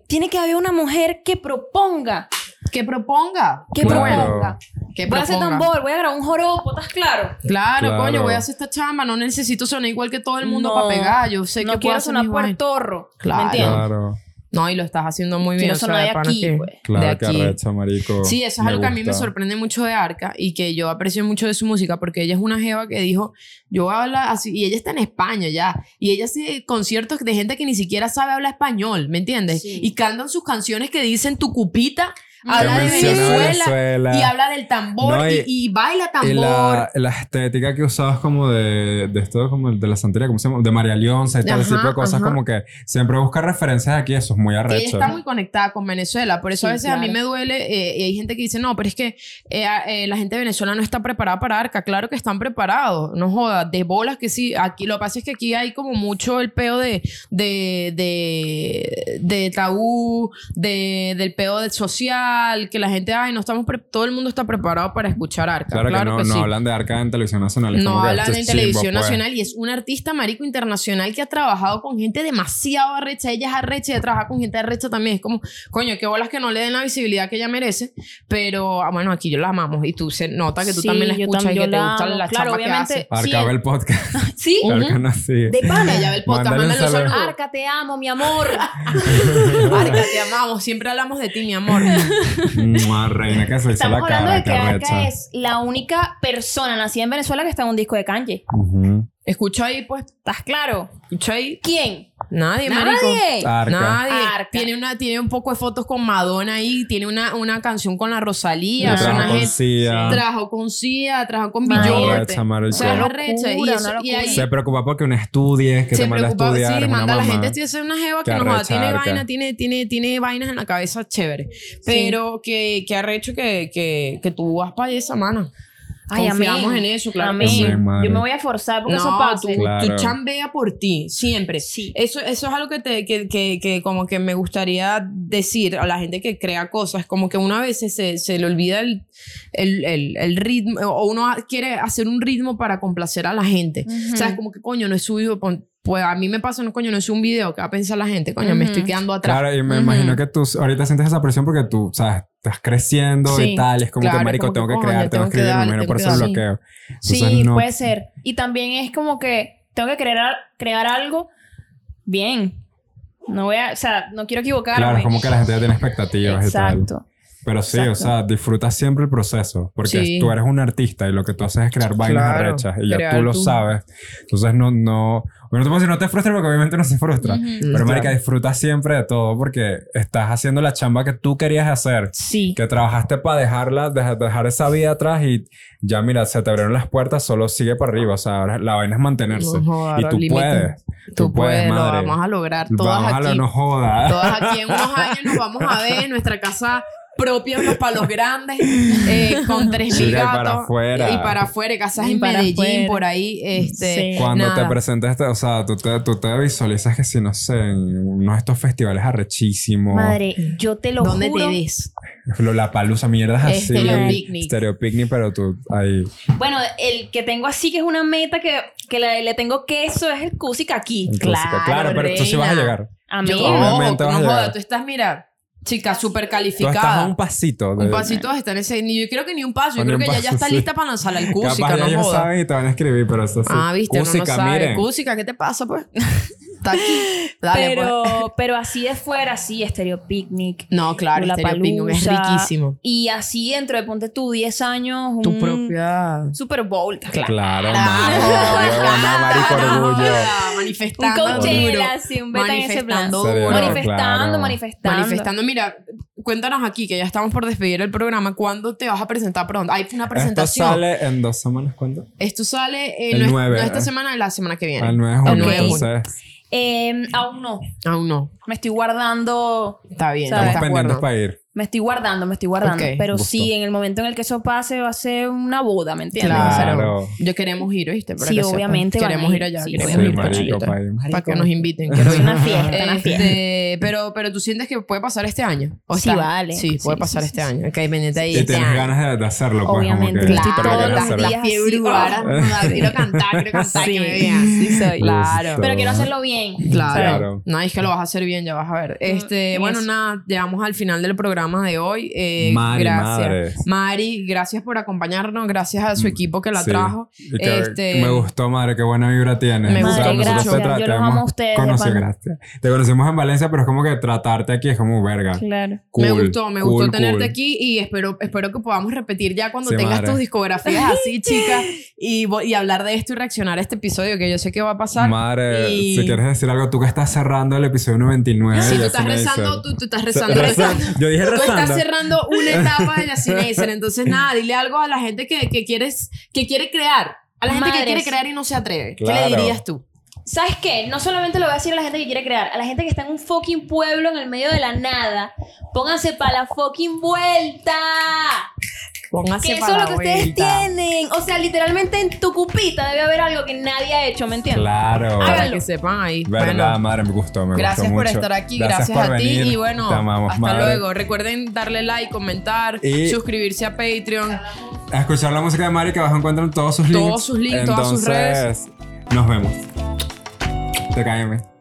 [SPEAKER 3] tiene que haber una mujer que proponga,
[SPEAKER 1] Que proponga.
[SPEAKER 3] que
[SPEAKER 1] Muy
[SPEAKER 2] Claro.
[SPEAKER 1] bueno.
[SPEAKER 3] proponga.
[SPEAKER 1] Que
[SPEAKER 3] Voy a hacer
[SPEAKER 1] proponga.
[SPEAKER 3] tambor, voy a grabar un joropo, ¿estás claro?
[SPEAKER 1] Claro,
[SPEAKER 2] Claro.
[SPEAKER 1] coño, voy a hacer esta chamba, no necesito sonar igual que todo el mundo
[SPEAKER 3] No,
[SPEAKER 1] para pegar, yo sé
[SPEAKER 3] no
[SPEAKER 1] que puedo
[SPEAKER 3] quiero
[SPEAKER 1] hacer
[SPEAKER 3] sonar
[SPEAKER 1] mis vainas.
[SPEAKER 3] puertorro.
[SPEAKER 1] Claro.
[SPEAKER 3] ¿Me entiendes?
[SPEAKER 2] Claro.
[SPEAKER 1] No, y lo estás haciendo muy bien,
[SPEAKER 3] Quiero
[SPEAKER 1] o sea,
[SPEAKER 3] sonar de
[SPEAKER 1] pana
[SPEAKER 3] aquí,
[SPEAKER 1] que-
[SPEAKER 3] pues.
[SPEAKER 1] de
[SPEAKER 2] Claro, que
[SPEAKER 1] aquí.
[SPEAKER 2] arrecho, marico.
[SPEAKER 1] Sí, eso es algo que a mí me
[SPEAKER 2] gusta.
[SPEAKER 1] sorprende mucho de Arca y que yo aprecio mucho de su música porque ella es una jeva que dijo, yo habla así, y ella está en España ya, y ella hace conciertos de gente que ni siquiera sabe hablar español, ¿me entiendes?
[SPEAKER 4] Sí.
[SPEAKER 1] Y cantan sus canciones que dicen tu cupita,
[SPEAKER 2] Que
[SPEAKER 1] habla de
[SPEAKER 2] menciona
[SPEAKER 1] Venezuela,
[SPEAKER 2] Venezuela.
[SPEAKER 1] y habla del tambor
[SPEAKER 2] No,
[SPEAKER 1] y,
[SPEAKER 2] y-
[SPEAKER 1] y baila tambor.
[SPEAKER 2] Y la, la estética que usabas como de, de esto, como de la santería, ¿cómo se llama? De María Leonza y todo ese
[SPEAKER 1] Ajá,
[SPEAKER 2] tipo de cosas,
[SPEAKER 1] ajá.
[SPEAKER 2] como que siempre busca referencias aquí, eso es muy
[SPEAKER 1] que
[SPEAKER 2] arrecho.
[SPEAKER 1] ella está muy conectada con Venezuela. Por eso
[SPEAKER 3] Sí,
[SPEAKER 1] a veces a mí
[SPEAKER 3] claro.
[SPEAKER 1] me duele eh, y hay gente que dice, no, pero es que eh, a- eh, la gente de Venezuela no está preparada para arca. Claro que están preparados, no jodas, de bolas que sí. Aquí lo que pasa es que aquí hay como mucho el peo de, de, de, de tabú, de, del peo de social, tal, que la gente, ay, no estamos, pre- todo el mundo está preparado para escuchar Arca.
[SPEAKER 2] Claro,
[SPEAKER 1] Claro,
[SPEAKER 2] que no,
[SPEAKER 1] que
[SPEAKER 2] no
[SPEAKER 1] sí.
[SPEAKER 2] hablan de Arca en televisión nacional. es
[SPEAKER 1] No
[SPEAKER 2] como que
[SPEAKER 1] hablan
[SPEAKER 2] esto
[SPEAKER 1] en
[SPEAKER 2] es
[SPEAKER 1] televisión
[SPEAKER 2] chimbo, pues.
[SPEAKER 1] nacional y es una artista marico internacional que ha trabajado con gente demasiado arrecha. Ella es arrecha y ha trabajado con gente arrecha también. Es como, coño, qué bolas que no le den la visibilidad que ella merece. Pero ah, bueno, aquí yo la amamos y tú se nota que tú
[SPEAKER 3] Sí,
[SPEAKER 1] también la
[SPEAKER 3] yo
[SPEAKER 1] escuchas
[SPEAKER 3] también-
[SPEAKER 1] y que
[SPEAKER 3] yo
[SPEAKER 1] te
[SPEAKER 3] la
[SPEAKER 1] gustan
[SPEAKER 3] amo.
[SPEAKER 1] las
[SPEAKER 3] Claro,
[SPEAKER 1] chapas que
[SPEAKER 3] obviamente,
[SPEAKER 1] hace.
[SPEAKER 2] Arca
[SPEAKER 3] Sí,
[SPEAKER 2] ve el podcast.
[SPEAKER 3] ¿Sí?
[SPEAKER 2] Arca no sigue.
[SPEAKER 1] De pana, ya ve el podcast,
[SPEAKER 2] Mándale un
[SPEAKER 1] mándale un
[SPEAKER 2] saludo.
[SPEAKER 1] saludo.
[SPEAKER 3] Arca, te amo, mi amor.
[SPEAKER 1] Arca, te amamos, siempre hablamos de ti, mi amor.
[SPEAKER 2] Mua, reina que se hizo
[SPEAKER 3] Estamos
[SPEAKER 2] la
[SPEAKER 3] hablando
[SPEAKER 2] cara.
[SPEAKER 3] de que
[SPEAKER 2] qué
[SPEAKER 3] Arca
[SPEAKER 2] arrecha.
[SPEAKER 3] es la única persona nacida en Venezuela que está en un disco de Kanye.
[SPEAKER 2] Ujú.
[SPEAKER 1] Escucha ahí, pues,
[SPEAKER 3] ¿Estás claro?
[SPEAKER 1] escucha ahí.
[SPEAKER 3] ¿Quién?
[SPEAKER 1] Nadie, marico.
[SPEAKER 3] Nadie.
[SPEAKER 2] Arca.
[SPEAKER 1] Nadie.
[SPEAKER 3] Arca.
[SPEAKER 1] Tiene, una, tiene un poco de fotos con Madonna ahí, tiene una, una canción con la Rosalía,
[SPEAKER 2] Lo
[SPEAKER 1] o sea,
[SPEAKER 2] trajo
[SPEAKER 1] una
[SPEAKER 2] con
[SPEAKER 1] gente-
[SPEAKER 2] Cia.
[SPEAKER 1] Trabajó con Cia, trabajó con
[SPEAKER 3] Madre.
[SPEAKER 1] Billorte.
[SPEAKER 2] Arrecha,
[SPEAKER 1] O sea,
[SPEAKER 2] marico.
[SPEAKER 1] es
[SPEAKER 3] Una
[SPEAKER 1] arrecha. Y,
[SPEAKER 3] locura,
[SPEAKER 1] eso-
[SPEAKER 3] una
[SPEAKER 1] y ahí
[SPEAKER 2] Se preocupa porque no estudies, que
[SPEAKER 1] se
[SPEAKER 2] te manda a
[SPEAKER 1] preocupaba. Sí,
[SPEAKER 2] estudiar. es una
[SPEAKER 1] manda a la
[SPEAKER 2] mamá.
[SPEAKER 1] gente a estudiar, es una jeva
[SPEAKER 2] Qué
[SPEAKER 1] que no joda,
[SPEAKER 2] arrecha,
[SPEAKER 1] tiene
[SPEAKER 2] Arca.
[SPEAKER 1] vaina, tiene, tiene, tiene vainas en la cabeza chévere. Pero que, que arrecho que, que, que tú vas para esa mana.
[SPEAKER 3] Ay,
[SPEAKER 1] Confiamos
[SPEAKER 3] amén.
[SPEAKER 1] en eso,
[SPEAKER 2] Ah,
[SPEAKER 1] claro. que
[SPEAKER 3] Amén.
[SPEAKER 1] sí.
[SPEAKER 2] Amén, madre.
[SPEAKER 3] Yo me voy a forzar porque eso
[SPEAKER 1] No, tú,
[SPEAKER 3] pase.
[SPEAKER 2] Claro.
[SPEAKER 1] tú chambea por ti, siempre.
[SPEAKER 3] Sí.
[SPEAKER 1] Eso, eso es algo que, te, que, que, que como que me gustaría decir a la gente que crea cosas, como que uno a veces se, se le olvida el, el, el- el ritmo, o uno ha- quiere hacer un ritmo para complacer a la gente.
[SPEAKER 3] Ujú.
[SPEAKER 1] O sea, es como que coño, no he subido, pon- pues a mí me pasa, no coño, no es un video, que va a pensar la gente? Coño, me
[SPEAKER 3] Ujú.
[SPEAKER 1] estoy quedando atrás.
[SPEAKER 2] Claro, y me
[SPEAKER 1] Ujú.
[SPEAKER 2] imagino que tú ahorita sientes esa presión porque tú, sabes, estás creciendo
[SPEAKER 1] Sí,
[SPEAKER 2] y tal. y es como
[SPEAKER 1] claro,
[SPEAKER 2] que, marico,
[SPEAKER 1] como que,
[SPEAKER 2] tengo que
[SPEAKER 1] coño,
[SPEAKER 2] crear, tengo
[SPEAKER 1] tengo
[SPEAKER 2] que
[SPEAKER 1] que
[SPEAKER 2] escribir, me
[SPEAKER 1] darle,
[SPEAKER 2] imagino
[SPEAKER 1] tengo
[SPEAKER 2] por
[SPEAKER 1] que
[SPEAKER 2] eso el
[SPEAKER 1] darle.
[SPEAKER 2] bloqueo. Entonces,
[SPEAKER 3] Sí,
[SPEAKER 2] no-
[SPEAKER 3] puede ser. Y también es como que tengo que crear, crear algo bien. No voy a, o sea, no quiero equivocarme.
[SPEAKER 2] Claro, es
[SPEAKER 1] pues.
[SPEAKER 2] como que la gente ya tiene expectativas y tal.
[SPEAKER 3] Exacto.
[SPEAKER 2] Pero sí, o
[SPEAKER 3] exacto.
[SPEAKER 2] sea, disfruta siempre el proceso. Porque
[SPEAKER 1] Sí.
[SPEAKER 2] tú eres un artista y lo que tú haces es crear vainas
[SPEAKER 1] Claro,
[SPEAKER 2] arrechas y ya
[SPEAKER 1] crear
[SPEAKER 2] tú lo
[SPEAKER 1] tú.
[SPEAKER 2] sabes. Entonces, no, no. Bueno, te puedo decir, no te frustres porque obviamente no se frustra.
[SPEAKER 3] Ujú.
[SPEAKER 2] Pero, marica,
[SPEAKER 1] Claro.
[SPEAKER 2] disfruta siempre de todo porque estás haciendo la chamba que tú querías hacer.
[SPEAKER 3] Sí.
[SPEAKER 2] Que trabajaste para dejarla, deja- dejar esa vida atrás y ya, mira, se te abrieron las puertas, solo sigue para arriba. O sea, ahora la vaina es mantenerse.
[SPEAKER 1] No jodas,
[SPEAKER 2] y tú
[SPEAKER 1] al límite.
[SPEAKER 2] puedes.
[SPEAKER 1] Tú,
[SPEAKER 2] tú puedes,
[SPEAKER 1] puedes, lo
[SPEAKER 2] madre.
[SPEAKER 1] vamos a lograr todas
[SPEAKER 2] Vamos a
[SPEAKER 1] aquí.
[SPEAKER 2] la no joda.
[SPEAKER 1] Todas aquí en unos años nos vamos a ver en nuestra casa propia, unos palos grandes, eh, con tres mil
[SPEAKER 2] Mira, y
[SPEAKER 1] gatos.
[SPEAKER 2] para afuera.
[SPEAKER 1] Y para afuera, y casas en
[SPEAKER 3] Para
[SPEAKER 1] Medellín,
[SPEAKER 3] afuera.
[SPEAKER 1] por ahí. Este,
[SPEAKER 3] Sí.
[SPEAKER 2] Cuando te
[SPEAKER 1] nada.
[SPEAKER 2] presentaste, o sea, tú te, tú te visualizas que si no sé, en uno de estos festivales arrechísimos,
[SPEAKER 3] Madre, yo te lo
[SPEAKER 1] ¿Dónde
[SPEAKER 3] juro.
[SPEAKER 1] te ves?
[SPEAKER 2] la palusa, mierdas así,
[SPEAKER 1] Estéreo Este Picnic.
[SPEAKER 2] Estéreo Picnic, pero tú ahí.
[SPEAKER 3] Bueno, el que tengo así, que es una meta que, que le, le tengo queso, es el Cusic aquí.
[SPEAKER 2] en Clásica. claro, pero tú sí vas a
[SPEAKER 1] reina.
[SPEAKER 2] llegar.
[SPEAKER 3] Amén.
[SPEAKER 1] Yo,
[SPEAKER 2] Obviamente
[SPEAKER 1] no
[SPEAKER 2] vas a
[SPEAKER 1] joda,
[SPEAKER 2] llegar.
[SPEAKER 1] tú estás, mira, chica, súper
[SPEAKER 2] Tú estás a
[SPEAKER 1] calificada.
[SPEAKER 2] un pasito. de-
[SPEAKER 1] Un pasito está en ese. Ni, yo creo que ni un paso. Yo
[SPEAKER 2] Ni
[SPEAKER 1] creo
[SPEAKER 2] un
[SPEAKER 1] que ya, ya
[SPEAKER 2] paso,
[SPEAKER 1] está
[SPEAKER 2] sí.
[SPEAKER 1] lista para lanzar el
[SPEAKER 2] Capaz
[SPEAKER 1] Cúsica,
[SPEAKER 2] ya
[SPEAKER 1] no
[SPEAKER 2] ellos
[SPEAKER 1] joda.
[SPEAKER 2] saben y te van a escribir, pero eso sí.
[SPEAKER 1] Ah, viste, uno
[SPEAKER 2] Cúsica,
[SPEAKER 1] no sabe.
[SPEAKER 2] miren.
[SPEAKER 1] Cúsica, ¿qué te pasa, pues? Está aquí. Dale, pues.
[SPEAKER 3] pero, pero así de fuera, sí, Estéreo Picnic.
[SPEAKER 1] No, claro, Estéreo Picnic es
[SPEAKER 3] Lollapalooza.
[SPEAKER 1] riquísimo.
[SPEAKER 3] Y así dentro de, ponte tú, 10 años, un
[SPEAKER 1] Tu propia...
[SPEAKER 3] Super Bowl.
[SPEAKER 2] Claro,
[SPEAKER 1] Claro.
[SPEAKER 2] madre, huevo, no, marico, orgullo.
[SPEAKER 3] Un
[SPEAKER 1] Manifestando. duro.
[SPEAKER 3] Coachella, sí, un beta en ese plan.
[SPEAKER 1] Manifestando
[SPEAKER 2] Sería
[SPEAKER 1] duro.
[SPEAKER 2] Claro,
[SPEAKER 3] Manifestando,
[SPEAKER 2] claro.
[SPEAKER 3] manifestando.
[SPEAKER 1] Manifestando, mira, cuéntanos aquí que ya estamos por despedir el programa. ¿Cuándo te vas a presentar pronto? Hay una
[SPEAKER 2] Esto
[SPEAKER 1] presentación.
[SPEAKER 2] sale en dos semanas, ¿cuándo?
[SPEAKER 1] Esto sale eh,
[SPEAKER 2] El
[SPEAKER 1] no es-
[SPEAKER 2] nueve,
[SPEAKER 1] no esta
[SPEAKER 2] ¿eh?
[SPEAKER 1] semana, la semana que viene.
[SPEAKER 2] Al 9 de junio,
[SPEAKER 1] nueve de junio.
[SPEAKER 2] entonces
[SPEAKER 3] Eh, aún no.
[SPEAKER 1] Aún no.
[SPEAKER 3] Me estoy guardando.
[SPEAKER 1] Está bien.
[SPEAKER 2] estamos
[SPEAKER 3] Estamos
[SPEAKER 1] estás
[SPEAKER 2] pendientes
[SPEAKER 1] cuerdo.
[SPEAKER 2] para ir.
[SPEAKER 3] Me estoy guardando, me estoy guardando.
[SPEAKER 1] Ok,
[SPEAKER 3] pero
[SPEAKER 2] justo.
[SPEAKER 3] sí, en el momento en el que eso pase, va a ser una boda, ¿me entiendes?
[SPEAKER 1] Claro.
[SPEAKER 3] O sea,
[SPEAKER 2] Claro.
[SPEAKER 1] Yo queremos ir, ¿oíste? Para
[SPEAKER 3] Sí,
[SPEAKER 1] que sepas.
[SPEAKER 3] obviamente van a
[SPEAKER 1] Queremos
[SPEAKER 3] ir.
[SPEAKER 1] ir allá.
[SPEAKER 3] Sí,
[SPEAKER 1] queremos
[SPEAKER 2] pues. Sí,
[SPEAKER 1] ir para
[SPEAKER 2] marico,
[SPEAKER 1] Chillota.
[SPEAKER 2] para ir.
[SPEAKER 1] Para que nos inviten.
[SPEAKER 3] pero
[SPEAKER 1] Quiero
[SPEAKER 3] es
[SPEAKER 1] ir.
[SPEAKER 3] una fiesta, una fiesta.
[SPEAKER 1] Este, pero, pero tú sientes que puede pasar este año. ¿O
[SPEAKER 3] Sí,
[SPEAKER 1] está-
[SPEAKER 3] vale.
[SPEAKER 1] Sí, puede
[SPEAKER 3] Sí,
[SPEAKER 1] pasar
[SPEAKER 3] sí,
[SPEAKER 1] este
[SPEAKER 3] sí,
[SPEAKER 1] año. Ok, pendiente ahí.
[SPEAKER 2] Y
[SPEAKER 1] este
[SPEAKER 2] tienes
[SPEAKER 1] año.
[SPEAKER 2] ganas de, de hacerlo, pues.
[SPEAKER 3] Obviamente,
[SPEAKER 2] como que,
[SPEAKER 3] estoy
[SPEAKER 2] pero
[SPEAKER 3] todos
[SPEAKER 2] quieres
[SPEAKER 1] Claro,
[SPEAKER 3] los
[SPEAKER 2] hacerlo.
[SPEAKER 1] la
[SPEAKER 3] días
[SPEAKER 1] fiebre
[SPEAKER 3] así,
[SPEAKER 1] ahora,
[SPEAKER 3] ah.
[SPEAKER 1] no, la quiero cantar, quiero cantar, que
[SPEAKER 3] Sí.
[SPEAKER 1] me vean. Sí soy. Claro.
[SPEAKER 3] Pero quiero hacerlo bien.
[SPEAKER 1] Claro.
[SPEAKER 2] Claro.
[SPEAKER 1] No, es que lo vas a hacer bien, ya vas a ver. Este,
[SPEAKER 3] Mm,
[SPEAKER 1] bueno,
[SPEAKER 3] eso.
[SPEAKER 1] nada, llegamos al final del programa de hoy. Eh,
[SPEAKER 2] Mari,
[SPEAKER 1] gracias.
[SPEAKER 2] madre. Mm,
[SPEAKER 1] Mari, gracias por acompañarnos, gracias a su equipo que la
[SPEAKER 2] Sí.
[SPEAKER 1] trajo.
[SPEAKER 2] Y que-
[SPEAKER 1] Este-
[SPEAKER 2] que me gustó, madre, qué buena vibra tienes.
[SPEAKER 1] Me gustó,
[SPEAKER 2] nosotros
[SPEAKER 1] gracias.
[SPEAKER 2] te tra-
[SPEAKER 3] Yo
[SPEAKER 2] te
[SPEAKER 3] los amo
[SPEAKER 2] hemos
[SPEAKER 3] a ustedes, de
[SPEAKER 2] conocido,
[SPEAKER 3] pana.
[SPEAKER 2] gracias. Te conocimos en Valencia, pero es como que tratarte aquí es como verga.
[SPEAKER 3] Claro.
[SPEAKER 1] me
[SPEAKER 2] Cool,
[SPEAKER 1] gustó, me
[SPEAKER 2] cool,
[SPEAKER 1] gustó tenerte
[SPEAKER 2] cool.
[SPEAKER 1] aquí y espero, espero que podamos repetir ya cuando
[SPEAKER 2] Sí,
[SPEAKER 1] tengas
[SPEAKER 2] madre.
[SPEAKER 1] tus discografías así, chicas, y, vo- y hablar de esto y reaccionar a este episodio que yo sé que va a pasar.
[SPEAKER 2] Madre,
[SPEAKER 1] Y-
[SPEAKER 2] si quieres decir algo, tú que estás cerrando el episodio 99.
[SPEAKER 1] Sí, tú
[SPEAKER 2] de
[SPEAKER 1] estás
[SPEAKER 2] Yacine
[SPEAKER 1] rezando,
[SPEAKER 2] Isel.
[SPEAKER 1] tú, tú estás
[SPEAKER 2] Se-
[SPEAKER 1] rezando,
[SPEAKER 2] rezando.
[SPEAKER 1] rezando.
[SPEAKER 2] Yo dije
[SPEAKER 1] Tú estás
[SPEAKER 2] rezando.
[SPEAKER 1] cerrando una etapa de Yacinacer. Entonces, nada, dile algo a la gente que, que quieres, que quiere crear. A la gente que
[SPEAKER 3] Madres.
[SPEAKER 1] quiere crear y no se atreve. ¿Qué
[SPEAKER 2] Claro.
[SPEAKER 1] le dirías tú?
[SPEAKER 3] ¿Sabes qué? No solamente lo voy a decir a la gente que quiere crear, a la gente que está en un fucking pueblo en el medio de la nada. Pónganse para la fucking vuelta.
[SPEAKER 1] Pónganse
[SPEAKER 3] Que eso es
[SPEAKER 1] para
[SPEAKER 3] lo
[SPEAKER 1] la
[SPEAKER 3] que ustedes
[SPEAKER 1] vuelta.
[SPEAKER 3] tienen. O sea, literalmente en tu cupita debe haber algo que nadie ha hecho, ¿me entiendes?
[SPEAKER 2] Claro.
[SPEAKER 1] Para
[SPEAKER 3] Háganlo.
[SPEAKER 1] que sepan ahí.
[SPEAKER 2] Verdad,
[SPEAKER 1] Bueno,
[SPEAKER 2] madre, me gustó, me
[SPEAKER 1] gracias
[SPEAKER 2] gustó
[SPEAKER 1] por
[SPEAKER 2] mucho.
[SPEAKER 1] estar aquí, gracias,
[SPEAKER 2] por
[SPEAKER 1] a ti
[SPEAKER 2] venir.
[SPEAKER 1] y bueno,
[SPEAKER 2] Te amamos,
[SPEAKER 1] hasta
[SPEAKER 2] madre.
[SPEAKER 1] luego. Recuerden darle like, comentar,
[SPEAKER 2] Y-
[SPEAKER 1] suscribirse a Patreon.
[SPEAKER 2] A escuchar la música de Mari que abajo encuentran todos sus
[SPEAKER 1] Todos
[SPEAKER 2] links.
[SPEAKER 1] sus links, todas sus
[SPEAKER 2] Entonces, Nos vemos. Te cállame.